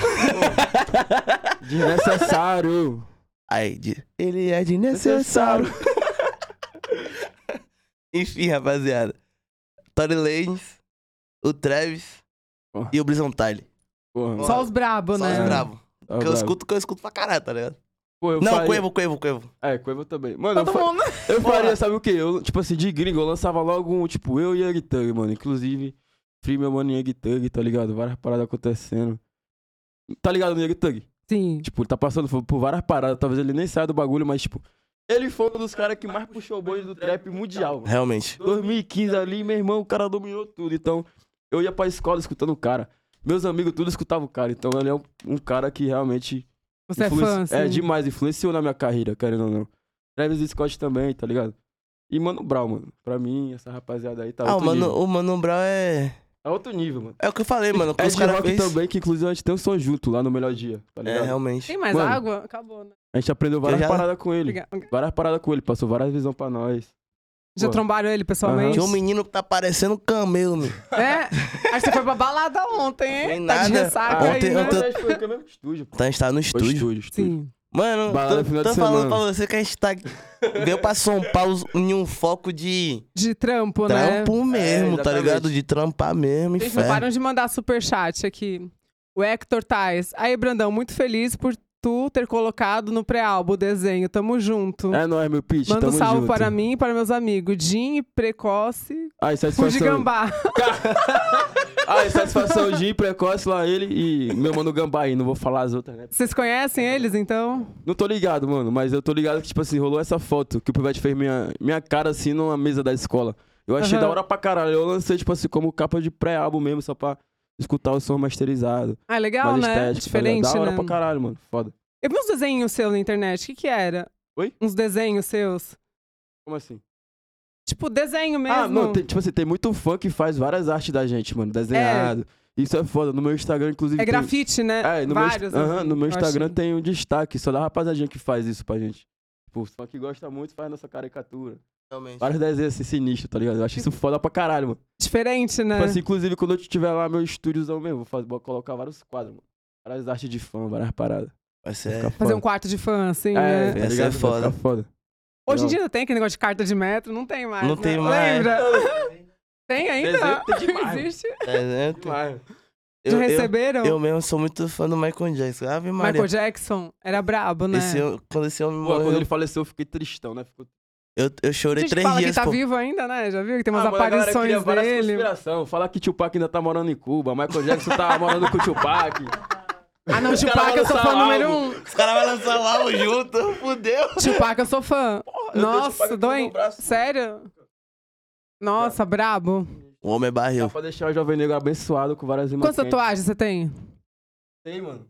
S2: Desnecessário.
S3: Aí, de- ele é de necessário. Enfim, rapaziada. Tory Lanez, o Travis
S2: Porra.
S3: e o Brizon Tyle.
S2: Porra,
S1: Só os brabo,
S3: Só
S1: né?
S3: os bravos.
S2: tá
S3: Que eu
S2: bravo.
S3: escuto, que eu escuto pra caralho, tá ligado?
S2: Pô, eu
S3: não,
S2: faria...
S3: Cuevo, Cuevo, Cuevo.
S2: É, Cuevo também. Mano, eu,
S1: Todo
S2: fa...
S1: mundo.
S2: eu
S3: Porra.
S2: faria, sabe o quê? Eu, tipo assim, de gringo, eu lançava logo um, tipo, eu e Young Thug, mano. Inclusive, Free meu mano Young Thug, tá ligado? Várias paradas acontecendo. Tá ligado no Young Thug?
S1: Sim.
S2: Tipo, ele tá passando por- por várias paradas. Talvez ele nem saia do bagulho, mas, tipo, ele foi um dos caras que mais puxou o bonde do trap mundial, mano.
S3: Realmente.
S2: 2015 ali, meu irmão, o cara dominou tudo. Então, eu ia pra escola escutando o cara. Meus amigos tudo escutavam o cara. Então, ele é um, um cara que realmente...
S1: Você
S2: influen-
S1: é fã, assim.
S2: É, demais. Influenciou na minha carreira, querendo ou não. Travis Scott também, tá ligado? E Mano Brown, mano. Pra mim, essa rapaziada aí tá
S3: ah, o
S2: outro nível.
S3: Mano, o Mano Brown é.
S2: Tá outro nível, mano.
S3: É o que eu falei, mano. O que
S2: Ed
S3: os caras
S2: Rock
S3: fez.
S2: também, que inclusive a gente tem um som junto lá no Melhor Dia, tá
S3: É,
S2: ligado?
S3: realmente.
S1: Tem mais
S2: Mano.
S1: água? Acabou, né?
S2: A gente aprendeu várias
S3: já-
S2: paradas com ele.
S1: Obrigada.
S2: Várias paradas com ele. Passou várias visões pra nós.
S1: Já
S2: Pô.
S1: trombaram ele pessoalmente?
S3: Tinha um menino que tá parecendo um camelo, meu.
S1: É? Acho que você foi pra balada ontem, hein?
S3: Nem
S1: Tá de
S3: nada.
S1: ressaca
S3: Ontem-
S1: aí, né?
S3: ontem-
S2: a gente foi no mesmo estúdio, pô.
S3: Então a gente tá no
S2: Foi
S3: estúdio.
S2: estúdio, estúdio.
S1: Sim.
S3: Mano,
S2: Balada
S3: tô,
S2: final de
S3: tô falando
S2: semana.
S3: pra você que a gente tá. Veio pra São Paulo em um foco de
S1: De trampo, né?
S3: trampo mesmo,
S2: É,
S3: tá
S2: exatamente.
S3: ligado? De trampar mesmo,
S1: Vocês não param
S3: inferno.
S1: de mandar superchat aqui. O Hector Tais. Aí, Brandão, muito feliz por tu ter colocado no pré-álbum o desenho. Tamo junto.
S2: É nóis, meu pitch.
S1: Manda um
S2: tamo
S1: salve
S2: junto.
S1: para mim e para meus amigos. Jim e Precoce.
S2: Ai,
S1: Fuji
S2: satisfação.
S1: Gambá.
S2: Ai, satisfação, Jim, precoce lá ele e meu mano Gambá aí. Não vou falar as outras, né?
S1: Vocês conhecem eles, então?
S2: Não tô ligado, mano, mas eu tô ligado que, tipo assim, rolou essa foto que o Pivete fez minha, minha cara assim numa mesa da escola. Eu achei
S1: Aham.
S2: da hora pra caralho. Eu lancei, tipo assim, como capa de pré-álbum mesmo, só pra escutar o som masterizado.
S1: Ah, legal,
S2: mais
S1: né?
S2: estético, tá ligado?
S1: Diferente,
S2: Da hora
S1: né?
S2: pra caralho, mano. Foda.
S1: Eu vi uns desenhos seus na internet. O que que era?
S2: Oi?
S1: Uns desenhos seus.
S2: Como assim?
S1: Tipo, desenho mesmo.
S2: Ah, não, tem- tipo assim, tem muito fã que faz várias artes da gente, mano, desenhado. Isso é foda. No meu Instagram, inclusive.
S1: É
S2: tem-
S1: grafite, né?
S2: É, no
S1: Vários.
S2: meu, Aham,
S1: assim,
S2: no meu
S1: eu
S2: Instagram
S1: achei.
S2: tem um destaque só da rapaziadinha que faz isso pra gente. Tipo, só que gosta muito faz nossa caricatura.
S3: Realmente.
S2: Vários desenhos assim sinistros, tá ligado? Eu acho isso foda pra caralho, mano.
S1: Diferente, né?
S2: Tipo assim, inclusive, quando eu tiver lá meu estúdiozão mesmo, vou, fazer, vou colocar vários quadros, mano. Várias artes de fã, várias paradas. Vai
S3: Vai ser. Tá
S2: ficar
S1: Fazer
S2: foda.
S1: um quarto de fã, assim,
S2: É,
S1: né?
S2: tá
S3: Ia ser
S2: ligado? Vai
S3: É. foda.
S2: ficar foda.
S1: Hoje em dia ainda tem aquele negócio de carta de metro? Não tem mais.
S3: Não
S1: né?
S3: tem mais.
S1: Lembra? Tem ainda?
S2: Desenho tem demais.
S1: Existe?
S3: É, né?
S1: Já
S2: Demais.
S3: Eu, eu,
S1: receberam?
S3: eu mesmo sou muito fã do Michael Jackson. Ave Maria.
S1: Michael Jackson era brabo, né?
S3: Esse, hom- quando esse homem
S2: Pô,
S3: morreu,
S2: quando ele faleceu, eu fiquei tristão, né? Ficou...
S3: eu, eu
S1: A
S3: chorei
S1: gente
S3: três
S1: fala
S3: dias,
S1: que tá
S3: pô.
S1: vivo ainda, né? Já viu que tem umas
S2: Ah, mano, a galera cria
S1: aparições
S2: várias
S1: dele.
S2: conspiração. Fala que Tupac ainda tá morando em Cuba. Michael Jackson tá morando com o Tupac.
S1: Ah, não,
S2: Os caras
S1: Tupac, eu sou
S2: lançaram
S1: fã número
S2: álbum.
S1: um.
S3: Os caras vão lançar o álbum junto, fudeu.
S1: Tupac, eu sou fã.
S2: eu tenho Tupac
S1: Nossa,
S2: aqui no
S1: doente.
S2: meu braço.
S1: Sério? Nossa, brabo.
S3: O homem é
S2: Dá
S3: barril.
S2: pra deixar o jovem negro abençoado com várias imagens.
S1: Quantas tatuagens você tem?
S2: Tem, mano.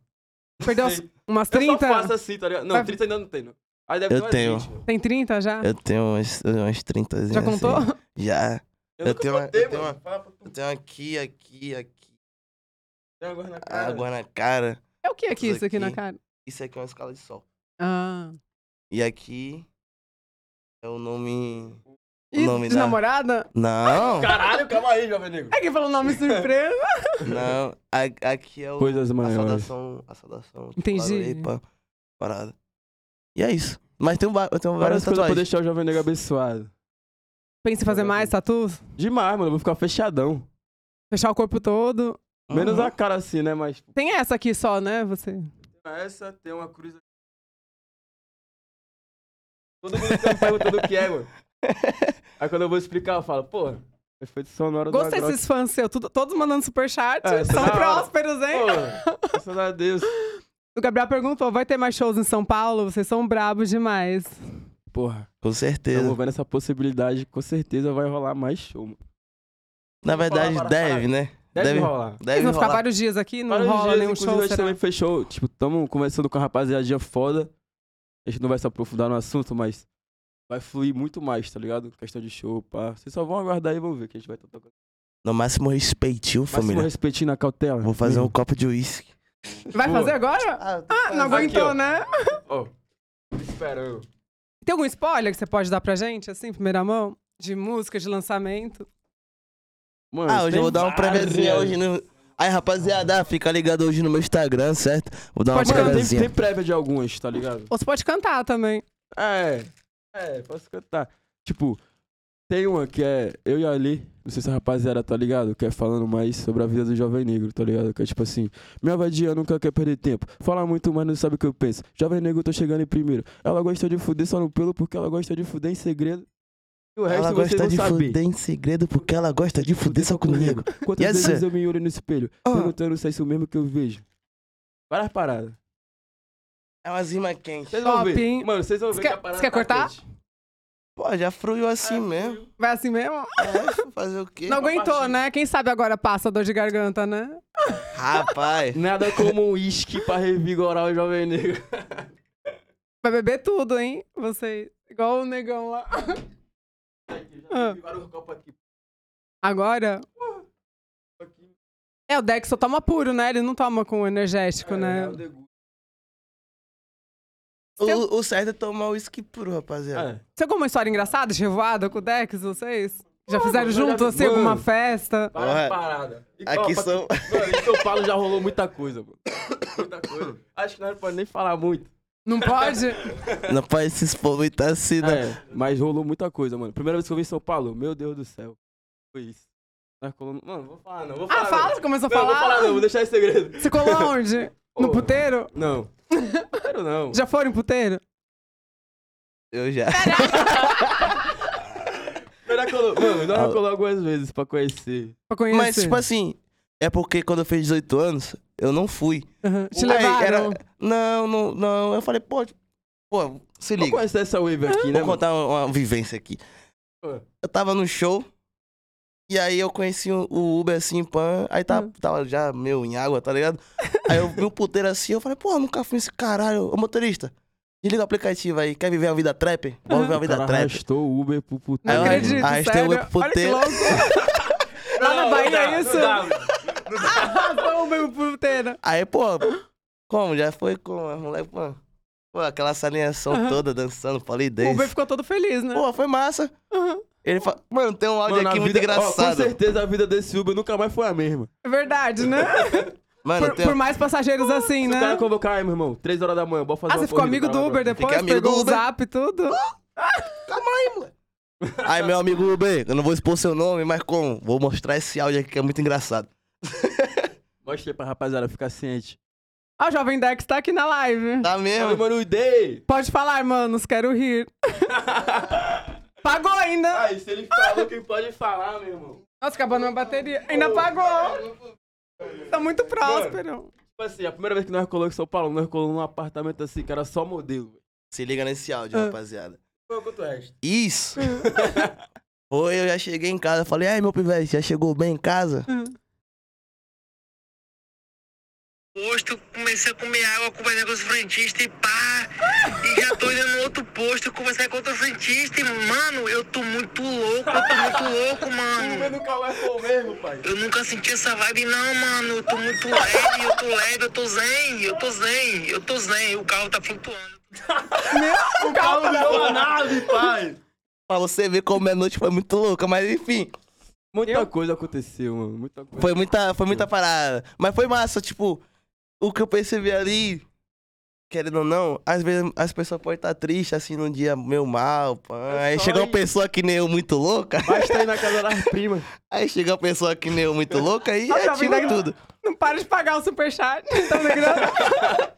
S1: Perdeu
S2: Sei.
S1: umas
S2: Eu só
S1: 30?
S2: faço assim, tá ligado?
S1: Vai-
S2: Não, 30 ainda não tem, não. Aí deve
S3: Eu
S2: ter umas
S3: tenho.
S2: 20, mano.
S1: Tem 30 já?
S3: Eu tenho umas, umas 30
S1: Já contou?
S3: assim. Já.
S2: Eu,
S3: Eu
S2: nunca
S3: tenho uma-
S2: contei,
S3: eu tenho
S2: mano.
S3: uma-
S2: Fala pra tu.
S3: Eu tenho aqui, aqui, aqui.
S2: Tem agora na cara.
S3: Água na cara.
S1: É o que aqui, isso aqui na
S3: Aqui.
S1: cara?
S3: Isso aqui é uma escala de sol.
S1: Ah.
S3: E aqui é o nome. O
S1: E
S3: nome
S1: de
S3: da-
S1: namorada?
S3: Não,
S2: Caralho, calma aí, jovem negro.
S1: É que falou nome surpresa.
S3: não. A- aqui é o.
S2: Coisas
S3: a
S2: maiores.
S3: saudação. A saudação. tipo,
S1: Entendi.
S3: Pá, parada. E é isso. Mas tem, eu tenho várias
S2: Várias coisas pra
S3: tatuagens.
S2: deixar o jovem negro abençoado.
S1: Pensa em fazer mais tatus?
S2: Demais, mano. Eu vou ficar fechadão.
S1: Fechar o corpo todo.
S2: Menos
S3: Uhum.
S2: a cara assim, né? Mas.
S1: Tem essa aqui só, né? Você.
S2: Essa tem uma cruz. Todo mundo fica me perguntando o que é, mano. Aí quando eu vou explicar, eu falo, pô, efeito sonoro
S1: Gostei
S2: do Agroc.
S1: desses fãs seus, tudo- todos mandando superchat.
S2: É, isso é
S1: São
S2: da hora.
S1: prósperos, hein?
S2: Pô, graças a Deus.
S1: O Gabriel perguntou: vai ter mais shows em São Paulo? Vocês são brabos demais.
S2: Porra,
S3: Com certeza.
S2: estamos vendo essa possibilidade, com certeza vai rolar mais show, mano.
S3: Na verdade,
S2: Bora, bora,
S3: deve, né?
S2: Deve,
S3: Deve-
S2: rolar.
S1: Vocês
S3: Deve
S1: vão ficar
S3: rolar.
S1: vários dias aqui, não
S2: Vários
S1: rola
S2: dias,
S1: nenhum
S2: inclusive,
S1: show,
S2: a gente
S1: será?
S2: também fechou. Tipo, tamo conversando com a rapaziadinha foda. A gente não vai se aprofundar no assunto, mas vai fluir muito mais, tá ligado? Questão de show, pá. Vocês só vão aguardar e vão ver que a gente vai estar tocando.
S3: No máximo, respeitinho,
S2: Máximo
S3: família.
S2: respeitinho na cautela. Hum.
S3: Vou fazer um
S2: Mesmo.
S3: copo de uísque.
S1: Vai
S2: Boa.
S1: fazer agora?
S3: Ah,
S1: Ah, não
S2: É, Aqui,
S1: aguentou,
S2: ó.
S1: né?
S2: Ó, espera eu.
S1: Tem algum spoiler que você pode dar pra gente, assim, primeira mão? De música, de lançamento.
S2: Mano,
S3: Ah, hoje eu
S2: tem
S3: vou dar uma
S2: várias.
S3: préviazinha hoje né? no. Aí, rapaziada, fica ligado hoje no meu Instagram, certo? Vou dar uma
S1: Pode-
S2: Mano, tem, tem
S3: préviazinha.
S2: prévia de algumas, tá ligado?
S1: Ou você pode cantar também.
S2: É, é, posso cantar. Tipo, tem uma que é eu e a Ali, não sei se a rapaziada tá ligado, que é falando mais sobre a vida do jovem negro, tá ligado? Que é tipo assim, minha vadia nunca quer perder tempo, fala muito, mas não sabe o que eu penso. Jovem negro, eu tô chegando em primeiro. Ela gosta de fuder só no pelo porque ela gosta de fuder em segredo. E o resto
S3: Ela
S2: você
S3: gosta
S2: não
S3: de
S2: sabe.
S3: fuder em segredo porque ela gosta de fuder só comigo.
S2: Quantas
S3: Yes,
S2: vezes
S3: sir.
S2: eu me olho no espelho,
S3: Ah.
S2: perguntando se é isso mesmo que eu vejo. Várias paradas.
S3: É umas rimas quentes.
S2: Vocês vão
S1: Top,
S2: ver.
S1: hein?
S2: Mano, vocês vão ver
S1: Você
S2: que
S1: quer-
S2: a parada
S1: você quer
S2: tá
S1: cortar?
S2: quente.
S3: Pô, já fruiu assim mesmo.
S1: Vai assim mesmo?
S3: É, fazer o quê?
S1: Não aguentou,
S2: baixinho.
S1: né? Quem sabe agora passa a dor de garganta, né?
S3: Rapaz.
S2: Nada como um uísque pra revigorar o jovem negro.
S1: Vai beber tudo, hein? Você. Igual o negão lá. Ah. Agora. É, o Dex só toma puro, né? Ele não toma com
S2: É,
S1: energético, né?
S3: O, o certo é tomar uísque puro, rapaziada.
S2: É.
S1: Você alguma história engraçada, de revoada com o Dex, vocês? Já fizeram
S2: mano,
S1: juntos,
S2: já-
S1: assim, alguma
S2: mano.
S1: festa?
S2: Várias
S3: Olha,
S2: paradas. E,
S1: Ah,
S3: Aqui
S2: ó, pra-
S3: são.
S2: Mano, em São Paulo já rolou muita coisa, mano. Muita coisa. Acho que nós não podemos nem falar muito.
S1: Não pode?
S3: Não pode se expor muito assim,
S1: Ah.
S3: não.
S2: É, mas rolou muita coisa, mano. Primeira vez que eu vim em São Paulo, meu Deus do céu. Foi isso. Nós colamos... Mano, vou falar não. Vou falar
S1: ah,
S2: não.
S1: fala, você começou a
S2: Não, vou
S1: falar.
S2: falar não, vou deixar em segredo.
S1: Você colou aonde? No
S2: Ô.
S1: puteiro?
S2: Não. Quero não.
S1: Já foram em puteiro?
S3: Eu já.
S2: Nós colou... Mano, nós
S3: Ah.
S2: já colou algumas vezes pra conhecer.
S1: Pra conhecer?
S3: Mas, tipo assim, é porque quando eu fiz 18 anos, eu não fui.
S2: assim,
S1: Aham. Te
S3: Aí,
S1: levaram?
S3: era- Não, não, não. Eu falei, pô, tipo, pô, se
S2: Não
S3: liga.
S2: conhece essa wave aqui, né,
S3: Vou
S2: mano?
S3: contar uma, uma vivência aqui. Eu tava no show, e aí eu conheci o, o Uber assim, pan. Aí tava,
S1: Hum.
S3: tava já meio em água, tá ligado? Aí eu vi um puteiro assim, eu falei, pô, nunca fui esse caralho. Ô motorista, desliga o aplicativo aí. Quer viver uma vida trapper? Vamos viver uma
S2: O
S3: vida
S2: cara
S3: trapper.
S2: arrastou o Uber pro
S1: Não
S2: puteiro.
S3: Aí eu
S1: acredito,
S3: arrastei
S1: sério.
S3: o
S1: Olha que
S3: puteiro.
S1: louco. Lá na Bahia é isso?
S2: dá.
S1: Arrasou mesmo puteiro.
S3: Aí, pô, como? Já foi com a moleque, pô. Pô, aquela salinhação
S1: Aham.
S3: toda dançando, falei
S1: O
S3: desse.
S1: Uber ficou todo feliz, né?
S3: Pô, foi massa.
S1: Aham.
S3: Ele fala, mano, tem um áudio
S2: Mano, a
S3: aqui muito
S2: vida- ó,
S3: engraçado.
S2: com certeza a vida desse Uber nunca mais foi a mesma.
S1: É verdade, né?
S3: Mano,
S1: Por,
S3: tem um-
S1: por mais passageiros assim,
S2: O cara
S1: né?
S2: convocar, ai, meu irmão, três horas da manhã, bora fazer
S1: Ah,
S2: uma
S1: você ficou amigo
S2: corrida,
S1: do
S2: cara,
S1: Uber
S2: cara.
S1: depois?
S3: Fiquei amigo
S1: Pegou
S3: do
S1: o
S3: Uber.
S1: zap e tudo?
S3: Calma aí, moleque. Aí, meu amigo Uber, eu não vou expor seu nome, mas como? Vou mostrar esse áudio aqui que é muito engraçado.
S2: Mostra aí pra rapaziada ficar ciente.
S1: Ah, o Jovem Dex tá aqui na live.
S3: Tá
S2: Meu,
S3: mesmo?
S2: É, mano, o Day!
S1: Pode falar, manos, quero rir. Pagou ainda.
S2: Ai, se ele falou, quem pode falar, meu irmão?
S1: Nossa, acabou minha bateria. Ainda pagou. Tá muito próspero.
S2: Tipo assim, a primeira vez que nós colocamos em São Paulo, nós colocamos num apartamento assim, que era só modelo. velho.
S3: Se liga nesse áudio, rapaziada.
S2: Foi quanto resto?
S3: Isso! Foi, eu já cheguei em casa, falei, ai, meu pivete, já chegou bem em casa?
S4: posto, comecei a comer água, conversar com os frentistas e pá. E já tô indo no outro posto conversar com outro frentista. E, mano, eu tô muito louco, eu tô muito louco,
S2: Uber
S4: mano.
S2: nunca mais foi o mesmo, pai.
S4: Eu nunca senti essa vibe, não, mano. Eu tô muito leve, eu tô leve, eu tô zen, eu tô zen, eu tô zen. O carro tá flutuando.
S1: Meu,
S2: Calma,
S1: calma.
S2: uma nave, pai!
S3: Pra você ver como minha noite foi muito louca, mas enfim,
S2: Muita
S1: Eu-
S2: coisa aconteceu, mano. Muita coisa.
S3: foi muita, foi muita parada. Mas foi massa, tipo, o que eu percebi ali, querendo ou não, às vezes as pessoas podem estar tristes, assim, num dia meu mal, pá.
S2: É
S3: Aí
S2: só
S3: chega uma
S2: ir.
S3: pessoa que nem eu muito louca,
S2: Basta ir tá na casa das primas.
S3: Aí chega uma pessoa que nem eu muito louca e
S1: Ah, já vi
S2: né?
S3: ativa
S1: na-
S3: tudo.
S1: Não para de pagar o superchat. Tá ligado?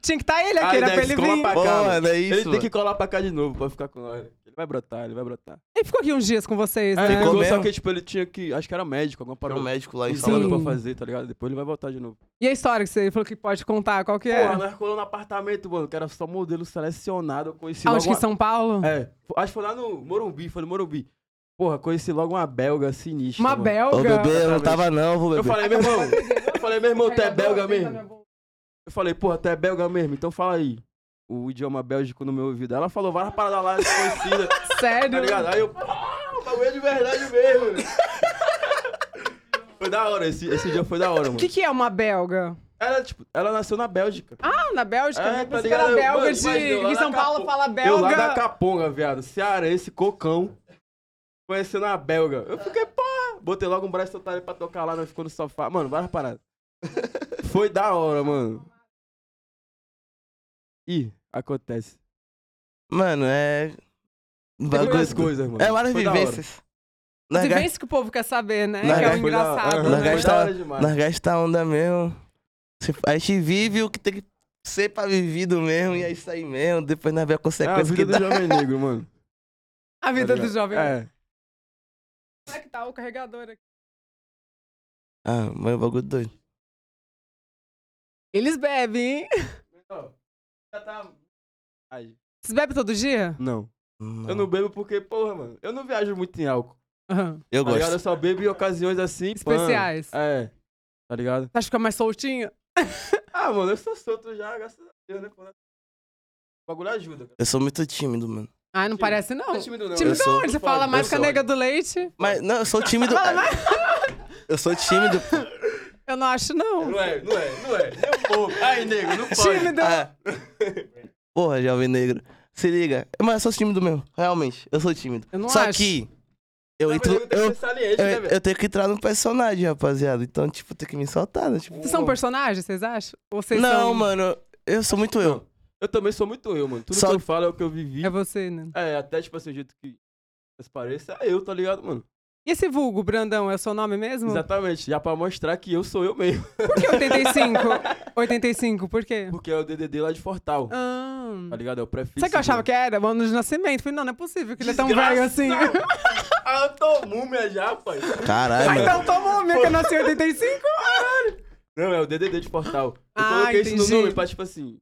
S1: Tinha que estar ele aqui,
S2: Aí,
S1: era pra
S2: Dex,
S1: ele
S2: cola
S1: vir.
S2: pra cá,
S3: Porra,
S2: mano.
S3: não é isso,
S2: Ele tem
S3: mano.
S2: que colar pra cá de novo pra ficar com nós. Ele vai brotar, ele vai brotar.
S1: Ele ficou aqui uns dias com vocês,
S2: É,
S1: né?
S3: ficou.
S2: só
S3: mesmo?
S2: que, tipo, ele tinha que. Acho que era médico, alguma
S3: Tem
S2: parada.
S3: um médico lá em
S2: Tem
S3: Salvador.
S2: pra
S1: Sim.
S2: fazer, tá ligado? Depois ele vai voltar de novo.
S1: E a história que você falou que pode contar? Qual que é?
S2: Porra, nós colamos no apartamento, mano, que era só modelo selecionado. Eu conheci
S1: Aonde
S2: logo.
S1: que em
S2: uma-
S1: São Paulo?
S2: É, acho que foi lá no Morumbi, foi no Morumbi. Porra, conheci logo uma belga sinistra.
S1: Uma
S2: mano.
S1: belga.
S3: Ô, bebê, eu não tava não, vou
S2: Eu
S3: beber.
S2: falei, meu irmão, eu falei, meu irmão, tu é belga mesmo? Eu falei, porra, tu é belga mesmo? Então fala aí. O idioma bélgico no meu ouvido. Ela falou várias paradas lá desconhecidas. Tá
S1: Sério?
S2: ligado? Aí eu. Ah, o bagulho é de verdade mesmo. né? velho. foi da hora, esse, esse dia foi da hora,
S1: O
S2: mano.
S1: que, que é uma belga?
S2: Ela, tipo, ela nasceu na Bélgica.
S1: Ah, na Bélgica?
S2: É,
S1: né?
S2: tá
S1: Pensei que
S2: ligado?
S1: era
S2: Eu-
S1: belga
S2: mano,
S1: de.
S2: imagina, eu lá
S1: em São
S2: na
S1: Paulo
S2: Capo-
S1: fala
S2: Eu lá da
S1: belga.
S2: Caponga, viado. Cearense, cocão. conhecendo a belga. Eu fiquei, porra! Botei logo um braço total pra tocar lá, nós ficou no sofá. Mano, várias paradas. Foi da hora, mano. Ih, acontece.
S3: Mano, é.
S2: Várias
S3: Bagulho.
S2: coisas, mano.
S3: É
S2: Foi
S3: várias
S2: da hora.
S3: vivências. Nós
S1: Se
S3: ga-
S1: bem isso que o povo quer saber, né? é
S3: Não,
S1: que é o
S2: Foi da-
S1: engraçado. né?
S2: Aham,
S3: Nós
S2: foi da
S3: gastava-
S2: hora demais.
S3: nós gasta onda mesmo. Se- A gente vive o que tem que ser pra vivido mesmo, e é isso aí mesmo. Depois nós vê a
S2: É a
S3: consequência que
S2: vida do
S3: dá.
S2: jovem negro, mano.
S1: A vida do jovem.
S2: É.
S1: Como é que tá o carregador aqui?
S3: Ah, mas o bagulho doido.
S1: Eles bebem, hein?
S2: tá Aí.
S1: Vocês bebem todo dia?
S2: Não. Eu não bebo porque, porra, mano. Eu não viajo muito em álcool.
S1: Aham.
S3: Eu
S2: Tá ligado? Eu
S3: gosto.
S2: só bebo em ocasiões assim. pã.
S1: Especiais.
S2: É. Tá ligado?
S1: Acho que fica mais soltinho?
S2: Ah, mano, eu sou solto já, graças a Deus, né? pô? O bagulho ajuda. cara.
S3: Eu sou muito tímido, mano.
S1: Ah, não
S2: Tímido.
S1: parece não.
S2: Não é tímido, não.
S1: Tímido
S3: Eu sou-
S1: onde? Você fala
S2: Fala,
S1: mais
S2: eu
S1: com a
S2: sou.
S1: nega do leite?
S3: Mas, não, eu sou tímido. eu sou tímido. pô.
S1: Eu não acho, não.
S2: Não é, não é, não é. Nem um pouco. Aí, nego, não pode.
S1: Tímido.
S3: Ah. Porra, jovem negro. Se liga. Mas eu sou tímido mesmo. Realmente. Eu sou tímido.
S1: Eu não
S3: Só
S1: acho.
S3: que. Eu,
S2: Mas
S3: entro,
S2: nego tem que
S3: eu,
S2: ser saliente, né,
S3: eu,
S2: velho?
S3: eu tenho que entrar no personagem, rapaziada. Então, tipo, tem que me soltar, né? Tipo,
S1: Vocês são personagens, vocês acham? Ou vocês
S3: não,
S1: são...
S3: mano. Eu sou muito eu.
S2: Eu também sou muito eu, mano. Tudo
S3: Só-
S2: que eu falo é o que eu vivi.
S1: É você, né?
S2: É, até, tipo assim, o jeito que as pareça é eu, tá ligado, mano?
S1: E esse vulgo, Brandão, é o seu nome mesmo?
S2: Exatamente. Já pra mostrar que eu sou eu mesmo.
S1: Por que 85? 85, por quê?
S2: Porque é o DDD lá de Fortal.
S1: Ah.
S2: Tá ligado? É o prefixo.
S1: Sabe o que eu achava que era? Mano de nascimento. Falei, não, não é possível que ele é tão velho assim.
S2: Ah, eu tô múmia já, pai.
S3: Caralho,
S1: Ah,
S3: mano.
S1: então toma o meu que eu nasci em 85.
S2: Não, é o DDD de Fortal. Eu
S1: Ah,
S2: coloquei isso
S1: entendi.
S2: no nome pra, tipo assim,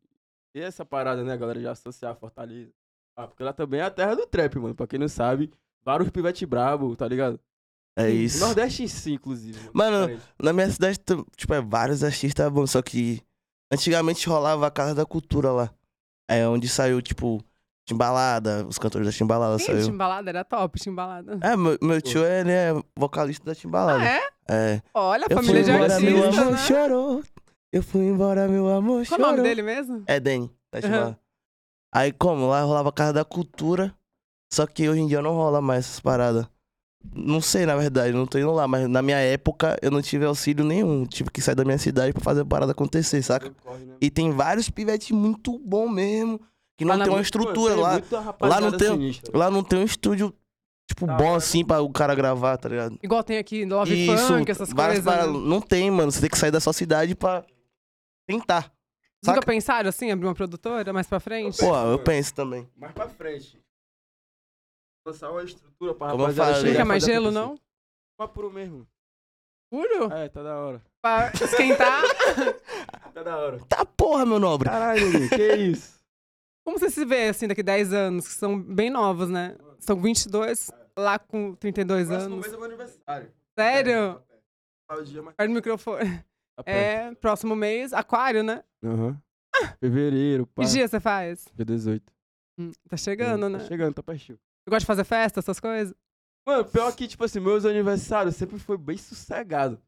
S2: ter essa parada, né, galera, de associar a Fortaleza. Ah, porque lá também é a terra do trap, mano. Pra quem não sabe, vários pivete brabo, tá ligado?
S3: É
S2: O
S3: isso.
S2: Nordeste em si, inclusive.
S3: Mano,
S2: Diferente.
S3: Na minha cidade, tam- tipo, é vários artistas bons, só que antigamente rolava a Casa da Cultura lá. É onde saiu, tipo, Timbalada, os cantores da Timbalada
S1: Ih,
S3: saiu.
S1: Timbalada era top, Timbalada.
S3: É, meu, meu tio, ele é vocalista da
S1: Ah,
S3: Timbalada.
S1: é?
S3: é?
S1: Olha, a
S3: Eu fui
S1: família de
S3: embora, meu
S1: artistas,
S3: amor
S1: né?
S3: chorou. Eu fui embora, meu
S1: Qual
S3: amor chorou.
S1: o nome dele mesmo?
S3: É Deni, da
S1: Aham.
S3: Timbalada. Aí, como? Lá rolava a Casa da Cultura, só que hoje em dia não rola mais essas paradas. Não sei, na verdade, não tô indo lá, mas na minha época eu não tive auxílio nenhum. Tive que sair da minha cidade pra fazer a parada acontecer, saca?
S2: Corre, né?
S3: E tem vários pivetes muito bom mesmo. Que não
S1: Lá na
S3: tem uma
S1: Mui-
S2: Pô,
S3: estrutura
S2: tem
S3: lá.
S2: muita rapaziada
S3: não tem-
S2: sinistra.
S3: Lá não tem um estúdio, tipo,
S2: Tá,
S3: bom
S2: né?
S3: assim pra o cara gravar, tá ligado?
S1: Igual tem aqui, Love
S3: Isso,
S1: Funk, essas
S3: várias
S1: coisas.
S3: paradas-
S1: né?
S3: Não tem, mano. Você tem que sair da sua cidade pra tentar.
S1: Nunca
S3: saca?
S1: pensaram assim, abrir uma produtora mais pra frente?
S3: Pô, eu penso também.
S2: Mais pra frente. Lançar uma estrutura pra
S3: Como eu
S2: rapaziada
S3: falei.
S1: Não
S2: chegar
S1: quer
S2: e
S1: mais
S2: fazer
S1: gelo,
S2: acontecer.
S1: não?
S2: Só puro mesmo.
S1: Puro?
S2: É, tá da hora.
S1: Pra esquentar?
S2: Tá da hora.
S3: Tá porra, meu nobre.
S2: Caralho, Nini, que isso?
S1: Como você se vê, assim, daqui 10 anos? Que são bem novos, né? São 22, lá com 32
S2: Próximo
S1: anos.
S2: mês é meu aniversário.
S1: Sério?
S2: Tá o dia mais.
S3: É.
S1: Olha o microfone.
S2: tá perto.
S1: É, próximo mês, aquário, né?
S2: Aham.
S3: Ah!
S2: Fevereiro, pá.
S1: Que dia você faz?
S2: Dia 18.
S1: Hum, tá chegando, né?
S2: Tá chegando, tá pertinho.
S1: Você gosta de fazer festa, essas coisas?
S2: Mano, pior que, tipo assim, meus aniversários sempre foi bem sossegado.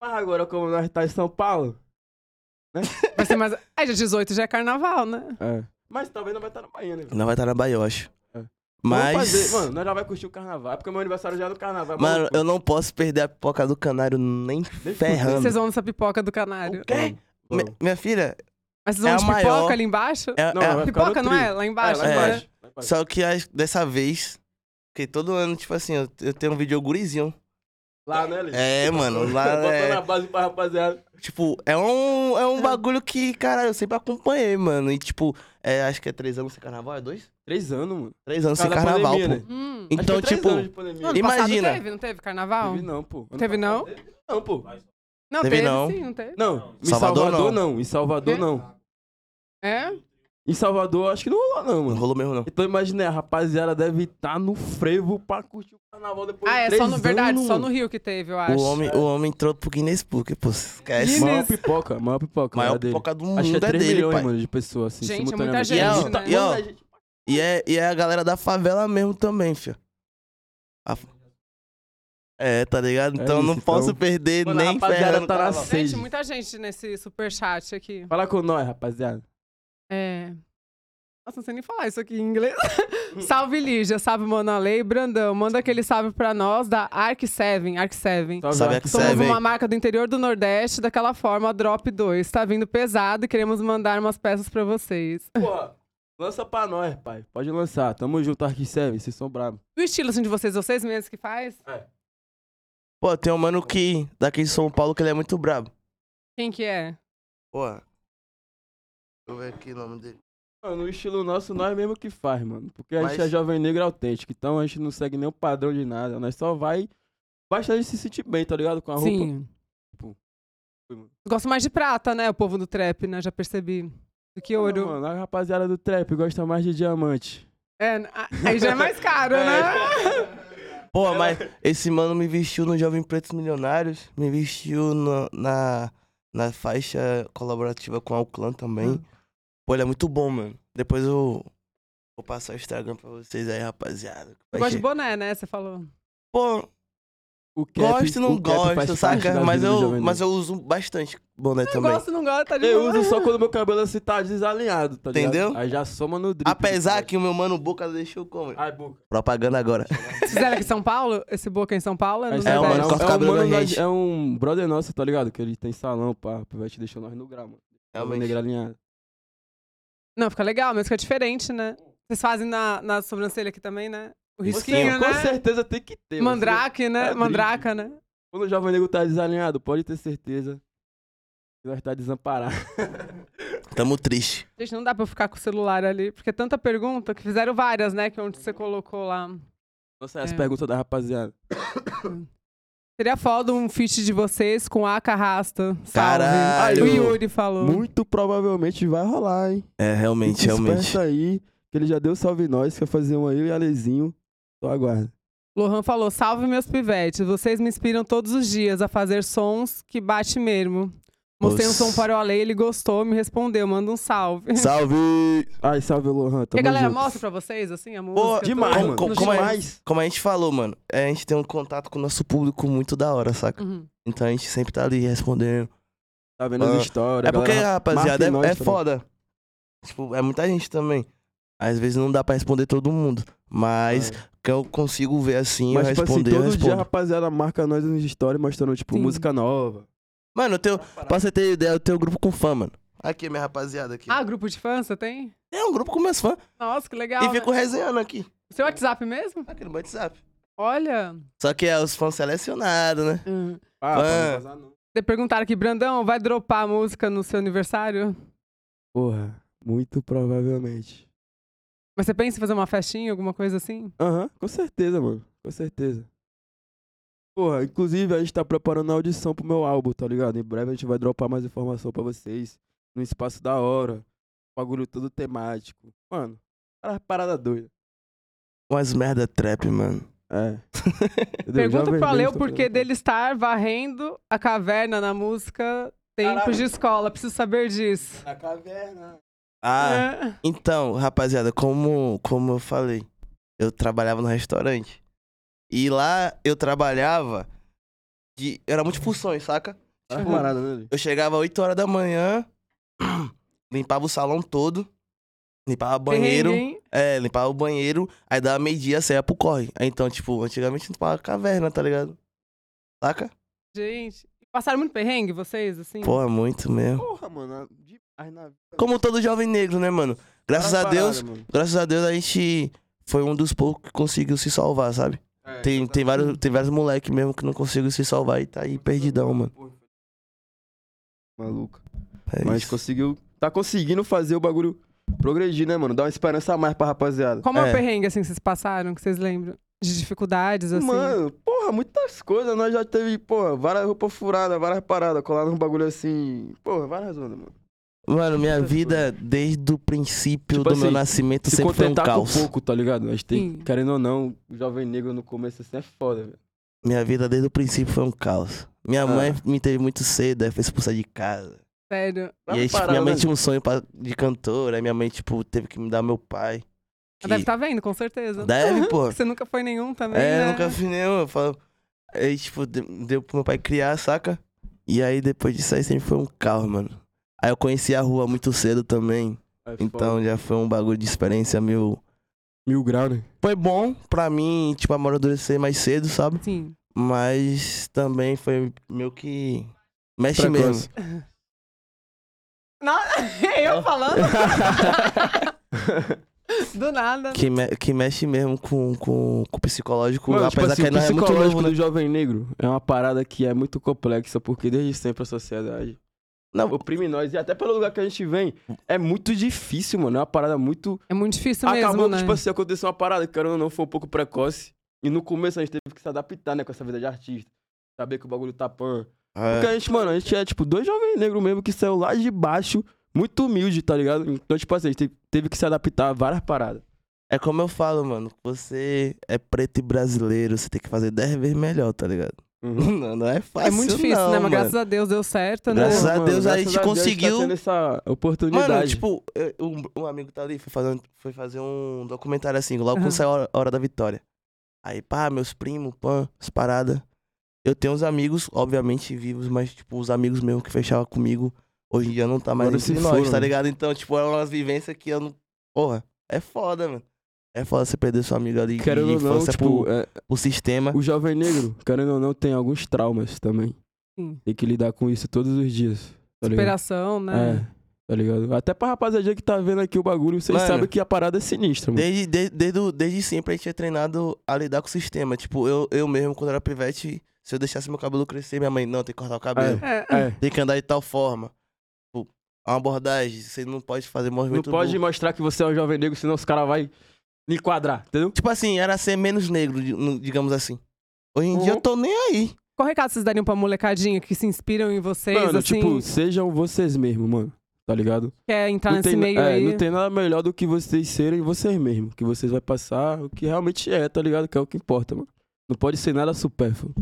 S2: Mas agora, como nós tá em São Paulo...
S1: Vai ser mais. Ah, dia 18 já é carnaval, né?
S2: É. Mas talvez não vai estar na Bahia, né? velho?
S3: Não vai estar na Bahia, eu acho.
S2: É.
S3: Mas.
S2: Vamos fazer. Mano, nós já vai curtir o carnaval. É porque meu aniversário já é no carnaval.
S3: Mano,
S2: maluco.
S3: eu não posso perder a pipoca do canário nem
S2: Nem
S3: ferrando.
S1: Vocês vão nessa pipoca do canário. Hum.
S3: O quê?
S2: Vamos.
S3: Mi- minha filha,
S1: Mas vocês vão
S3: É a
S1: de pipoca
S3: maior-
S1: ali embaixo?
S3: é,
S2: Não,
S3: é-
S2: vai ficar no
S1: Pipoca, não é?
S2: trio.
S1: lá
S2: É,
S1: embaixo,
S2: lá
S3: é.
S1: né?
S2: embaixo. lá embaixo.
S3: Só que as- dessa vez, porque todo ano, tipo assim, eu, eu tenho um vídeo gurizinho.
S2: Lá, né, Liz?
S3: É, mano, lá
S2: Botando a
S3: é.
S2: base pra rapaziada.
S3: Tipo, é um, é um bagulho que, caralho, eu sempre acompanhei, mano. E, tipo, é, acho que é três anos sem carnaval, é dois?
S2: Três anos, mano.
S3: Três anos sem
S2: Cada
S3: carnaval,
S2: pandemia,
S3: pô.
S2: né?
S1: Hum.
S2: Acho
S3: Então,
S2: que é três
S3: tipo,
S2: anos de pandemia.
S1: Não, ano passado
S3: imagina.
S1: teve, não teve carnaval?
S2: Teve não, pô. Ano
S1: Teve não?
S2: passado- Não, pô.
S1: Não,
S3: Teve
S1: teve,
S3: não.
S1: sim, não teve.
S2: Não, em
S3: Salvador,
S2: Salvador,
S3: não.
S2: não. Em Salvador
S1: Quê?
S2: não.
S1: É?
S2: Em Salvador acho que não rolou não,
S3: não
S2: mano.
S3: rolou mesmo, não.
S2: Então imaginei, a rapaziada deve estar no frevo pra curtir o carnaval depois
S1: Ah,
S2: de
S1: é
S2: três
S1: só no. Verdade,
S2: anos,
S1: só
S2: mano.
S1: no Rio que teve, eu
S3: O
S1: acho.
S2: é.
S3: homem, o homem entrou pro Guinness Book, pô. Esquece.
S1: Guinness.
S2: Maior pipoca, maior pipoca.
S3: Maior
S2: é dele.
S3: pipoca do
S2: Acho que é
S3: mundo é
S2: 3
S3: dele,
S2: milhões,
S3: pai.
S2: mano, de pessoas, assim,
S1: Gente, é muita
S2: simultaneamente.
S1: gente,
S3: E, ó,
S1: né?
S3: tá- e, ó, E é, e é a galera da favela mesmo também, fio. A f- É, tá ligado?
S2: É
S3: Então eu não
S2: isso,
S3: posso
S2: então.
S3: perder
S2: Mano, a
S3: nem
S2: rapaziada
S3: ferrando.
S2: tá na
S3: carnaval.
S1: Gente,
S2: sede.
S1: muita gente nesse superchat aqui.
S2: Fala com nós, rapaziada.
S1: É. Nossa, não sei nem falar isso aqui em inglês. salve Lígia, salve Monalei, Brandão. Manda aquele salve pra nós da Arc 7, Arc 7.
S3: Sabe a que
S1: Somos
S3: serve,
S1: uma
S3: hein?
S1: marca do interior do Nordeste, daquela forma, Drop 2. Tá vindo pesado e queremos mandar umas peças pra vocês.
S2: Porra, lança pra nós, pai. Pode lançar. Tamo junto, Ark 7, vocês são bravos.
S1: E o estilo assim, de vocês, vocês mesmos que faz?
S3: Pô, tem um mano que, daqui de São Paulo, que ele é muito brabo.
S1: Quem que é?
S3: Pô. Deixa eu ver aqui o nome dele.
S2: Mano, o estilo nosso, nós mesmo que faz, mano. Porque a gente é
S3: Mas-
S2: jovem negro autêntico, então a gente não segue nenhum padrão de nada. Nós só vai. Basta a gente se sentir bem, tá ligado? Com a roupa.
S1: Sim.
S2: tipo, foi, mano.
S1: Gosto mais de prata, né? O povo do trap, né? Já percebi. Do que ouro.
S2: Ah, Mano, a rapaziada do trap gosta mais de diamante.
S1: É, a- aí já é mais caro, né?
S3: Pô, mas esse mano me vestiu no Jovem Pretos Milionários, me vestiu no- na, na faixa colaborativa com a Alclan também.
S2: Hum.
S3: Pô, ele é muito bom, mano. Depois eu vou passar o Instagram pra vocês aí, rapaziada.
S1: Eu
S3: Vai
S1: gosto de
S3: ser-
S1: boné, né? Você falou.
S3: Pô,
S2: O cap,
S3: gosto e não
S2: é o cap faz
S3: gosto,
S2: parte
S3: saca?
S2: da
S3: Mas
S2: vida do
S3: eu,
S2: jovem
S3: mas
S2: negro.
S3: eu uso bastante boné também.
S1: Gosto, não gosto, tá de
S2: Eu
S1: boa.
S2: uso só quando meu cabelo assim tá desalinhado, tá ligado?
S3: Entendeu?
S2: Aí já soma no drip.
S3: Apesar que o meu mano Boca deixou como?
S2: Ai, boca.
S3: Propaganda agora.
S1: Vocês fizeram aqui em São Paulo? Esse boca em São Paulo? no
S3: É, o mano
S1: Nordeste?
S3: corta o
S2: é, um
S3: cabelo da
S2: mano, nós-
S3: gente.
S2: é um brother nosso, tá ligado? Que ele tem salão, pá. Vai te deixar nós no grau, mano. Jovem negro
S3: Realmente.
S2: alinhado.
S1: Não, fica legal, mas fica diferente, né? Vocês fazem na, na sobrancelha aqui também, né? O risquinho,
S2: Sim, Com
S1: né?
S2: certeza tem que ter. mano.
S1: Mandrake,
S2: É
S1: né?
S2: drink.
S1: Mandraca, né?
S2: Quando o jovem negro tá desalinhado, pode ter certeza que nós tá desamparado.
S3: Tamo triste.
S1: Gente, não dá pra eu ficar com o celular ali, porque é tanta pergunta que fizeram várias, né? Que onde você colocou lá.
S2: Nossa, as
S1: É.
S2: perguntas da rapaziada.
S1: Seria foda um feat de vocês com a Carrasta. Salve.
S3: Caralho.
S1: O Yuri falou.
S2: Muito provavelmente vai rolar, hein?
S3: É, realmente,
S2: Fique esperto
S3: realmente.
S2: aí, que ele já deu salve em nós, quer fazer um aí e Alezinho. Só aguarda.
S1: Lohan falou: salve meus pivetes, vocês me inspiram todos os dias a fazer sons que bate mesmo. Mostrei um
S3: Nossa.
S1: som para o Ale, ele gostou, me respondeu, manda um salve.
S3: Salve!
S2: Ai, salve, Lohan.
S1: E
S2: Tamo
S1: a galera
S2: junto.
S1: mostra pra vocês, assim, a música?
S3: Pô,
S1: tudo?
S2: demais,
S3: como,
S2: mano.
S3: como-
S1: No
S3: como é?
S1: geral.
S3: a, como a gente falou, mano, é, a gente tem um contato com o nosso público muito da hora, saca?
S1: Uhum.
S3: Então a gente sempre tá ali respondendo.
S2: Tá vendo as
S3: Ah,
S2: histórias.
S3: é porque,
S2: galera, marca
S3: rapaziada, é,
S2: nós,
S3: é
S2: tá ligado?
S3: foda. Tipo, é muita gente também. Às vezes não dá pra responder todo mundo. Mas
S2: É.
S3: que eu consigo ver assim,
S2: Mas,
S3: eu
S2: tipo assim,
S3: responder, eu
S2: todo dia a
S3: respondo.
S2: rapaziada marca nós nas histórias mostrando, tipo,
S1: Sim.
S2: música nova.
S3: Mano, eu tenho, pra você ter ideia, eu tenho um grupo com fã, mano. Aqui, minha rapaziada, aqui.
S1: Ah, grupo de fãs, você tem?
S3: É um grupo com meus fãs.
S1: Nossa, que legal.
S3: E
S1: né?
S3: fico resenhando aqui.
S1: Seu WhatsApp mesmo?
S3: Aqui no WhatsApp.
S1: Olha.
S3: Só que é os fãs selecionados, né?
S1: Hum.
S2: Ah,
S3: É.
S2: pra não vazar, não.
S1: Você perguntaram aqui, Brandão, vai dropar a música no seu aniversário?
S2: Porra, muito provavelmente.
S1: Mas você pensa em fazer uma festinha, alguma coisa assim?
S2: Aham, com certeza, mano. Com certeza. Porra, inclusive a gente tá preparando a audição pro meu álbum, tá ligado? Em breve a gente vai dropar mais informação pra vocês. Num espaço da hora. Bagulho todo temático. Mano, para- parada doida.
S3: Umas merda trap, mano.
S2: É. Entendeu?
S1: Pergunta
S2: Jovem
S1: pro Ale
S2: Nerd
S1: o
S2: tá
S1: porquê
S2: fazendo-
S1: dele estar varrendo a caverna na música Tempos
S2: Caralho.
S1: de Escola. Preciso saber disso.
S2: Na caverna.
S3: Ah,
S1: É.
S3: Então, rapaziada, como, como eu falei, eu trabalhava no restaurante. E lá eu trabalhava de. Era muito funções, saca?
S2: Olha a parada, né? Ale?
S3: Eu chegava 8 horas da manhã, limpava o salão todo, limpava banheiro.
S1: Perrengue, hein?
S3: É, limpava o banheiro, aí dava meio-dia, saia pro corre. Aí, Então, tipo, antigamente limpava caverna, tá ligado? Saca?
S1: Gente. Passaram muito perrengue vocês, assim?
S3: Pô, é muito mesmo.
S2: Porra, mano. Demais na vida. tá
S3: Como todo jovem negro, né, mano? Graças a
S2: Parada,
S3: Deus,
S2: mano.
S3: graças a Deus a gente foi um dos poucos que conseguiu se salvar, sabe?
S2: É,
S3: Tem, tem vários, tem vários moleques mesmo que não conseguem se salvar e tá aí perdidão, mano.
S2: Maluco.
S3: É
S2: Mas
S3: isso.
S2: conseguiu. Tá conseguindo fazer o bagulho progredir, né, mano? Dá uma esperança a mais pra rapaziada.
S1: Como é o
S3: É.
S1: perrengue, assim, que vocês passaram, que vocês lembram? De dificuldades, assim?
S2: Mano, porra, muitas coisas. Nós já teve, porra, várias roupas furadas, várias paradas, colar num bagulho assim. Porra, várias zonas, mano.
S3: Mano, minha
S2: Essas
S3: vida desde o princípio
S2: Tipo
S3: do meu
S2: assim,
S3: nascimento sempre foi um caos.
S2: com pouco, tá ligado? A gente tem,
S1: Sim.
S2: querendo ou não, o jovem negro no começo assim é foda, velho.
S3: Minha vida desde o princípio foi um caos. Minha
S2: Ah.
S3: mãe me teve muito cedo, aí foi expulsa de casa.
S1: Sério.
S3: e aí, tipo,
S2: Parada,
S3: minha mãe
S2: né?
S3: tinha um sonho pra- de cantora, aí minha mãe, tipo, teve que me dar meu
S1: Ela
S3: pai.
S2: Ah,
S3: Que-
S2: tá
S1: Deve estar vendo, com certeza.
S3: Deve, pô.
S1: Você nunca foi nenhum também,
S3: É,
S1: né?
S3: nunca fiz nenhum. Eu falo... Aí, tipo, de- deu pro meu pai criar, saca? E aí, depois disso aí, sempre foi um caos, mano. Aí eu conheci a rua muito cedo também.
S2: Aí foi
S3: Então já foi um bagulho de experiência meio.
S2: Mil graus, né?
S3: Foi bom pra mim, tipo, amadurecer mais cedo, sabe?
S1: Sim.
S3: Mas também foi meio que. Mexe
S2: Precoce.
S3: mesmo.
S1: Não, eu falando? Do nada.
S3: Que, me- que mexe mesmo com, com, com o psicológico,
S2: Mano, tipo
S3: apesar
S2: assim,
S3: que
S2: o
S3: ainda é muito
S2: psicológico
S3: novo, né?
S2: do jovem negro é uma parada que é muito complexa, porque desde sempre a sociedade
S3: Não,
S2: oprime nós. E até pelo lugar que a gente vem, é muito difícil, mano. É uma parada muito...
S1: É muito difícil
S2: Acabou
S1: mesmo,
S2: que,
S1: né?
S2: tipo assim, aconteceu uma parada que, cara, não foi um pouco precoce. E no começo a gente teve que se adaptar, né, com essa vida de artista. Saber que o bagulho tá pan. Porque
S3: é,
S2: a gente, mano, a gente é, tipo, dois jovens negros mesmo que saiu lá de baixo, muito humilde, tá ligado? Então, tipo assim, a gente te- teve que se adaptar a várias paradas.
S3: é como eu falo, mano. Você é preto e brasileiro, você tem que fazer 10 vezes melhor, tá ligado? Não, não é fácil.
S1: É muito difícil,
S3: não,
S1: né? Mas
S3: mano.
S1: graças a Deus deu certo, né?
S3: Graças a
S2: Mano,
S3: Deus a
S2: graças
S3: gente
S2: tá
S3: conseguiu-
S2: tendo essa oportunidade.
S3: Mano, tipo, eu- um, um amigo tá ali, foi fazer, um- foi fazer um documentário assim, logo
S1: Aham.
S3: quando saiu a hora, a Hora da vitória. Aí, pá, meus primos, pã, as paradas. Eu tenho uns amigos, obviamente vivos, mas, tipo, os amigos meus que fechavam comigo, hoje em dia não tá mais
S2: Agora
S3: entre
S2: se
S3: nós,
S2: foram,
S3: tá
S2: né?
S3: ligado? Então, tipo, é umas vivências que eu não. Porra, é foda, mano. É foda você perder seu amigo ali
S2: querendo
S3: de
S2: ou não,
S3: infância Ah.
S2: tipo,
S3: pro,
S2: é,
S3: pro sistema.
S2: o jovem negro, querendo ou não, tem alguns traumas também.
S1: Sim.
S2: Tem que lidar com isso todos os dias. Tá ligado?
S1: Superação, né?
S2: É, tá ligado? Até pra rapaziada que tá vendo aqui o bagulho, vocês
S3: Mano.
S2: sabem que a parada é sinistra, mano.
S3: Desde, de- desde, o- desde sempre a gente é treinado a lidar com o sistema. Tipo, eu, eu mesmo, quando era pivete, se eu deixasse meu cabelo crescer, minha mãe, não, tem que cortar o cabelo.
S1: É.
S2: É.
S3: Tem que andar de tal forma. Tipo, uma abordagem, você não pode fazer
S2: Não
S3: movimento.
S2: pode
S3: burro.
S2: mostrar que você é um jovem negro, senão os caras vão enquadrar, entendeu?
S3: Tipo assim, era ser menos negro, di- no- digamos assim. Hoje em dia
S2: Uhum.
S3: eu tô nem aí.
S1: Qual recado vocês dariam pra molecadinha que se inspiram em vocês,
S2: Mano,
S1: assim,
S2: tipo, sejam vocês mesmos, mano. Tá ligado?
S1: quer entrar
S2: não,
S1: nesse
S2: tem, na-
S1: meio
S2: é,
S1: aí?
S2: não tem nada melhor do que vocês serem vocês mesmos. Que vocês vai passar o que realmente é, tá ligado? Que é o que importa, mano. Não pode ser nada supérfluo.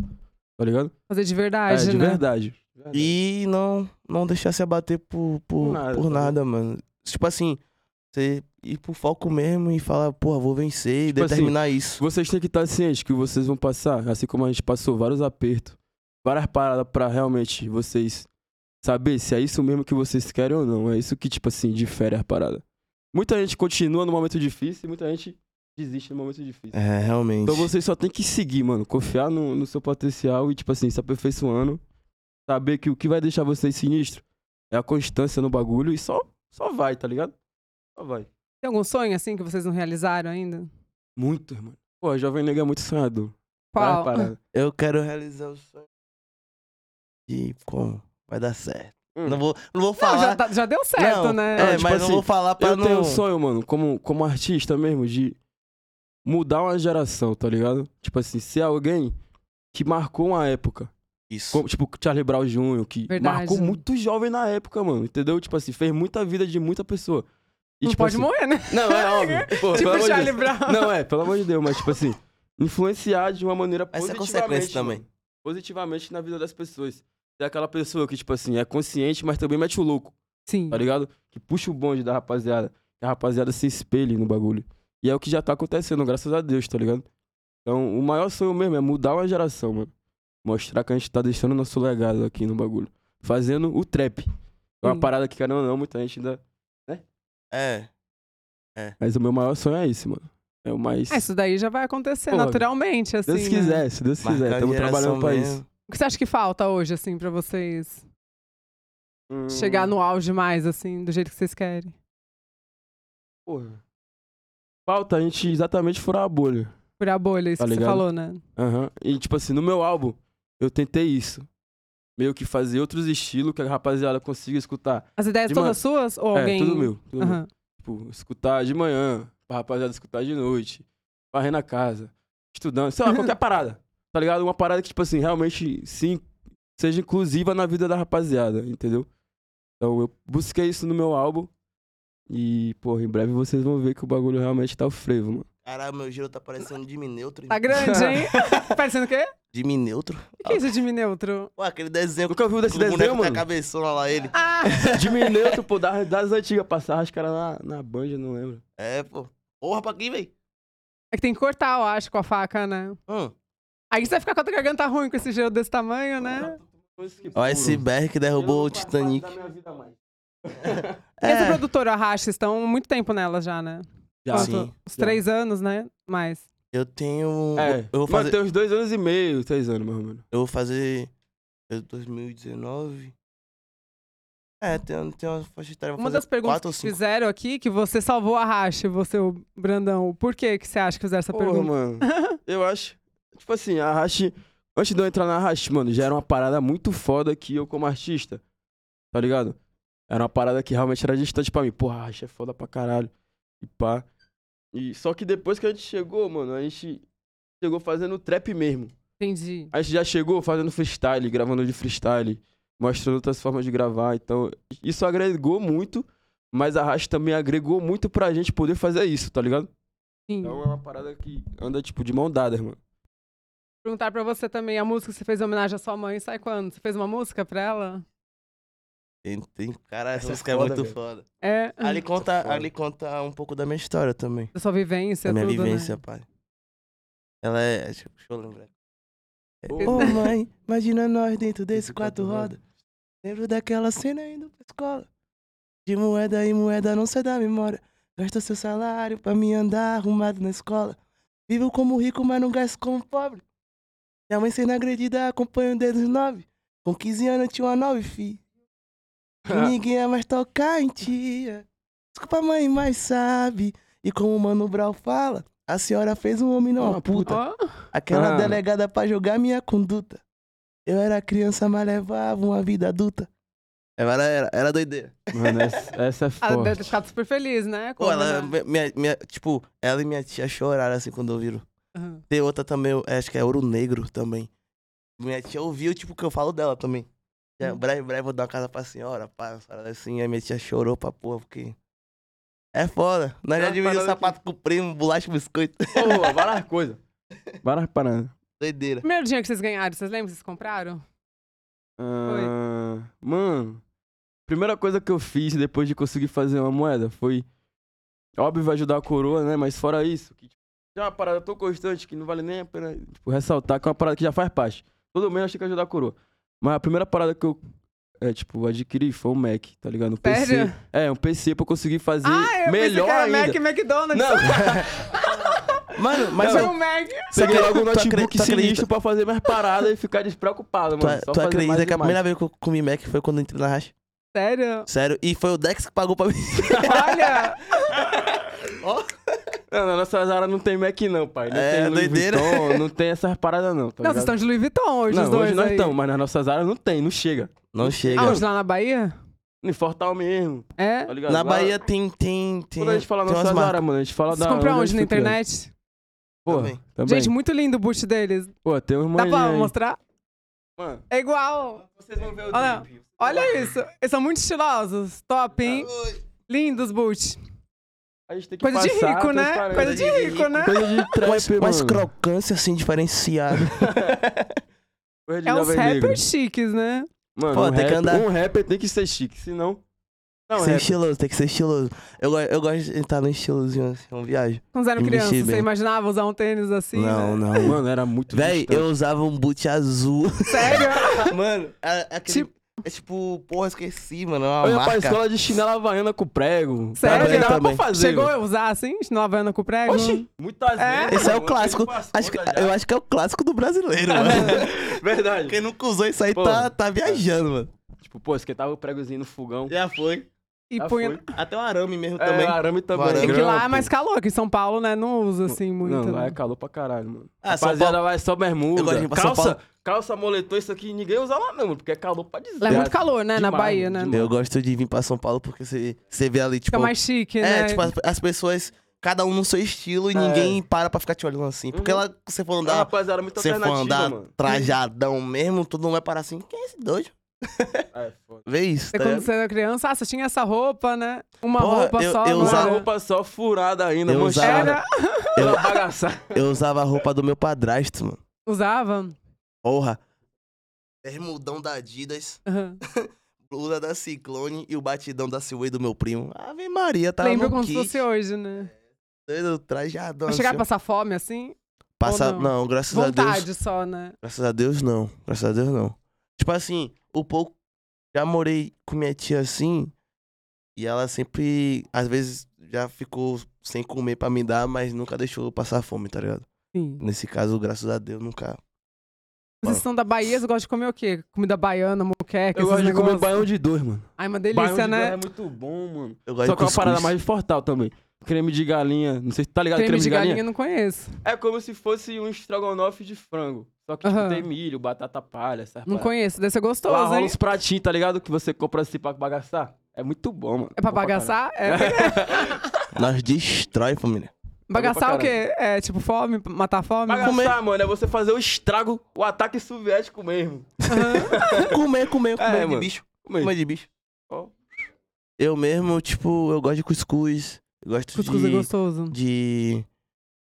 S2: Tá ligado?
S1: Fazer de verdade,
S2: é, de
S1: né?
S2: verdade.
S3: E não, não deixar se abater por, por,
S2: Uhum. Por nada,
S3: por nada,
S2: tá
S3: mano. Tipo assim, você ir pro foco mesmo e falar, porra, vou vencer
S2: Tipo
S3: e
S2: assim,
S3: determinar isso.
S2: Vocês têm que estar cientes que vocês vão passar, assim como a gente passou vários apertos, várias paradas pra realmente vocês saber se é isso mesmo que vocês querem ou não. É isso que, tipo assim, difere a parada. Muita gente continua no momento difícil e muita gente desiste no momento difícil.
S3: É, realmente.
S2: Então vocês só tem que seguir, mano. Confiar no, no seu potencial e, tipo assim, se aperfeiçoando. Saber que o que vai deixar vocês sinistro é a constância no bagulho e só, só vai, tá ligado? Só vai.
S1: Tem algum sonho, assim, que vocês não realizaram ainda?
S2: Muito, mano. Pô, jovem negro é muito sonhador.
S1: Qual?
S2: Vai, parada.
S3: Eu quero realizar o sonho. E como? Vai dar certo.
S2: Hum.
S3: Não, vou, não vou
S1: Não, já,
S3: falar.
S1: tá- já deu certo,
S3: Não,
S1: né?
S3: É,
S2: tipo
S3: mas
S2: assim,
S3: não vou falar pra
S2: Eu
S3: não.
S2: tenho um sonho, mano, como, como artista mesmo, de mudar uma geração, tá ligado? Tipo assim, ser alguém que marcou uma época.
S3: Isso.
S2: Como, tipo, Charlie Brown Jr., que
S1: Verdade.
S2: marcou muito jovem na época, mano. Entendeu? Tipo assim, fez muita vida de muita pessoa. E,
S1: não
S2: tipo
S1: pode
S2: assim,
S1: morrer, né?
S2: Não, é óbvio. Pô, pelo amor
S1: tipo
S2: de
S1: Charlie
S2: Deus.
S1: Brown.
S2: Não, é, pelo amor de Deus, mas tipo assim, influenciar de uma maneira
S3: Essa é a
S2: positivamente.
S3: consequência
S2: mano.
S3: também.
S2: Positivamente na vida das pessoas. É aquela pessoa que, tipo assim, é consciente, mas também mete o louco,
S1: Sim.
S2: tá ligado? Que puxa o bonde da rapaziada. Que a rapaziada se espelhe no bagulho. E é o que já tá acontecendo, graças a Deus, tá ligado? Então, o maior sonho mesmo é mudar uma geração, mano. Mostrar que a gente tá deixando o nosso legado aqui no bagulho. Fazendo o trap. É uma
S1: Sim.
S2: parada que, caramba, não, muita gente ainda.
S3: É.
S2: Mas o meu maior sonho é esse, mano. É o mais.
S1: Ah, isso daí já vai acontecer
S2: Pô,
S1: naturalmente, assim.
S2: Deus
S1: né?
S2: quiser, se Deus
S3: marcar
S2: quiser.
S3: a
S2: Estamos
S3: geração
S2: trabalhando pra
S3: mesmo.
S2: isso.
S1: O que você acha que falta hoje, assim, pra vocês
S2: Hum.
S1: chegar no auge mais, assim, do jeito que vocês querem?
S2: Porra. Falta a gente exatamente furar a bolha.
S1: Furar a bolha, isso
S2: Tá
S1: que
S2: ligado?
S1: você falou, né?
S2: Aham. E, tipo assim, no meu álbum, eu tentei isso. Meio que fazer outros estilos que a rapaziada consiga escutar.
S1: As ideias
S2: De
S1: todas
S2: uma-
S1: suas ou alguém...
S2: É, tudo meu. Tudo meu.
S1: Aham.
S2: Tipo, escutar de manhã, pra rapaziada escutar de noite, varrendo a casa, estudando, sei lá, qualquer parada. Tá ligado? Uma parada que, tipo assim, realmente sim, seja inclusiva na vida da rapaziada, entendeu? Então eu busquei isso no meu álbum. E, porra, em breve vocês vão ver que o bagulho realmente tá o frevo, mano.
S3: Caralho, meu giro tá parecendo Jimmy Neutro.
S1: Tá grande, hein? Parecendo o quê?
S3: Jimmy Neutro?
S1: O que é isso de mi neutro?
S3: Ué, aquele desenho
S2: Nunca viu desse
S3: com o boneco
S2: desenho,
S3: com a
S2: mano?
S3: cabeçona lá, ele.
S1: Ah!
S2: Diminuiu, pô, das, das antigas, passava os caras na, na banja, não lembro.
S3: É, pô. Porra, pra quem, véi?
S1: É que tem que cortar, eu acho, com a faca, né?
S3: Hum.
S1: Aí você vai ficar com a garganta ruim com esse
S2: Tá,
S1: gelo desse tamanho, né?
S3: O iceberg que derrubou o Titanic.
S1: Essa
S3: É,
S1: produtora, a Racha, estão há muito tempo nela já, né?
S2: Já.
S1: Quanto?
S3: Sim,
S1: Uns três anos, né? Mais.
S3: eu tenho.
S2: É,
S3: Eu vou fazer.
S2: Mano, tem uns dois anos e meio, três anos, mais ou menos.
S3: Eu vou fazer. é, eu- 2019. É, tem, tem uma faixa etária. vou
S1: Uma
S3: fazer
S1: das perguntas que
S3: quatro ou cinco.
S1: fizeram aqui, que você salvou a Racha, você, o Brandão. Por que, que você acha que fizeram essa
S2: Porra,
S1: pergunta?
S2: mano. Eu acho. Tipo assim, a Hashi. Antes de eu entrar na Hashi, mano, já era uma parada muito foda que eu, como artista, tá ligado? Era uma parada que realmente era distante pra mim. Porra, a Hashi é foda pra caralho. E pá. E, só que depois que a gente chegou, mano, a gente chegou fazendo trap mesmo.
S1: Entendi.
S2: A gente já chegou fazendo freestyle, gravando de freestyle, mostrando outras formas de gravar. Então, isso agregou muito, mas a Hashi também agregou muito pra gente poder fazer isso, tá ligado?
S1: Sim.
S2: Então é uma parada que anda, tipo, de mão dada, mano.
S1: Perguntar pra você também, a música que você fez em homenagem à sua mãe, sai quando? Você fez uma música pra ela?
S3: Tem, tem, cara,
S2: Essa é
S3: essas caras é
S2: foda,
S3: muito
S2: velho.
S3: foda.
S1: É.
S3: Ali conta,
S2: foda.
S3: ali conta um pouco da minha história também.
S1: Da sua vivência,
S3: da É minha
S1: tudo,
S3: vivência,
S1: né?
S3: pai. Ela é. Deixa, deixa eu lembrar. É,
S2: Ô,
S3: Ô mãe, imagina nós dentro desse
S2: Desse
S3: quatro
S2: quatro
S3: rodas. Lembro daquela cena indo pra escola. De moeda e moeda não sai da memória. Gasta seu salário pra me andar arrumado na escola. Vivo como rico, mas não gasto como pobre. Minha mãe sendo agredida, acompanha um dedo dos nove. Com 15 anos eu tinha uma nove, fi. Que ninguém ia mais tocar em tia. Desculpa, mãe, mas sabe. E como o Mano Brau fala, a senhora fez um homem, não uma
S2: Uma
S3: puta.
S1: Ó,
S3: Aquela
S2: Ah.
S3: delegada pra jogar minha conduta. Eu era criança, mas levava uma vida adulta. É, Ela era, era doideira.
S2: Mano, essa, essa é
S1: ela deve
S2: forte.
S1: ter ficado super feliz, né?
S3: Pô,
S1: Quando,
S3: ela,
S1: né?
S3: mi- minha, minha- tipo, ela e minha tia choraram assim quando ouviram.
S1: Aham.
S3: Tem outra também, eu- acho que é Ouro Negro também. Minha tia ouviu, tipo, o que eu falo dela também. Já,
S1: Hum.
S3: breve, breve, vou dar uma casa pra senhora, pá, a senhora assim. Aí minha tia chorou pra porra, porque. É foda. Nós
S2: É
S3: já
S2: uma
S3: dividimos
S2: parada que-
S3: sapato com o primo, bolacha, biscoito.
S2: Pô, várias coisas. Várias paradas.
S3: Doideira.
S1: Primeiro dinheiro que vocês ganharam, vocês lembram que vocês compraram?
S2: Ah, mano, primeira coisa que eu fiz depois de conseguir fazer uma moeda foi. Óbvio, vai ajudar a coroa, né? Mas fora isso, que tipo, já é uma parada tão constante que não vale nem a pena tipo, ressaltar, que é uma parada que já faz parte. Todo mês eu achei que ia ajudar a coroa. Mas a primeira parada que eu. É, tipo, adquiri foi um Mac, tá ligado? Um PC.
S1: Sério?
S2: É, um PC pra eu conseguir fazer
S1: Ah, eu pensei
S2: melhor
S1: que era
S2: ainda.
S1: Mac e McDonald's.
S2: Não,
S3: Mano, mas.
S1: Tinha
S3: eu-
S1: um Mac.
S2: Peguei
S3: Tu
S2: logo um
S3: acre- tu
S2: notebook
S3: acredita-
S2: sinistro pra fazer mais parada e ficar despreocupado,
S3: Tu,
S2: mano. Só
S3: tu
S2: fazer mais
S3: acredita
S2: e
S3: que a
S2: mais.
S3: primeira vez que eu comi Mac foi quando eu entrei na racha?
S1: Sério?
S3: Sério, e foi o Dex que pagou pra mim.
S1: Olha!
S2: Não, na nossa Zara não tem Mac não, pai. Não
S3: É,
S2: tem Louis
S3: doideira.
S2: Vuitton, não tem essas paradas não, tá
S1: não, vocês
S2: ligado?
S1: estão de Louis Vuitton hoje, os
S2: não,
S1: dois
S2: hoje nós
S1: aí.
S2: estamos, mas na nossa Zara não tem, não chega.
S3: Não chega.
S1: Ah, hoje lá na Bahia?
S2: Em Fortal mesmo,
S1: É?
S2: tá ligado?
S3: na
S2: Lá-
S3: Bahia tem, tem, tem.
S2: Quando a gente fala
S3: tem
S2: nossa
S3: umas
S2: Zara, mano, a gente fala
S1: Vocês
S2: da...
S1: compraram
S2: onde
S1: onde? Na
S2: eles ficaram.
S1: internet?
S2: Porra,
S3: Também.
S2: também.
S1: Gente, muito lindo o boot deles.
S2: Pô, tem uns
S1: Dá pra
S2: maninhos aí.
S1: mostrar?
S2: Mano,
S1: É igual.
S2: vocês vão ver o
S1: Olha.
S2: drip.
S1: Olha isso. Eles são muito estilosos. Top, hein? Lindos boot.
S2: A gente tem que
S1: Coisa de
S2: passar
S1: rico, né?
S2: transparente.
S1: Coisa de rico, né?
S2: Coisa de trap,
S3: Mas,
S2: mano.
S3: mas crocância assim, diferenciada.
S2: Coisa de
S1: É uns
S2: jovem negro.
S1: rappers chiques, né?
S2: Mano,
S3: Pô,
S2: um,
S3: tem que
S2: rapper,
S3: andar-
S2: um rapper tem que ser chique, senão... Não, é.
S3: ser
S2: rapper-
S3: estiloso, tem que ser estiloso. Eu, go- eu gosto de estar no estilozinho assim, não viagem.
S1: Quando eram
S3: Me
S1: crianças,
S3: mexi
S1: você
S3: bem.
S1: imaginava usar um tênis assim?
S3: não,
S1: né?
S3: não.
S2: Mano, era muito
S3: Véi,
S2: distante.
S3: eu usava um boot azul.
S1: Sério?
S3: mano, é, é aquele- é tipo, porra, esqueci, mano. É uma
S2: Eu ia pra
S3: marca.
S2: escola de chinela havaiana com prego.
S1: Sério?
S2: Tá bem, dava
S3: Também.
S2: pra fazer.
S1: Chegou
S2: mano.
S1: a usar assim, no Havana com prego?
S2: Oxi, muitas
S1: É?
S2: vezes.
S3: Esse é
S2: mano,
S3: o clássico.
S2: eu fiz com as
S3: Acho que-
S2: contas já.
S3: eu acho que é o clássico do brasileiro, mano.
S2: Verdade.
S3: Quem nunca usou isso aí
S2: Pô.
S3: tá, tá viajando, mano.
S2: Tipo, pô, esquentava o pregozinho no fogão.
S3: Já foi.
S1: E
S2: Já
S1: punha...
S2: foi.
S3: Até o arame mesmo
S2: É,
S3: também.
S2: arame também.
S3: O arame.
S1: É que lá é
S2: Grampo.
S1: mais calor, que em São Paulo, né? Não usa assim muito.
S2: Não, lá
S1: né?
S2: é calor pra caralho, mano.
S3: Ah, São
S2: Rapaziada,
S3: Paulo-
S2: lá é só bermuda.
S3: Eu gosto de ir pra São
S2: calça,
S3: Paulo.
S2: calça, moletom, isso aqui ninguém usa lá não, mano, porque é calor pra dizer.
S1: Lá é muito calor, né? Na
S2: Demais,
S1: Bahia, né?
S2: demais.
S3: Eu gosto de vir pra São Paulo porque você você vê ali, tipo.
S1: Fica mais chique, né?
S3: É, tipo, as, as pessoas, cada um no seu estilo e
S2: É.
S3: ninguém para pra ficar te olhando assim. Porque
S2: Uhum.
S3: lá, você for
S2: Ah,
S1: É,
S3: andar,
S2: rapaziada, muito
S3: você for andar
S2: alternativa, mano.
S3: trajadão mesmo, todo mundo vai parar assim. Quem é esse doido?
S2: É, foda.
S3: Vê isso.
S1: Você,
S3: Tá
S1: quando
S3: ligado?
S1: você era criança, ah, você tinha essa roupa, né? Uma
S3: Porra,
S1: roupa
S3: eu-
S1: só.
S3: eu
S1: não
S2: Uma
S3: usava-
S1: era?
S2: roupa só furada ainda,
S3: Eu
S2: manchada.
S1: Era,
S2: Toda bagaçada.
S3: Eu usava a roupa do meu padrasto, mano.
S1: usava.
S3: Porra. Bermudão da Adidas,
S1: Aham.
S3: blusa da Ciclone e o batidão da Silway do meu primo. Ave Maria, tá
S1: Lembro
S3: no
S1: como
S3: kit,
S1: se fosse hoje, né?
S3: doido, trajadão.
S1: Pra chegar a
S3: assim,
S1: passar fome, assim,
S3: ó. Passa-
S1: não?
S3: não? graças a Deus.
S1: vontade só, né?
S3: Graças a Deus, não. um Graças a Deus, não. Tipo assim, o pouco. Já morei com minha tia assim. E ela sempre, às vezes, já ficou sem comer pra me dar, mas nunca deixou eu passar fome, tá ligado?
S1: Sim.
S3: Nesse caso, graças a Deus, nunca.
S1: Vocês são da Bahia, vocês gostam de comer o quê? Comida baiana, moqueca,
S2: Eu
S1: esses
S2: gosto de comer
S1: negócios?
S2: baião de dois, mano.
S1: Ai, uma
S2: baião
S1: delícia,
S2: de dois
S1: né?
S2: é muito bom, mano.
S3: Eu gosto
S2: Só
S3: de
S2: que é uma parada
S3: cuscuz.
S2: mais fortal também. Creme de galinha, não sei se tá ligado
S1: Creme de galinha eu não conheço.
S2: É como se fosse um estrogonofe de frango. Só que
S1: Aham.
S2: tipo, tem milho, batata palha, essas
S1: Não
S2: paradas.
S1: conheço. Deve ser
S2: Lá
S1: gostoso,
S2: rola
S1: hein?
S2: uns pratinhos, tá ligado? Que você compra assim pra bagaçar. É muito bom, mano.
S1: É pra
S2: Bom caralho.
S1: bagaçar? É.
S3: Nós destrói, família.
S1: bagaçar
S2: pra
S1: o quê? É tipo fome? Matar a fome?
S2: Bagaçar, mano, é você fazer o estrago, o ataque soviético mesmo.
S3: comer, comer, comer
S2: É,
S3: de
S2: mano.
S3: bicho.
S2: Comer.
S3: Comer de bicho.
S2: Ó.
S3: Eu mesmo, tipo, eu gosto de cuscuz. Eu gosto
S1: Cuscuz é
S3: de.
S1: gostoso.
S3: de.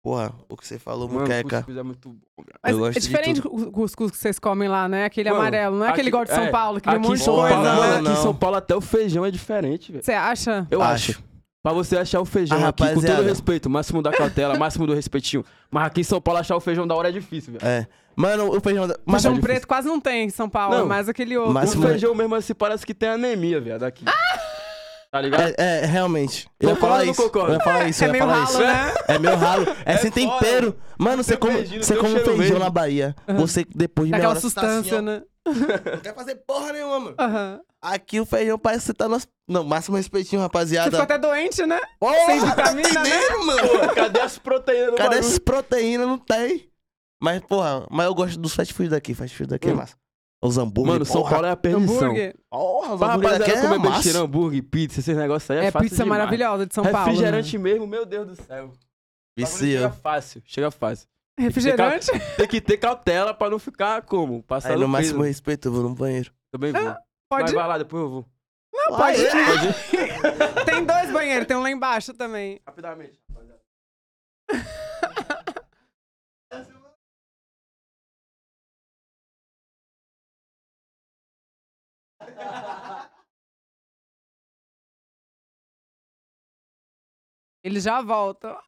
S3: Porra, o que você falou,
S2: Mano,
S3: muqueca.
S2: cuscuz é muito bom, cara.
S1: Mas
S3: Eu gosto
S1: é
S3: de
S1: diferente o cuscuz que vocês comem lá, né? Aquele
S2: Mano,
S1: amarelo, não é aquele
S2: aqui-
S1: igual de São
S2: é,
S1: Paulo, que tem um
S2: aqui em
S1: monte de
S2: São
S1: coisa.
S2: Paulo,
S3: Não,
S1: né?
S2: mano, aqui em São Paulo até o feijão é diferente, velho.
S1: Você acha?
S2: Eu
S3: Acho.
S2: acho. Pra você achar o feijão
S3: Ah,
S2: aqui, com todo
S3: rapaziada.
S2: o respeito, máximo da cautela, máximo do respeitinho. Mas aqui em São Paulo achar o feijão da hora é difícil, velho.
S3: É. Mano, o feijão da. Mas é
S1: Feijão
S2: difícil.
S1: preto quase não tem em São Paulo,
S2: Não,
S1: mas aquele outro.
S2: O
S3: máximo- Assim,
S2: feijão mesmo assim parece que tem anemia, viado, aqui. Tá ligado?
S3: é, é, realmente. Eu ia
S2: Concordo
S3: falar
S2: ou não
S3: isso.
S2: concordo?
S3: Eu ia falar isso,
S1: é
S3: eu ia
S1: meio
S3: falar
S1: ralo,
S3: isso.
S1: né?
S3: É meu ralo. É, sem
S2: foda.
S3: tempero. Mano,
S2: Não
S3: você
S2: tem
S3: come,
S2: feijão,
S3: você
S2: tem um
S3: come
S2: cheiro
S3: feijão
S2: verde.
S3: na Bahia. Você, depois de
S1: Dá
S3: meia
S1: Aquela
S3: hora, você tá assim,
S1: sustância,
S3: ó.
S1: né?
S3: Não quer fazer porra nenhuma, mano.
S1: Aham.
S3: Aqui o feijão parece que você tá no... Não, máximo respeitinho,
S1: Você ficou
S3: rapaziada.
S1: até doente, né?
S3: Porra,
S1: sem vitamina,
S3: tá
S1: né?
S3: entendendo, mano?
S2: Pô, cadê as proteínas do
S3: Cadê
S2: bagulho?
S3: essas proteínas? Não tem. Mas, porra, mas eu gosto dos fast food daqui. Fast food daqui é
S2: Hum.
S3: massa. Os hambúrguer,
S2: Mano, São
S3: porra.
S2: Paulo é a perdição.
S1: Hambúrguer.
S3: Porra, os
S2: Pra
S3: hambúrguer daqui
S2: rapaziada
S3: é
S2: comer
S3: massa.
S2: besteira, hambúrguer, pizza, esses negócios aí é,
S1: É,
S2: fácil
S1: pizza
S2: demais.
S1: maravilhosa de São Paulo. né?
S2: Refrigerante mesmo, meu Deus do céu. O bagulho Chega
S3: Vicia.
S2: fácil, chega fácil.
S1: Refrigerante?
S2: Tem que ter cautela pra não ficar como? Passar
S3: Aí, no
S2: no
S3: máximo respeito, eu vou no banheiro.
S2: Também vou. Mas
S1: Ah, Pode.
S2: vai lá, depois eu vou.
S1: Não, pode.
S3: Vai, é.
S1: Tem dois banheiros, tem um lá embaixo também.
S2: Rapidamente, rapaziada.
S1: Ele já volta.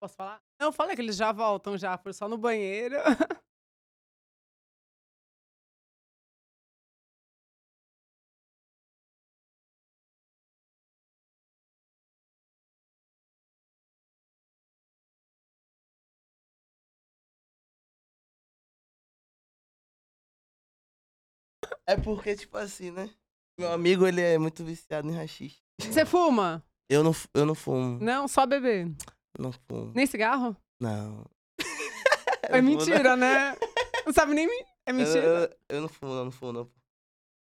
S1: Posso falar? Não, falei que eles já voltam já, foi só no banheiro.
S3: É porque, tipo assim, né? Meu amigo, ele é muito viciado em rachixe.
S1: Você fuma?
S3: Eu não, fu- eu não fumo.
S1: Não, só beber.
S3: Não fumo.
S1: Nem cigarro?
S3: Não.
S1: É
S3: Eu não fumo,
S1: mentira, né? Não sabe nem me... É
S3: não. Eu,
S1: mentira.
S3: eu- eu não fumo, não, não fumo, não.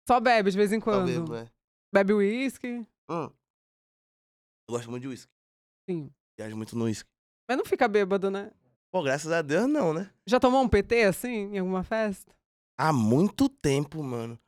S1: Só bebe né? de vez em quando.
S3: Talvez, é.
S1: Bebe uísque.
S3: Hum. Eu gosto muito de uísque.
S1: Sim.
S3: Viajo muito no uísque.
S1: Mas não fica bêbado, né?
S3: Pô, graças a Deus, não, né?
S1: Já tomou um PT assim, em alguma festa?
S3: Há muito tempo, mano.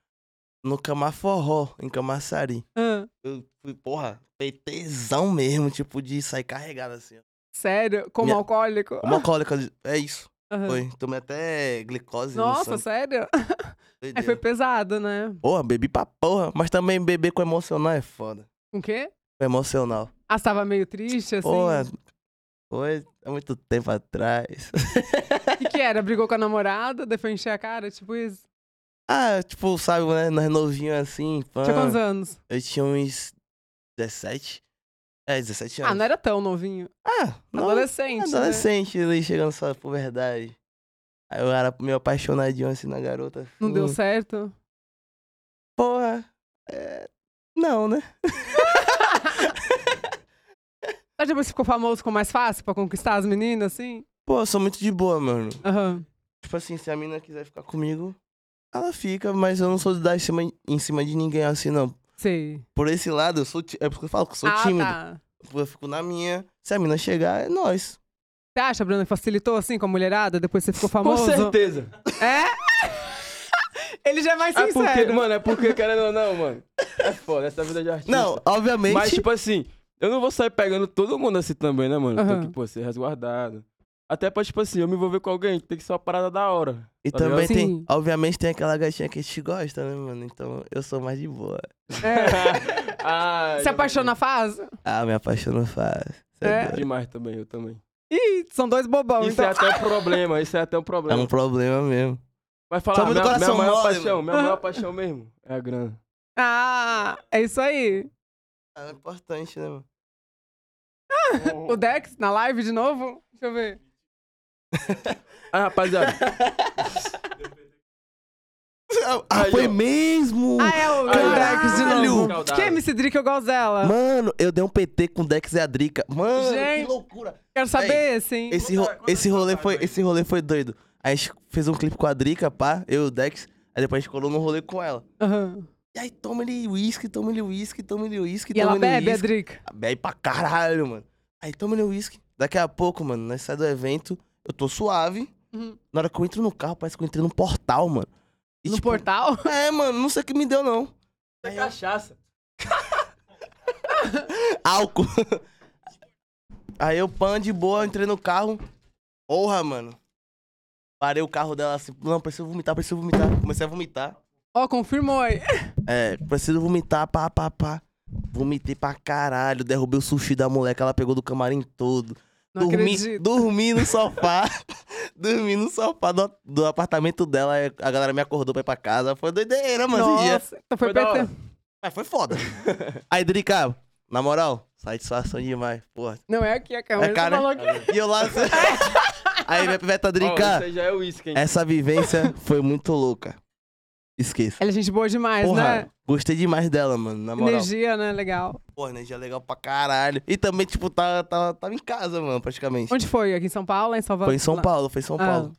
S3: No Camaforró, em Camaçari.
S1: Hã?
S3: Eu fui, porra, PTzão mesmo, tipo, de sair carregado assim. ó.
S1: Ah! sério? Como
S3: Minha-
S1: alcoólico?
S3: Uma cólica, de- é isso.
S1: Aham.
S3: Foi. Tomei até glicose.
S1: Ah. Nossa,
S3: no sangue.
S1: sério? Aí
S3: Doideira.
S1: foi pesado, né?
S3: Porra, bebi pra porra. Mas também beber com emocional é foda.
S1: Com o quê?
S3: Com emocional.
S1: Ah, você tava meio triste, assim?
S3: Porra, foi há é muito tempo atrás.
S1: O que, que era? Brigou com a namorada, depois encher a cara, tipo isso?
S3: ah, tipo, sabe, né? Nós novinhos assim. Pã.
S1: Tinha quantos anos?
S3: Eu tinha uns 17. É, 17 anos.
S1: Ah, não era tão novinho.
S3: Ah, não.
S1: Adolescente, né?
S3: Adolescente, ele chegando só por verdade. Aí eu era meio apaixonadinho assim na garota.
S1: Não deu
S3: Hum,
S1: certo?
S3: Porra. É... Não, né?
S1: Mas depois que ficou famoso, ficou mais fácil pra conquistar as meninas, assim?
S3: Pô, eu sou muito de boa, mano.
S1: Aham.
S3: Tipo assim, se a mina quiser ficar comigo, Ela fica, mas eu não sou de dar em cima, em cima de ninguém assim, não.
S1: Sei.
S3: Por esse lado, eu sou. ti- É porque eu falo que eu sou tímido.
S1: tá.
S3: Eu fico na minha. Se a mina chegar, é nós.
S1: Você acha, Bruno, que facilitou assim com a mulherada? Depois você ficou
S2: Com
S1: famoso?
S2: certeza.
S1: É? Ele já é mais
S2: É porque,
S1: sincero.
S2: mano, é porque, cara, não, não, mano. É foda, essa vida de artista.
S3: Não, obviamente.
S2: Mas, tipo assim, eu não vou sair pegando todo mundo assim também, né, mano?
S1: Aham.
S2: Tem que, pô, ser resguardado. Até pra, tipo assim, eu me envolver com alguém, tem que ser uma parada da hora.
S3: e
S2: tá
S3: também
S1: ligado? Sim.
S3: tem. Obviamente tem aquela gatinha que a gente gosta, né, mano? Então eu sou mais de boa.
S2: ah,
S1: Se apaixonou na fase?
S3: Ah, me apaixono fácil. Cê
S1: É.
S3: é doido.
S2: Demais também, eu também.
S1: Ih, são dois bobão,
S2: isso
S1: então.
S2: é até um problema, isso é até um
S3: É
S2: problema.
S3: um problema mesmo.
S2: Mas
S3: Só
S2: falar,
S3: muito
S2: minha, minha
S3: coração
S2: maior
S3: mole,
S2: paixão,
S3: mano.
S2: minha maior paixão mesmo é a grana.
S1: Ah, é isso aí.
S3: Ah, é importante, né, mano?
S1: O Dex na live de novo? Deixa eu ver.
S2: Ah, rapaziada,
S3: Ah,
S2: Aí,
S3: foi
S2: ó.
S3: mesmo!
S1: Ah, é o,
S2: Aí,
S1: o Dex de
S3: caralho!
S1: novo. Que é MC Drica, eu gosto dela.
S3: Mano, eu dei um PT com o Dex e a Drica. Mano,
S1: Gente.
S3: que loucura.
S1: Quero saber, assim.
S3: Esse, ro- esse, rolê foi, esse rolê foi doido. A gente fez um clipe com a Drica, pá, eu e o Dex. Aí depois a gente colou no rolê com ela.
S1: Aham.
S3: E aí toma-lhe uísque, toma-lhe uísque, toma-lhe uísque,
S1: E ela
S3: toma-lhe
S1: bebe, a
S3: uísque.
S1: Drica.
S3: Bebe pra caralho, mano. Aí toma-lhe uísque. Daqui a pouco, mano, nós saímos do evento. Eu tô suave.
S1: Uhum.
S3: Na hora que eu entro no carro, parece que eu entrei num portal, mano. E,
S1: No
S3: tipo,
S1: portal?
S3: É, mano, não sei o que me deu, não.
S2: é cachaça.
S3: álcool. Aí eu, pan de boa, entrei no carro. Porra, mano. Parei o carro dela assim, não, preciso vomitar, preciso vomitar. Comecei a vomitar.
S1: Ó, confirmou aí.
S3: É, preciso vomitar, pá, pá, pá. Vomitei pra caralho, derrubei o sushi da moleca, ela pegou do camarim todo.
S1: Não
S3: dormi,
S1: acredito.
S3: dormi no sofá. dormi no sofá do, do apartamento dela. aí A galera me acordou pra ir pra casa. Foi doideira, mano, é? esse dia.
S1: Nossa, então foi,
S2: Foi da hora.
S1: PT.
S3: Mas foi foda. Aí, Drica, na moral, satisfação demais. Porra,
S1: Não é aqui a câmera.
S3: É, cara.
S1: Você falou aqui.
S3: E eu lá. Aí, minha piveta
S2: Ó,
S3: Drica,
S2: isso aí já é uísque, hein?
S3: essa vivência foi muito louca. Esqueça.
S1: Ela é gente boa demais,
S3: Porra,
S1: né?
S3: gostei demais dela, mano, na moral.
S1: Energia, né? Legal.
S3: Porra, energia é legal pra caralho. E também, tipo, tava, tava, tava em casa, mano, praticamente.
S1: Onde foi? Aqui em São Paulo? Em Salvador?
S3: Foi em São Paulo, foi em São
S1: Ah.
S3: Paulo.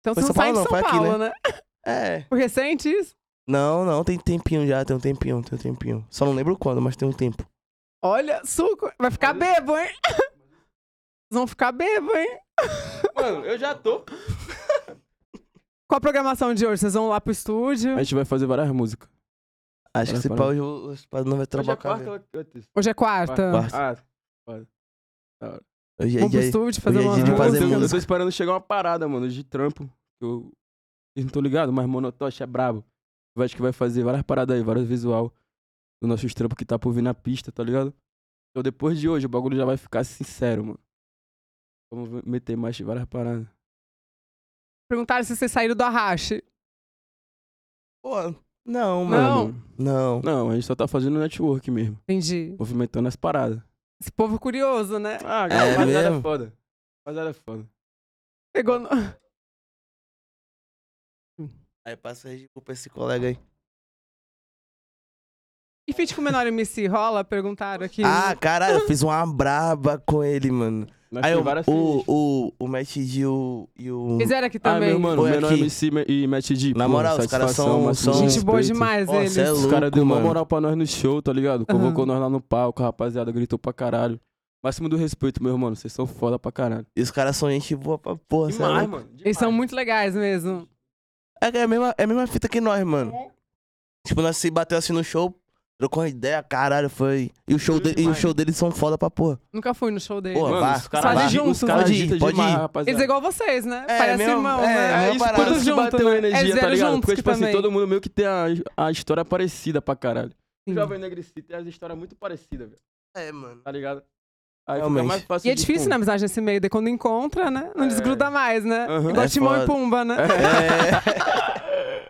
S1: Então
S3: Foi
S1: você
S3: em
S1: não sai
S3: São
S1: de
S3: Paulo,
S1: São
S3: não, foi aqui,
S1: Paulo, né?
S3: É.
S1: Foi recente isso?
S3: Não, não, tem tempinho já, tem um tempinho, tem um tempinho. Só não lembro quando, mas tem um tempo.
S1: Olha, suco. Vai ficar bebo, hein? Vocês vão ficar bebo, hein?
S2: Mano, eu já tô.
S1: Qual a programação de hoje? Vocês vão lá pro estúdio?
S2: A gente vai fazer várias músicas.
S3: Acho
S2: Bora,
S3: que esse
S2: bora.
S3: pau hoje eu- esse pau não vai
S2: Hoje é
S3: trabalhar.
S2: quarta ou é quinta?
S1: Hoje é quarta.
S3: Quarta.
S2: Ah,
S3: Hoje
S1: Vamos
S3: é
S1: pro
S3: dia.
S1: estúdio fazer
S3: hoje é
S1: uma
S3: dia de fazer
S2: eu, tô, eu
S3: música.
S2: tô esperando chegar uma parada, mano, de trampo. que Eu, eu não tô ligado, mas Monotosh é brabo. Eu acho que vai fazer várias paradas aí, vários visual do nosso trampo que tá por vir na pista, tá ligado? Então depois de hoje o bagulho já vai ficar sincero, mano. Vamos ver- meter mais várias paradas.
S1: Perguntaram se vocês saíram do arrache.
S3: Pô, não, mano.
S1: Não.
S3: Não.
S2: Não, a gente só tá fazendo network mesmo.
S1: Entendi.
S2: Movimentando as paradas.
S1: Esse povo curioso, né?
S2: Ah,
S3: É
S2: mas era
S3: mesmo?
S2: foda. Mas era foda.
S1: Pegou no...
S3: Aí passa a desculpa pra esse colega aí.
S1: E feat com o menor MC rola? Perguntaram aqui.
S3: Ah, caralho, eu fiz uma braba com ele, mano.
S2: Nós
S3: Aí
S2: tem
S3: o,
S2: várias
S3: o, o, o Matt G o- e o.
S1: Fizeram aqui
S2: Ah,
S1: também.
S2: meu mano,
S3: Foi
S2: menor
S3: aqui.
S2: MC me- e Matt G.
S3: Na
S2: pô,
S3: moral, os caras
S2: satisfação,
S3: são-
S2: máximo
S3: são-
S1: Gente boa
S2: respeito.
S1: demais,
S3: Ó,
S1: eles.
S3: cê é
S2: Os caras
S3: louco,
S2: deu uma
S3: mano.
S2: moral pra nós no show, tá ligado? Convocou nós lá no palco, a rapaziada gritou pra caralho. Máximo do respeito, meu mano. Vocês são foda pra caralho.
S3: E os caras são gente boa pra porra, cê é louco.
S2: mano.
S1: Eles são muito legais mesmo.
S3: É, que é, a mesma, é a mesma fita que nós, mano. Tipo, nós se bateu assim no show, trocou uma ideia, caralho, foi. E o show,
S2: Doido
S3: dele, e o
S2: demais.
S3: show deles são foda pra porra.
S1: Nunca fui no show deles.
S3: Pô,
S2: Mano,
S3: Vá,
S2: os caras
S1: vá.
S2: agitam- os
S1: Pode
S2: caras
S3: ir,
S2: agitam
S3: pode
S2: demais,
S3: ir.
S2: rapaziada.
S1: Eles é igual vocês, né?
S3: É,
S1: Parece
S3: mesmo-
S1: irmão,
S3: é,
S1: né?
S3: mesmo
S2: É isso,
S3: parada.
S2: quando
S1: Tudo
S2: se
S1: junto, né?
S2: bateu a
S1: É
S2: energia, tá
S1: zero
S2: ligado?
S1: juntos
S2: Porque,
S1: que
S2: tipo assim,
S1: também.
S2: todo mundo meio que tem a, a história parecida pra caralho.
S1: Sim.
S2: Jovem Negrecito tem as histórias muito parecidas, velho.
S3: É, mano.
S2: Tá ligado? Aí fica
S3: Realmente.
S2: mais fácil.
S1: E é
S3: Tipo,
S2: de,
S1: difícil
S2: pô,
S1: na amizade nesse meio, daí quando encontra, né? Não
S2: É.
S1: desgruda mais, né?
S2: Aham.
S1: Igual
S3: É
S1: Timão e
S3: foda.
S1: Pumba, né?
S3: É.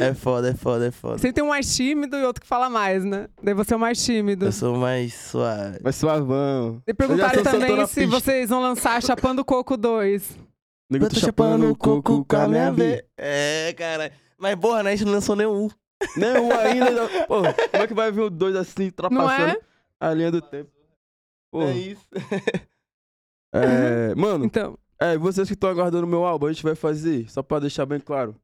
S3: é foda, é foda, é foda.
S1: Sempre tem um mais tímido e outro que fala mais, né? Daí você é o mais tímido.
S3: Eu sou mais suave.
S2: Mas suavão.
S1: E perguntaram
S2: Eu já tô soltando
S1: também
S2: a
S1: se
S2: pista.
S1: vocês vão lançar Chapando Coco 2.
S2: Nego, tô chapando o coco com a minha vida.
S3: vez. É, cara. Mas, porra, né, a gente não lançou nenhum.
S2: Não, ainda. não. Pô, como é que vai vir o dois assim,
S1: Não
S2: ultrapassando
S1: é?
S2: a linha do tempo? Pô,
S3: É isso.
S2: é, mano,
S1: Então,
S3: Hum.
S2: é, vocês que estão aguardando o meu álbum, a gente vai fazer, só pra deixar bem claro.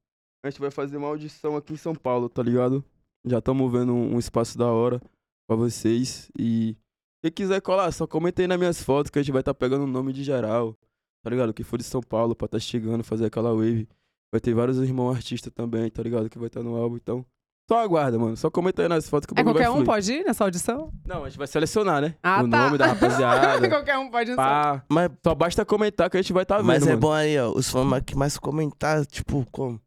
S2: A gente vai fazer uma audição aqui em São Paulo, tá ligado? Já estamos vendo um, um espaço da hora pra vocês. E quem quiser colar, só comenta aí nas minhas fotos que a gente vai estar pegando o nome de geral, tá ligado? Que for de São Paulo pra tá chegando, fazer aquela wave. Vai ter vários irmãos artistas também, tá ligado? Que vai estar no álbum, então. Só aguarda, mano. Só comenta aí nas fotos que o
S1: É
S2: bagulho vai
S1: qualquer um
S2: fluir.
S1: pode ir nessa audição?
S2: Não, a gente vai selecionar, né?
S1: Ah,
S2: o
S1: tá.
S2: nome da
S3: Ah,
S2: rapaziada.
S1: qualquer um pode ir. nessa-
S2: pá.
S3: Mas,
S2: Só basta comentar que a gente vai estar vendo.
S3: mas é
S2: mano.
S3: bom aí, ó. Os fãs que mais comentaram, tipo, como?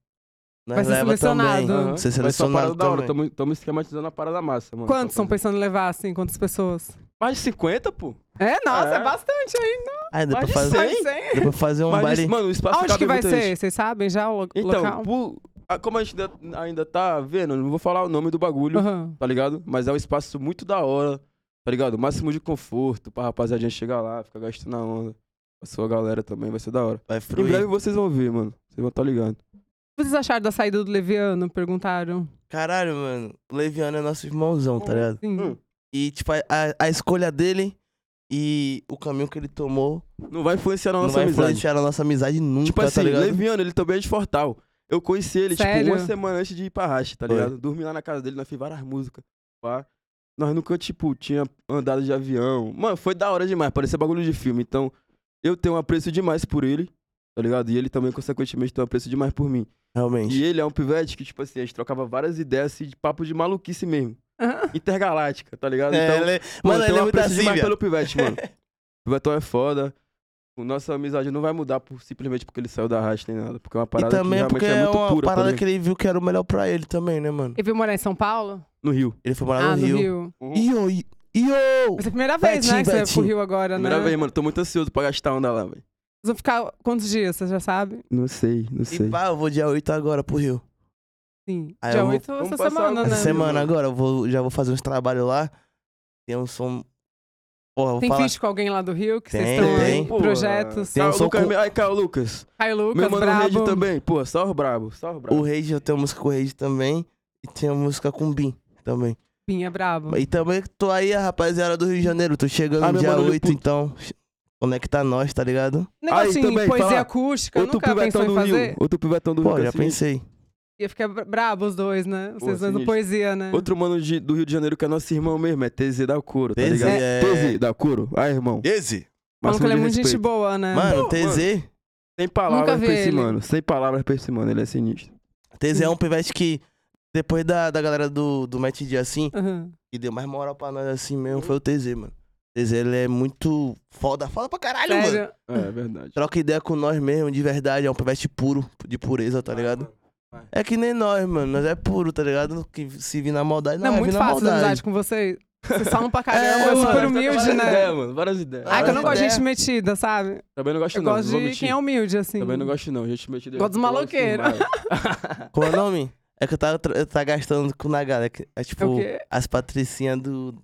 S3: Nós
S1: Vai ser
S3: leva
S1: selecionado.
S3: também.
S1: Aham.
S3: Ser
S2: Vai ser uma
S3: selecionado
S2: parada da hora.
S3: também.
S2: Tamo, tamo esquematizando a parada massa, mano.
S1: Quantos estão
S2: Rapaziada.
S1: pensando em levar, assim? Quantas pessoas?
S2: Mais de 50, pô.
S1: É, nossa, é,
S2: É.
S1: bastante ainda.
S3: Aí Ah, dá pra
S2: Pode
S3: fazer.
S2: ser.
S1: Mas, hein?
S3: Dá pra fazer um
S2: Mas,
S3: baile.
S2: mano, o espaço
S1: Aonde
S2: cabe
S1: que vai
S2: muita
S1: ser?
S2: gente.
S1: Vocês sabem já o lo-
S2: Então,
S1: local?
S2: por- ah, como a gente ainda, ainda tá vendo, eu não vou falar o nome do bagulho,
S1: Aham.
S2: tá ligado? Mas é um espaço muito da hora, tá ligado? Máximo de conforto pra rapaziada chegar lá, ficar gastando a onda. A sua galera também vai ser da hora.
S3: Vai
S2: Em breve
S3: fruir.
S2: vocês vão ver, mano. Vocês vão estar tá ligado.
S1: O que vocês acharam da saída do Leviano? Perguntaram.
S3: Caralho, mano. O Leviano é nosso irmãozão, tá ligado?
S1: Sim.
S2: Hum.
S3: E, tipo, a, a- a escolha dele e o caminho que ele tomou
S2: Não vai influenciar na
S3: não
S2: nossa
S3: vai
S2: amizade.
S3: influenciar a nossa amizade nunca,
S2: Tipo
S3: tá
S2: assim,
S3: ligado?
S2: Leviano, ele também é de Fortal. Eu conheci ele,
S1: Sério?
S2: tipo, uma semana antes de ir pra racha, tá
S3: Foi.
S2: ligado? Dormi lá na casa dele, nós fizemos várias músicas. Pá. Nós nunca, tipo, tinha andado de avião. Mano, foi da hora demais, parecia bagulho de filme. Então, eu tenho um apreço demais por ele, tá ligado? E ele também, consequentemente, tem um apreço demais por mim.
S3: Realmente.
S2: E ele é um pivete que, tipo assim, a gente trocava várias ideias assim, de papo de maluquice mesmo.
S1: Aham.
S2: Intergaláctica, tá ligado?
S3: É,
S2: então,
S3: ele-
S2: Mano,
S3: mano,
S2: tem
S3: ele é
S2: um
S3: muito
S2: apreço
S3: assim,
S2: demais
S3: viado.
S2: pelo Pivete, mano. O Pivetão é foda. O Nossa amizade não vai mudar por- simplesmente porque ele saiu da racha nem nada. Porque é uma
S3: E
S2: parada que
S3: também
S2: realmente
S3: porque
S2: é
S3: é
S2: muito
S3: uma
S2: pura.
S3: parada
S2: Parada
S3: que ele viu que era o melhor pra ele também, né, mano?
S1: Ele veio morar em São Paulo?
S2: No Rio.
S3: Ele foi morar
S1: ah,
S3: no Rio. Io, i- Io!
S1: Vai ser a primeira vez,
S3: Betinho,
S1: né? Que você vai pro
S3: Betinho.
S1: Rio agora, né?
S2: Primeira vez, mano. Tô muito ansioso pra gastar onda lá, velho.
S1: Vocês vão ficar quantos dias, você já sabe?
S2: Não sei, não
S3: E pá, eu vou dia 8 agora pro Rio.
S1: Sim.
S3: Ah,
S1: Dia
S3: eu vou-
S1: 8
S2: vamos
S1: essa
S2: passar
S1: semana,
S2: essa
S1: né?
S3: Essa semana
S2: mano.
S3: agora, eu vou, já vou fazer uns trabalhos lá. Tem um som. Porra, eu vou
S1: Tem
S3: falar.
S1: feat com alguém lá do Rio que vocês
S3: Tem,
S1: estão
S3: tem.
S1: em projetos.
S3: Tem
S2: Tem
S3: um
S2: o
S3: som
S2: Ah, Lucas.
S3: com-
S2: Ai, Caio Lucas.
S1: Caio Lucas,
S2: Meu mano Rede
S1: brabo.
S2: também. Pô, salve brabo. Salve
S3: O
S2: brabo.
S3: Rage, eu tenho música com o Rage também. E tenho música com o Bim também.
S1: Pinha é brabo.
S3: E também tô aí, a rapaziada do Rio de Janeiro. Tô chegando
S2: Ah, meu
S3: dia
S2: mano, ele
S3: 8,
S2: puto.
S3: então. Conecta nós, tá ligado?
S1: Negocinho,
S2: também,
S1: assim, poesia
S2: fala.
S1: acústica,
S2: Outro
S1: nunca pensou
S2: pivetão
S1: em
S2: do
S1: fazer?
S2: Rio. Outro pivetão do
S3: Pô,
S2: Rio.
S3: já
S2: assim.
S3: pensei.
S1: Ia ficar bra- brabo os dois, né? Vocês dois no
S2: sinistro.
S1: poesia, né?
S2: Outro mano de- do Rio de Janeiro que é nosso irmão mesmo. É TZ da Curo, tá
S3: TZ,
S2: ligado?
S3: é.
S2: TZ da Curo. Ah, irmão.
S3: Esse?
S1: Falam que
S2: máximo
S1: ele é
S2: de
S1: muito gente
S2: respeito.
S1: boa, né?
S3: Mano,
S2: Pô,
S3: TZ.
S2: Sem palavras
S1: vi
S2: pra esse
S1: ele.
S2: mano. Sem palavras pra esse mano. Ele é sinistro.
S3: TZ é um pivete que. Depois da, da galera do, do Match Dia assim,
S1: Aham.
S3: que deu mais moral pra nós assim mesmo, foi o TZ, mano. TZ, ele é muito foda, foda pra caralho, mano.
S1: Sério.
S2: É, é verdade.
S3: troca ideia com nós mesmo, de verdade. É um pivete puro, de pureza, tá ligado?
S2: vai.
S3: É que nem nós, mano. Nós é puro, tá ligado? Que se vir na maldade,
S1: Não,
S3: não,
S1: é
S3: vai
S1: muito
S3: vir na
S1: fácil a amizade
S3: maldade.
S1: com vocês. Vocês falam pra caramba,
S3: É,
S1: é, super
S3: mano,
S1: humilde, né?
S2: Ideias, mano, várias ideias.
S1: Ai, que eu não gosto de
S3: Várias
S1: gente metida, sabe?
S2: Também não gosto
S1: Eu
S2: É. não,
S1: gosto
S2: não vou
S1: de
S2: mentir.
S1: quem é humilde, assim.
S2: Também não gosto não, gente metida.
S1: Gosto dos maloqueiros.
S3: Como é o nome? É que eu tava, tra- eu tava gastando com na galera. que É
S1: É o
S3: tipo,
S1: quê?
S3: as patricinhas do.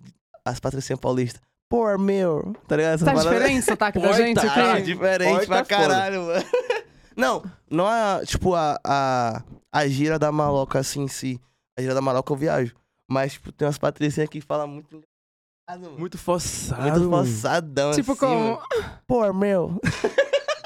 S3: As patricinhas paulistas. Pô, meu. Tá ligado? Essas
S1: Tá
S3: paradas-
S1: diferente o sotaque da
S2: Porta,
S1: gente
S3: Tá
S1: aqui?
S3: diferente
S2: Olha,
S3: pra
S2: tá
S3: caralho, mano. Não, não é, tipo, a, a, a gira da maloca, assim, em si. A gira da maloca eu viajo. Mas, tipo, tem umas patricinhas que falam muito engraçado, mano.
S2: Muito forçado,
S3: Muito
S2: mano.
S3: forçadão,
S1: Tipo
S3: assim,
S1: como...
S3: mano. Pô, meu.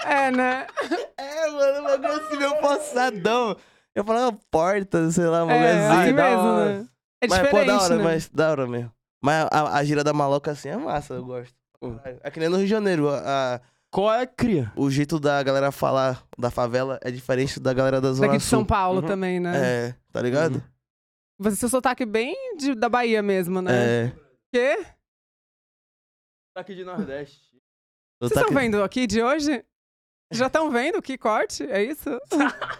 S1: É, né?
S3: É, mano, o bagulho assim, meu forçadão. Eu falava porta, sei lá, mano.
S1: É,
S3: assim.
S1: assim
S2: Um da
S1: mesmo,
S2: hora.
S1: né? É
S3: mas, pô, da
S1: diferente,
S3: hora,
S1: né?
S3: mas da hora mesmo. Mas a, a gira da maloca, assim, é massa, eu gosto.
S2: Hum.
S3: É que nem no Rio de Janeiro, a- a-
S2: Qual é, cria?
S3: o jeito da galera falar da favela é diferente da galera da Zona
S1: Daqui é de São
S3: Sul.
S1: Paulo
S2: Uhum.
S1: também, né? Uhum,
S3: É, tá ligado?
S1: Você tem o sotaque bem de- da Bahia mesmo, né?
S3: É.
S1: Quê?
S2: Daqui Tá de Nordeste.
S1: Vocês estão vendo aqui de hoje? Já estão vendo que corte? É isso?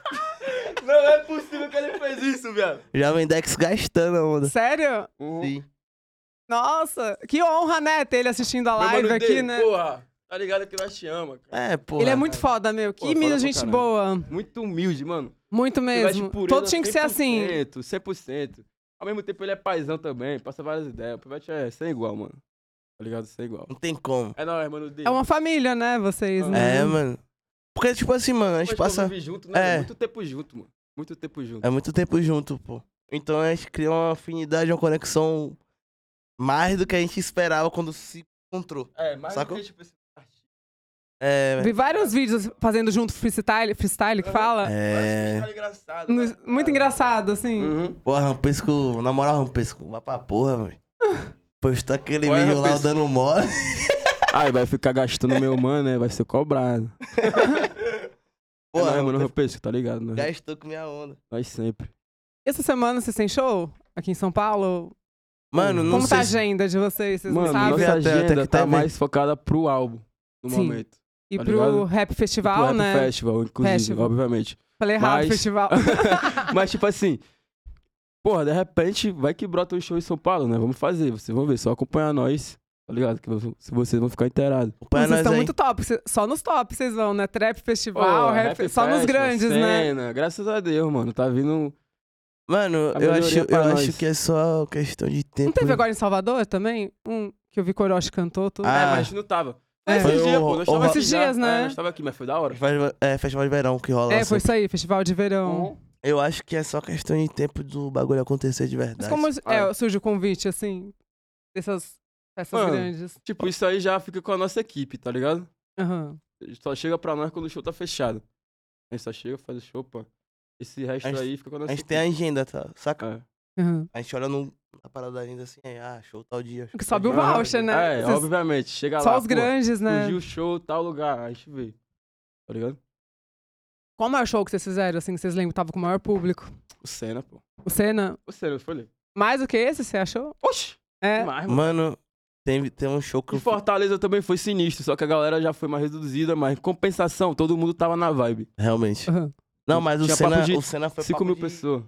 S2: Não é possível que ele fez isso, viado.
S3: Já vem Dex gastando a onda.
S1: Sério?
S3: Sim.
S1: Nossa, que honra, né? Ter ele assistindo a
S2: Meu mano
S1: live aqui,
S2: dele,
S1: né?
S2: Porra, tá ligado que nós te ama, cara.
S3: É, pô.
S1: Ele é muito foda, meu.
S2: Pô,
S1: Que
S2: foda
S1: menino
S2: pra
S1: gente
S2: caralho.
S1: boa.
S2: Muito humilde, mano.
S1: Muito
S2: Pivete
S1: mesmo.
S2: pureza
S1: Todo tinha que ser assim.
S2: 100%, 100%. Ao mesmo tempo ele é paizão também, passa várias ideias. O Pivete é sem igual, mano. Tá ligado? Sem igual.
S3: Não tem como.
S2: É nóis, mano, dele.
S1: É uma família, né? Vocês, né?
S3: É, mano. Porque, tipo assim, mano, a gente passa.
S2: vive junto, né?
S3: É.
S2: Muito tempo junto, mano. Muito tempo junto.
S3: É muito tempo junto, pô. Então a gente cria uma afinidade, uma conexão mais do que a gente esperava quando se encontrou.
S2: É, mais
S3: Sacou?
S2: do que, tipo, esse artista.
S3: É.
S1: Vi vários vídeos fazendo junto freestyle, freestyle que fala.
S3: É.
S2: engraçado. né?
S1: No- Muito engraçado, assim.
S2: Uhum.
S3: Porra, Rampesco, na moral, Rampesco, vai pra porra, velho. Postou aquele
S2: Olha,
S3: vídeo lá
S2: Rampesco.
S3: dando mole.
S2: Aí vai ficar gastando meu mano, né? Vai ser cobrado.
S3: Porra,
S2: Porra, mano, eu
S3: Rampesco,
S2: penso, tá ligado? Né?
S3: já estou com minha onda.
S2: Nós sempre.
S1: Essa semana vocês têm show? Aqui em São Paulo?
S3: Mano, não
S1: Como tá a
S3: sei. se-
S1: agenda de vocês? Vocês
S2: Mano,
S1: sabem?
S2: nossa
S3: Até- até
S2: agenda
S3: que tá
S2: tá
S3: bem.
S2: mais focada pro álbum, no
S1: Sim.
S2: momento.
S1: e
S2: tá
S1: pro
S2: ligado?
S1: Rap
S2: Pro
S1: Festival,
S2: Rap
S1: né?
S2: Festival, inclusive,
S1: Festival.
S2: obviamente.
S1: Falei errado,
S2: Mas-
S1: festival.
S2: Mas, tipo assim, porra, de repente vai que brota um show em São Paulo, né? Vamos fazer, vocês vão ver, só acompanhar nós, tá ligado? Que vo- se vocês vão ficar inteirados.
S3: Acompanha
S1: vocês
S3: nós
S1: estão
S3: aí.
S1: muito top. cê- Só nos top vocês vão, né? Trap Festival,
S2: Pô,
S1: rap,
S2: Rap
S1: só nos
S2: Festival,
S1: grandes, né?
S2: cena, Graças a Deus, mano, tá vindo.
S3: Mano,
S2: A
S3: eu,
S2: melhoria
S3: acho,
S2: pra
S3: eu acho
S2: nós.
S3: que é só questão de tempo.
S1: Não teve
S3: hein?
S1: agora em Salvador também? Um que eu vi Coroche cantou tudo.
S3: Ah,
S2: É, mas a gente não tava.
S1: É.
S2: Esses
S3: Foi
S2: dias,
S3: o-
S2: pô, nós
S3: o-
S2: tava aqui
S1: Esses
S2: já.
S1: dias, né?
S2: É, nós tava aqui, mas foi da hora.
S3: Festival- É, festival de verão que rola
S1: é,
S3: lá
S1: foi
S3: sempre.
S1: isso aí, festival de verão.
S3: Eu acho que é só questão de tempo do bagulho acontecer de verdade.
S1: Mas como é,
S2: Ah.
S1: surge o convite, assim, dessas peças
S2: Mano.
S1: grandes?
S2: Tipo, isso aí já fica com a nossa equipe, tá ligado?
S1: Aham.
S2: Só chega pra nós quando o show tá fechado. A gente só chega, faz o show, pô. Esse resto
S3: A gente-
S2: aí fica com a
S3: A
S2: nossa É.
S3: gente tem a agenda, tá? Saca?
S2: equipe.
S1: aham.
S3: A gente olha no, na parada da agenda assim, aí, ah, show tal dia. show
S1: Que
S3: tal
S1: sobe o
S3: dia.
S2: Aham.
S1: voucher, né?
S2: É,
S1: Vocês-
S2: obviamente. Chega lá.
S1: Só os
S2: pô,
S1: grandes, né?
S2: Surgiu o show, tal lugar. Aí a gente vê. Tá ligado?
S1: Qual o maior show que vocês fizeram, assim, que vocês lembram que tava com o maior público?
S2: O Senna, pô.
S1: O Senna?
S2: O Senna, eu falei.
S1: Mais do que esse, você achou?
S2: Oxi!
S1: É.
S2: Demais, mano.
S3: Mano, tem, tem um show que
S2: Em
S3: eu fui...
S2: Fortaleza também foi sinistro, só que a galera já foi mais reduzida, mas em compensação, todo mundo tava na vibe.
S3: Realmente.
S1: Aham.
S3: Não, mas o
S2: Tinha
S3: Senna,
S2: papo de
S3: o Senna foi
S2: 5
S3: papo
S2: mil
S3: de
S2: pessoas.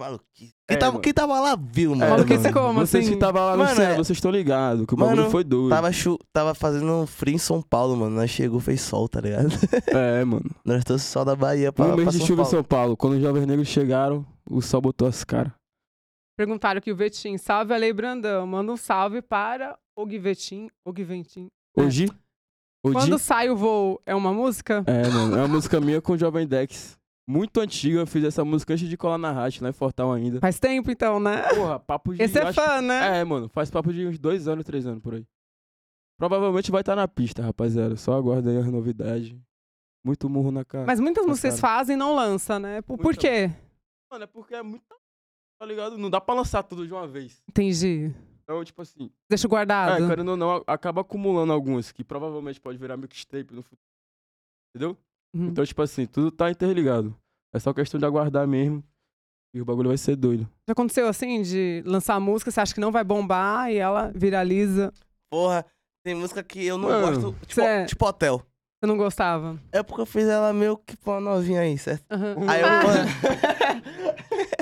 S3: Maluquice.
S2: É,
S3: Quem, tava,
S2: mano.
S3: quem tava lá viu, mano.
S1: Maluquice
S2: mano,
S1: como,
S2: Vocês
S1: assim?
S2: que tava lá no
S3: Mano,
S2: Senna,
S3: é-
S2: vocês estão ligados, que o
S3: Mano,
S2: bagulho foi doido.
S3: Tava, chu... tava fazendo um frio em São Paulo, mano. Nós chegou, fez sol, tá ligado?
S2: É, mano.
S3: Nós trouxe sol da Bahia pra,
S2: Um mês
S3: pra
S2: de
S3: São
S2: chuva em
S3: Paulo.
S2: São Paulo. Quando os jovens negros chegaram, o sol botou as caras.
S1: Perguntaram aqui o Vetim. Salve, Alei Brandão. Manda um salve para o Guivetim. O Guiventim.
S2: Hoje? Hoje?
S1: É. Quando sai o voo, é uma música?
S2: É, mano. É uma música minha com o Jovem Dex. Muito antiga. Eu fiz essa música antes de colar na rádio, lá em Fortal ainda.
S1: Faz tempo, então, né?
S2: Porra, papo de.
S1: Esse é
S2: acho
S1: fã, né?
S2: que- É, mano. Faz papo de uns dois anos, três anos por aí. Provavelmente vai estar na pista, rapaziada. Só aguarda aí as novidades. Muito murro na cara.
S1: Mas muitas músicas vocês fazem e não lança, né? Por, por
S2: Muita-
S1: quê?
S2: Mano, é porque é muito. Tá ligado? Não dá pra lançar tudo de uma vez.
S1: Entendi.
S2: Então, tipo assim.
S1: Deixa guardado.
S2: É, querendo ou não, a- acaba acumulando algumas que provavelmente pode virar mixtape no futuro. Entendeu?
S1: Uhum.
S2: Então, tipo assim, tudo tá interligado. É só questão de aguardar mesmo. E o bagulho vai ser doido.
S1: Já aconteceu assim, de lançar a música, você acha que não vai bombar e ela viraliza.
S3: Porra, tem música que eu não
S2: Mano,
S3: gosto. Tipo,
S1: cê- é
S3: tipo hotel.
S1: Você não gostava.
S3: É porque eu fiz ela meio que pra uma novinha aí, certo?
S1: Aham.
S3: Aí eu Tá
S1: Ah,
S3: pan.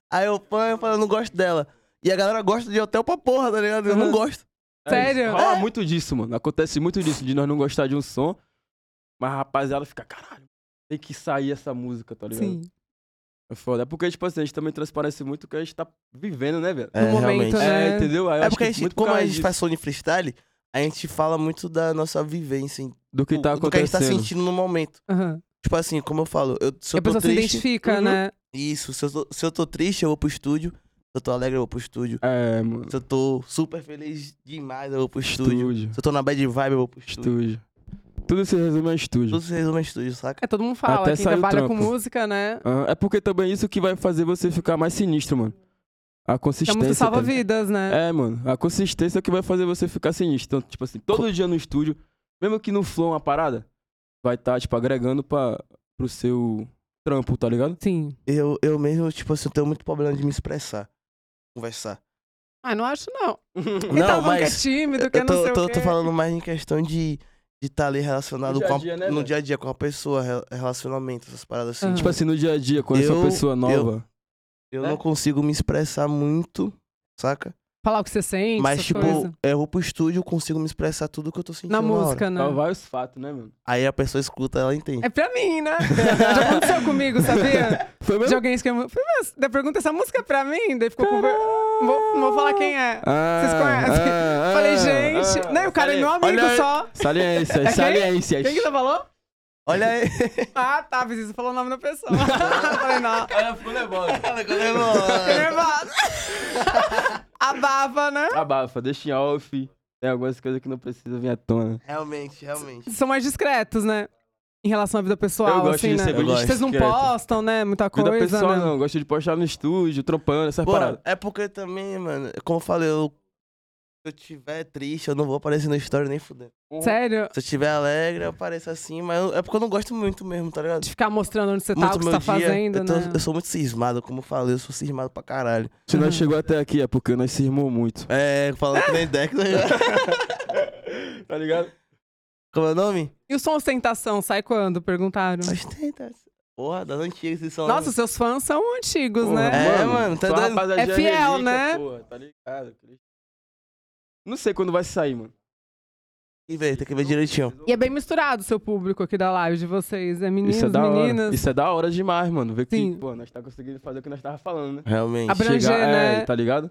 S3: aí eu pan, eu falo, eu não gosto dela. E a galera gosta de hotel pra porra, tá ligado? Eu
S1: Uhum.
S3: não gosto.
S2: É isso.
S1: Sério?
S2: Rola
S1: É.
S2: muito disso, mano. Acontece muito disso, de nós não gostar de um som. Mas a rapaziada fica, caralho, tem que sair essa música, tá ligado?
S1: Sim.
S2: É foda. É porque, tipo assim, a gente também transparece muito o que a gente tá vivendo, né, velho?
S1: No momento, né?
S2: É, entendeu? Aí eu
S3: É
S2: acho que
S3: porque a gente,
S2: muito por
S3: como a
S2: causa
S3: gente
S2: disso,
S3: faz som de freestyle, a gente fala muito da nossa vivência, em-
S2: do que tá
S3: do, do que a gente tá
S2: acontecendo.
S3: sentindo no momento.
S1: Aham.
S3: Tipo assim, como eu falo, eu,
S1: E
S3: se eu
S1: a
S3: tô
S1: pessoa se
S3: triste.
S1: identifica,
S2: Uhum.
S1: né?
S3: Isso, se eu, tô, se eu tô triste, eu vou pro estúdio. Se eu tô alegre, eu vou pro estúdio.
S2: É, mano.
S3: Se eu tô super feliz demais, eu vou pro estúdio.
S2: Estúdio.
S3: Se eu tô na bad vibe, eu vou pro estúdio.
S2: Estúdio. Tudo se resume a estúdio.
S3: Tudo se resume a estúdio, saca?
S1: É, todo mundo fala,
S2: Até
S1: quem
S2: saiu o
S1: trabalha com
S2: trampo.
S1: música, né?
S2: Ah, é porque também isso que vai fazer você ficar mais sinistro, mano.
S1: Que
S2: A
S1: a
S2: consistência.
S1: música salva
S2: tá ligado?
S1: vidas, né?
S2: É, mano. A consistência é que vai fazer você ficar sinistro. Então, tipo assim, todo dia no estúdio, mesmo que no flow é uma parada, vai estar, tipo, agregando pra, pro seu trampo, tá ligado?
S1: Sim.
S3: Eu, eu mesmo, tipo assim, eu tenho muito problema de me expressar, conversar.
S1: Ah, não acho, não. Ele
S3: Não,
S1: tá falando que é
S3: mas
S1: tímido, que
S3: eu
S1: é não
S3: tô,
S1: sei
S3: tô,
S1: o quê.
S3: tô falando mais em questão de estar tá ali
S2: No
S3: relacionado
S2: dia
S3: com
S2: a
S3: a-
S2: dia, né,
S3: no
S2: velho?
S3: dia a dia com a pessoa, re- relacionamento, essas paradas assim.
S1: Ah.
S3: Tipo,
S2: Tipo assim, no dia a dia, quando
S3: Eu-
S2: essa pessoa nova.
S3: eu
S2: É.
S3: não consigo me expressar muito, saca?
S1: Falar o que você sente,
S3: Mas,
S1: essas
S3: tipo,
S1: coisas.
S3: eu vou pro estúdio, eu consigo me expressar tudo que eu tô sentindo.
S1: Na
S3: hora.
S1: música, né?
S2: Só vai os fatos, né, mano?
S3: Aí a pessoa escuta, ela entende.
S1: É pra mim, né? Já aconteceu comigo, sabia?
S2: Foi
S1: De
S2: mesmo?
S1: alguém escreveu. Falei, mas da pergunta, essa música é pra mim? Daí ficou conversando. Vou, não vou falar quem é.
S2: Ah,
S1: Vocês conhecem?
S2: ah,
S1: Falei,
S2: ah,
S1: gente.
S2: ah,
S1: né? O cara é
S2: sali-
S1: meu amigo
S2: Olha aí.
S1: só.
S2: Saliências,
S1: quem?
S2: saliências.
S1: Quem que você falou?
S3: Olha aí.
S1: Ah, tá, fiz isso, falou o nome da pessoa. Eu falei, não.
S2: Ela ficou nervosa.
S1: Fiquei nervosa. Abafa, né?
S2: Abafa, deixa em off. Tem algumas coisas que não precisam vir à tona.
S3: Realmente, realmente.
S1: São mais discretos, né? Em relação à vida pessoal,
S2: Eu gosto
S1: assim,
S2: de
S1: né?
S2: ser
S3: bem
S1: Vocês não
S2: discreto.
S1: postam, né? Muita
S2: Vida
S1: coisa,
S2: pessoal
S1: né?
S2: não, eu gosto de postar no estúdio, trampando, essas
S3: Pô,
S2: paradas.
S3: é porque também, mano, como eu falei, eu... se eu tiver triste, eu não vou aparecer na história nem fudendo.
S1: Sério?
S3: Se eu tiver alegre, eu apareço assim, mas eu- é porque eu não gosto muito mesmo, tá ligado?
S1: De ficar mostrando onde você tá, o
S3: Muito
S1: que
S3: meu
S1: você tá
S3: dia,
S1: fazendo,
S3: eu, tô-
S1: né?
S3: eu sou muito cismado, como eu falei, eu sou cismado pra caralho.
S2: Se nós
S1: Uhum.
S2: chegou até aqui é porque nós se irmou muito.
S3: É, falando que nem Dex, tá ligado?
S2: Tá ligado?
S3: Como é o nome?
S1: E o som ostentação, sai quando? Perguntaram.
S3: Mas tem, tá? Porra, das antigas que são.
S1: Nossa, seus fãs são antigos,
S2: Porra,
S1: né?
S3: É, mano, tá
S2: só a
S3: dando-
S2: rapaziada
S1: É
S2: de
S1: fiel,
S2: relíquia,
S1: né?
S2: porra, tá ligado? Não sei quando vai sair, mano.
S3: Tem que ver, tem que ver direitinho.
S1: E é bem misturado o seu público aqui da live de vocês. É meninos,
S2: Isso é da hora.
S1: meninas.
S2: Isso é da hora demais, mano. Ver que,
S1: Sim.
S2: pô, nós tá conseguindo fazer o que nós tava falando, né?
S3: Realmente.
S1: Abra- Abranger,
S2: é,
S1: né?
S2: tá ligado?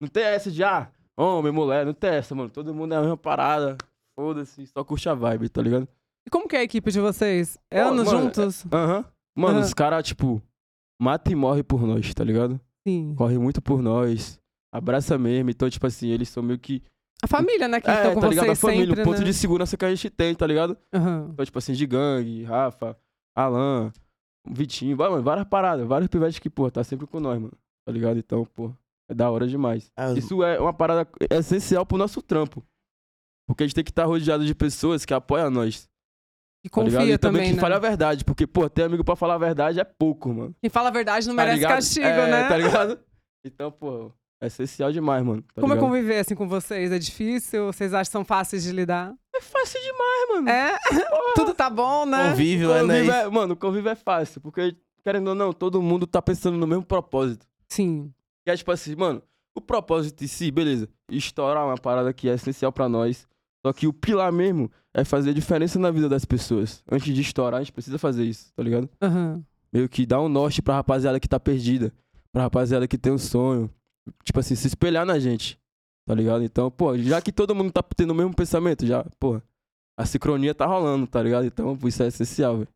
S2: Não tem essa de, ah, homem, mulher, não tem essa, mano. Todo mundo é a mesma parada. Foda-se, só curte a vibe, tá ligado?
S1: E como que é a equipe de vocês? É
S2: Pô,
S1: anos
S2: mano,
S1: juntos?
S2: Aham. Mano,
S1: Aham.
S2: os caras, tipo, mata e morre por nós, tá ligado?
S1: Sim.
S2: Corre muito por nós. Abraça mesmo. Então, tipo assim, eles são meio que.
S1: A família, né? Que estão
S2: é,
S1: com
S2: tá
S1: vocês
S2: ligado? A família,
S1: sempre,
S2: o ponto
S1: né?
S2: de segurança que a gente tem, tá ligado?
S1: Aham.
S2: Então, tipo assim, de gangue, Rafa, Alan, Vitinho, vai, mano, várias paradas, vários pivetes que, pô, tá sempre com nós, mano. Tá ligado? Então, pô, é da hora demais.
S3: Ah, os-
S2: Isso é uma parada essencial pro nosso trampo. Porque a gente tem que estar rodeado de pessoas que apoiam nós.
S1: E
S2: Tá ligado?
S1: confia
S2: E também,
S1: também,
S2: que
S1: né?
S2: fale a verdade. Porque, pô, ter amigo pra falar a verdade é pouco, mano.
S1: Quem fala a verdade não
S2: Tá
S1: merece
S2: ligado?
S1: castigo,
S2: É,
S1: né?
S2: Tá ligado? Então, pô, é essencial demais, mano. tá
S1: Como é
S2: ligado?
S1: conviver assim com vocês? É difícil? Vocês acham que são fáceis de lidar?
S2: É fácil demais, mano.
S1: É? Tudo tá bom, né?
S3: Convívio, é, né?
S2: Convívio
S3: isso?
S2: é, mano, convívio é fácil. Porque, querendo ou não, todo mundo tá pensando no mesmo propósito.
S1: Sim.
S2: Que é tipo assim, mano, o propósito em si, beleza, estourar uma parada que é essencial pra nós. Só que o pilar mesmo é fazer diferença na vida das pessoas. Antes de estourar, a gente precisa fazer isso, tá ligado?
S1: Aham.
S2: Meio que dar um norte pra rapaziada que tá perdida, pra rapaziada que tem um sonho. Tipo assim, se espelhar na gente, tá ligado? Então, pô, já que todo mundo tá tendo o mesmo pensamento, já, pô, a sincronia tá rolando, tá ligado? Então, pô, isso é essencial, velho.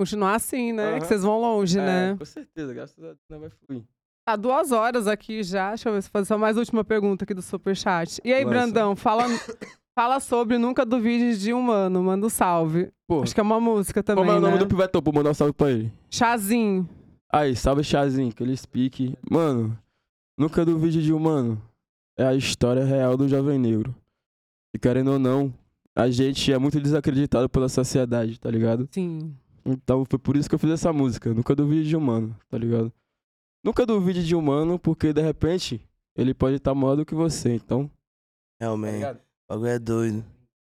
S1: Continuar assim, né?
S2: Aham.
S1: Que vocês vão longe, né?
S2: É, com certeza, graças a Deus não vai fluir.
S1: Tá duas horas aqui já. Deixa eu ver se fazer só mais última pergunta aqui do Superchat. E aí,
S2: Lança.
S1: Brandão, fala, fala sobre Nunca Duvide de Humano. Manda um salve.
S2: Pô,
S1: Acho que é uma música também,
S2: como é o nome
S1: né?
S2: do Pivetão? Vou mandar um salve pra ele.
S1: Chazinho.
S2: Aí, salve Chazinho, que ele speak. Mano, nunca duvide de humano. É a história real do jovem negro. E querendo ou não, a gente é muito desacreditado pela sociedade, tá ligado?
S1: Sim.
S2: Então foi por isso que eu fiz essa música. Nunca duvide de humano, tá ligado? Nunca duvide de um humano, porque de repente ele pode estar maior do que você, então. Tá
S1: Tá
S3: Realmente. O bagulho é doido.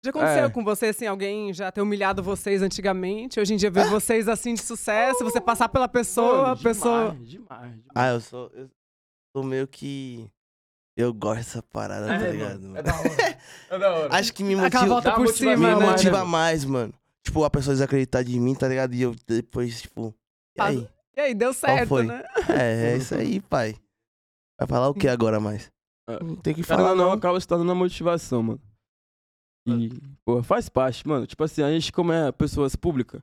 S1: Já aconteceu
S2: É.
S1: com você, assim, alguém já ter humilhado vocês antigamente? Hoje em dia
S3: Ah!
S1: ver vocês assim de sucesso, você passar pela pessoa, a pessoa.
S2: Demais, demais.
S3: Ah, eu sou. Eu sou meio que. Eu gosto dessa parada, tá ligado? Mano?
S2: É da hora.
S3: Acho que me
S1: Aquela
S3: motiva.
S1: volta
S2: dá
S1: por
S2: motivação,
S1: cima,
S3: me
S1: né?
S2: mais,
S3: motiva
S2: né, mano?
S3: mais, mano. Tipo, a pessoa desacreditar de mim, tá ligado? E eu depois, tipo. E
S1: Faz-
S3: aí?
S1: E aí, deu certo,
S3: foi?
S1: né?
S3: É, é isso aí, pai. Vai falar o que agora mais?
S2: É.
S3: Não tem o que
S2: Cara,
S3: falar,
S2: não,
S3: não.
S2: acaba se tornando uma tá motivação, mano. E, pô, faz parte, mano. Tipo assim, a gente, como é pessoas públicas,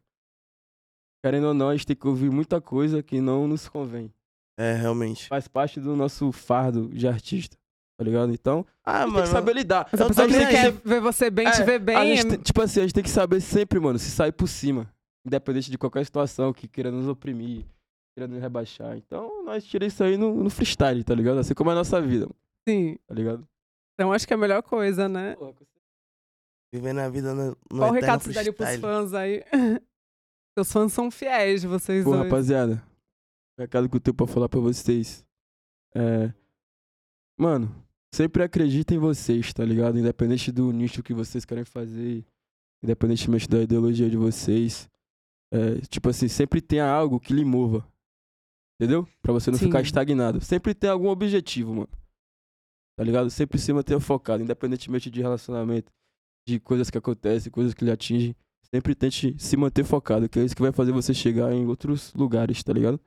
S2: querendo ou não, a gente tem que ouvir muita coisa que não nos convém.
S3: É, realmente.
S2: Faz parte do nosso fardo de artista, tá ligado? Então, a
S3: Ah,
S2: gente
S3: mano.
S2: tem que saber lidar.
S1: Essa
S3: Eu
S1: pessoa que
S3: também
S1: você quer
S3: acho-
S1: ver você bem, te
S2: É,
S1: ver
S2: a
S1: bem.
S2: gente tem- tipo assim, a gente tem que saber sempre, mano, se sair por cima. Independente de qualquer situação que queira nos oprimir, queira nos rebaixar. Então, nós tiramos isso aí no, no freestyle, tá ligado? Assim como é a nossa vida, mano,
S1: Sim.
S2: tá ligado?
S1: assim. Então acho que é a melhor coisa, né?
S3: Vivendo a vida no. no
S1: Qual o
S3: eterno
S1: recado você daria pros
S3: freestyle.
S1: fãs aí? Seus fãs são fiéis de vocês
S2: Pô,
S1: dois.
S2: rapaziada, o recado que eu tenho pra falar pra vocês é. Mano, sempre acredita em vocês, tá ligado? Independente do nicho que vocês querem fazer, independentemente da ideologia de vocês. É, tipo assim, sempre tenha algo que lhe mova. Entendeu? Pra você não
S1: Sim.
S2: ficar estagnado. Sempre tem algum objetivo, mano. Tá ligado? Sempre se manter focado, independentemente de relacionamento, de coisas que acontecem, coisas que lhe atingem. Sempre tente se manter focado, que é isso que vai fazer você chegar em outros lugares, tá ligado?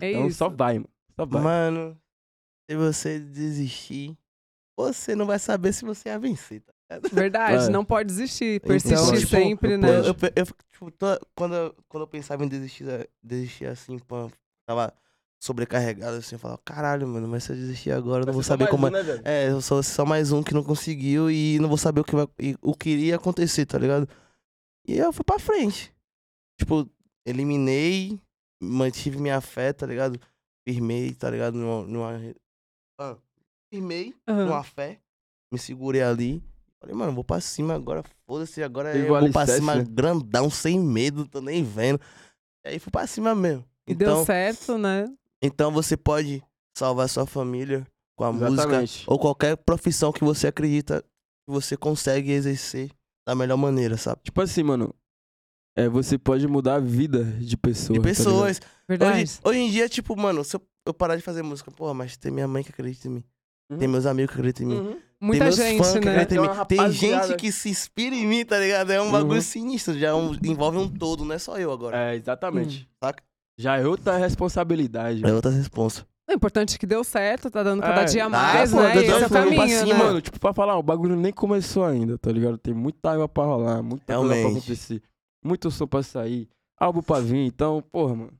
S1: É
S2: Então só
S1: isso.
S2: vai, mano. Só vai.
S3: Mano, se você desistir, você não vai saber se você ia vencer, tá ligado?
S1: Verdade,
S2: É.
S1: não pode desistir.
S3: Então,
S1: Persistir
S3: tipo,
S1: sempre,
S2: eu
S1: né?
S3: Eu, eu, eh, eu, fico, tipo, tô- quando, eu- quando eu pensava em desistir, da- desistir assim, pô, tava sobrecarregado, assim, eu falava, caralho, mano, mas se eu desistir agora, eu
S2: Vai
S3: não vou
S2: ser só
S3: saber
S2: mais
S3: como
S2: um,
S3: é.
S2: né, velho?
S3: É, eu sou só mais um que não conseguiu e não vou saber o que vai, e o que iria acontecer, tá ligado? E eu fui pra frente. Tipo, eliminei, mantive minha fé, tá ligado? Firmei, tá ligado? Numa. numa- Ah, firmei
S1: Aham.
S3: numa fé, me segurei ali. Falei, mano, vou pra cima agora, foda-se, agora eu
S2: Igual
S3: vou pra
S2: alicerce,
S3: cima
S2: né?
S3: grandão, sem medo, tô nem vendo. E aí fui pra cima mesmo.
S1: E
S3: Então,
S1: deu certo, né?
S3: então você pode salvar sua família com a música
S2: Exatamente.
S3: ou qualquer profissão que você acredita que você consegue exercer da melhor maneira, sabe?
S2: Tipo assim, mano. É, você pode mudar a vida de pessoas.
S3: De
S2: tá
S3: pessoas.
S1: Verdade.
S3: hoje, hoje em dia, tipo, mano, se eu, eu parar de fazer música, porra, mas tem minha mãe que acredita em mim.
S2: Uhum.
S3: Tem meus amigos que acreditam em mim.
S2: ligado?
S1: Hum. Muita
S3: tem meus fãs
S1: gente,
S3: que
S1: né?
S3: acreditam em
S2: Tem
S3: mim.
S2: uma
S3: Tem
S2: rapaziada.
S3: gente que se inspira em mim, tá ligado? É um bagulho
S2: Uhum.
S3: sinistro, já é um- envolve um todo, não é só eu agora.
S2: É, exatamente.
S3: Hum. Saca?
S2: Já é outra responsabilidade.
S3: É, outra resposta.
S1: O importante é que deu certo, tá dando cada
S2: É,
S1: dia
S2: tá,
S1: mais,
S3: pô,
S1: né?
S3: deu
S1: E esse é o
S3: certo, foi um
S1: caminho,
S3: passinho,
S1: né?
S2: mano, tipo, pra falar, o bagulho nem começou ainda, tá ligado? Tem muita água pra rolar, muita coisa pra
S3: Realmente.
S2: acontecer, muito som pra sair, álbum pra vir, então, porra, mano.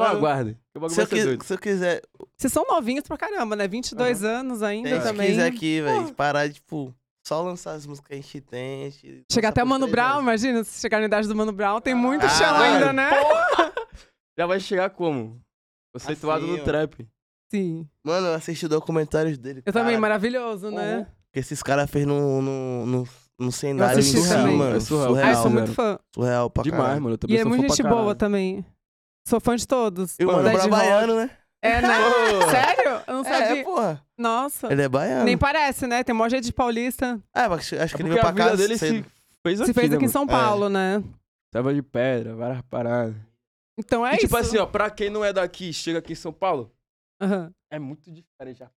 S2: Só
S3: Mano,
S2: aguardem, que o bagulho
S3: Se eu,
S2: vai ser
S3: quis-
S2: doido.
S3: se eu quiser, é,
S1: Vocês são novinhos pra caramba, né? 22 anos ainda
S3: se eu
S1: também.
S3: quiser aqui,
S1: Porra.
S3: velho, parar, tipo, só lançar as músicas que a gente tem. a gente lança
S1: Chegar até
S3: por
S1: Mano
S3: três
S1: Brown,
S3: anos.
S1: imagina, se chegar na idade do Mano Brown,
S3: Ah,
S1: tem muito
S3: Caralho,
S1: chão ainda, né?
S2: Já vai chegar como? Conceituado
S3: Assim,
S2: no
S3: ó.
S2: trap.
S1: Sim.
S3: Mano, eu assisti documentários dele.
S1: Eu também, maravilhoso, né?
S3: Que esses caras fez num no, no, no cenário
S1: assisti
S3: em si,
S1: também.
S3: mano.
S2: É surreal.
S3: Surreal,
S1: Ah, eu sou
S2: Real,
S3: mano.
S1: muito fã.
S3: Surreal pra
S2: Demais,
S3: caralho.
S2: mano, eu
S1: E
S2: também
S1: é
S2: sou
S1: muito
S2: fã pra
S1: gente
S2: caralho.
S1: boa também. Sou fó de todos.
S3: E o Mano
S1: Zé
S3: Brown é
S1: de Rock.
S3: baiano, né?
S1: É, né?
S2: Pô,
S1: Sério? Eu não
S3: É,
S1: sabia.
S3: porra.
S1: Nossa.
S3: Ele é baiano.
S1: Nem parece, né? Tem mó jeito de paulista.
S3: É, mas acho, acho
S2: É
S3: que
S2: porque
S3: ele veio
S2: a
S3: pra
S2: vida
S3: casa
S2: dele
S3: cedo.
S2: se fez aqui,
S1: Se fez
S2: né,
S1: aqui em
S2: mano?
S3: É.
S1: São Paulo, né?
S2: Tava de pedra, várias paradas.
S1: Então é
S2: e tipo
S1: isso.
S2: assim, ó, pra quem não é daqui, chega aqui em São Paulo,
S1: Aham.
S2: é muito diferente já.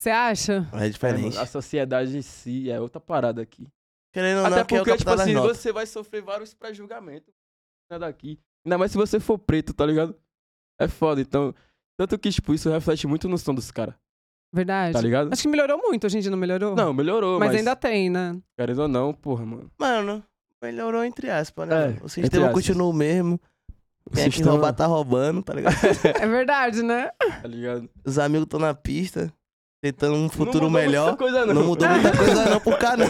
S1: Você acha?
S3: É diferente.
S2: A sociedade em si é outra parada aqui.
S3: Querendo ou
S2: Até
S3: não, que é o
S2: porque, tipo
S3: capital das
S2: assim,
S3: notas.
S2: você vai sofrer vários pré-julgamentos né, daqui. Ainda mais se você for preto, tá ligado? É foda, então. Tanto que, tipo, isso reflete muito no som dos caras,
S1: Verdade.
S2: tá ligado?
S1: Acho que melhorou muito hoje em dia, não melhorou?
S2: Não, melhorou,
S1: assim, Mas,
S2: mas.
S1: ainda tem, né?
S2: Querendo ou não, porra, mano.
S3: Mano, melhorou entre aspas, né?
S2: É,
S3: mano? o
S2: entre
S3: sistema
S2: aspas.
S3: continua o mesmo. Quem é que roubar tá roubando, tá ligado?
S1: É verdade, né?
S2: tá ligado?
S3: Os amigos estão na pista, tentando um futuro
S2: mudou
S3: melhor.
S2: muita coisa, não.
S3: Não mudou muita coisa não pro cara.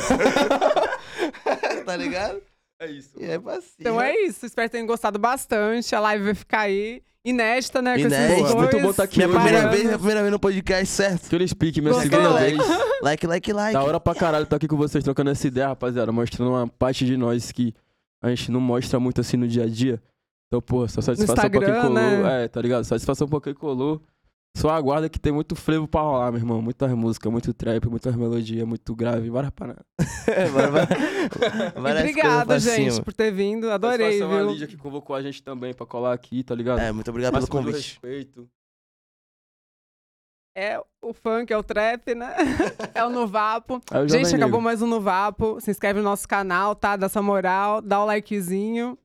S3: não. tá ligado?
S2: É isso.
S3: E é pra cima.
S1: Então é isso. Espero que tenham gostado bastante. A live vai ficar aí. Inédita, né? Com esses
S3: Inédita.
S1: dois. né?
S2: Muito bom tá aqui
S3: Minha
S2: hoje,
S3: primeira
S2: mano.
S3: vez, né? minha primeira vez no podcast, certo?
S2: Que ele speak, minha
S1: Gostou?
S2: segunda vez.
S3: Like, like, like.
S2: Da hora pra caralho tá aqui com vocês trocando essa ideia, rapaziada. Mostrando uma parte de nós que a gente não mostra muito assim no dia a dia. Então, porra, só satisfação pra quem
S1: Instagram,
S2: colou.
S1: né?
S2: É, tá ligado? Satisfação pra quem colou. Só aguarda que tem muito frevo pra rolar, meu irmão. Muitas músicas, muito trap, muitas melodias, muito grave. Bora pra nada.
S3: Vai- vai-
S1: E
S3: várias coisas
S1: Obrigada,
S3: pra
S1: gente,
S3: cima.
S1: por ter vindo. Adorei,
S2: Satisfação a
S1: viu?
S2: Lídia que convocou a gente também pra colar aqui, tá ligado?
S3: É, muito obrigado
S2: Mas
S3: pelo
S2: com todo
S3: convite.
S2: respeito.
S1: É o funk, é o trap, né? É o Novapo.
S2: Aí o Jovem
S1: Gente, acabou
S2: Negro.
S1: mais um Novapo. Se inscreve no nosso canal, tá? Dá essa moral, dá o likezinho.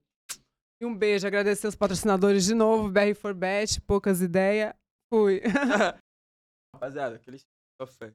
S1: E um beijo. Agradecer os patrocinadores de novo. BR for Bet, poucas ideias. Fui.
S2: Rapaziada, aquele... Só fé.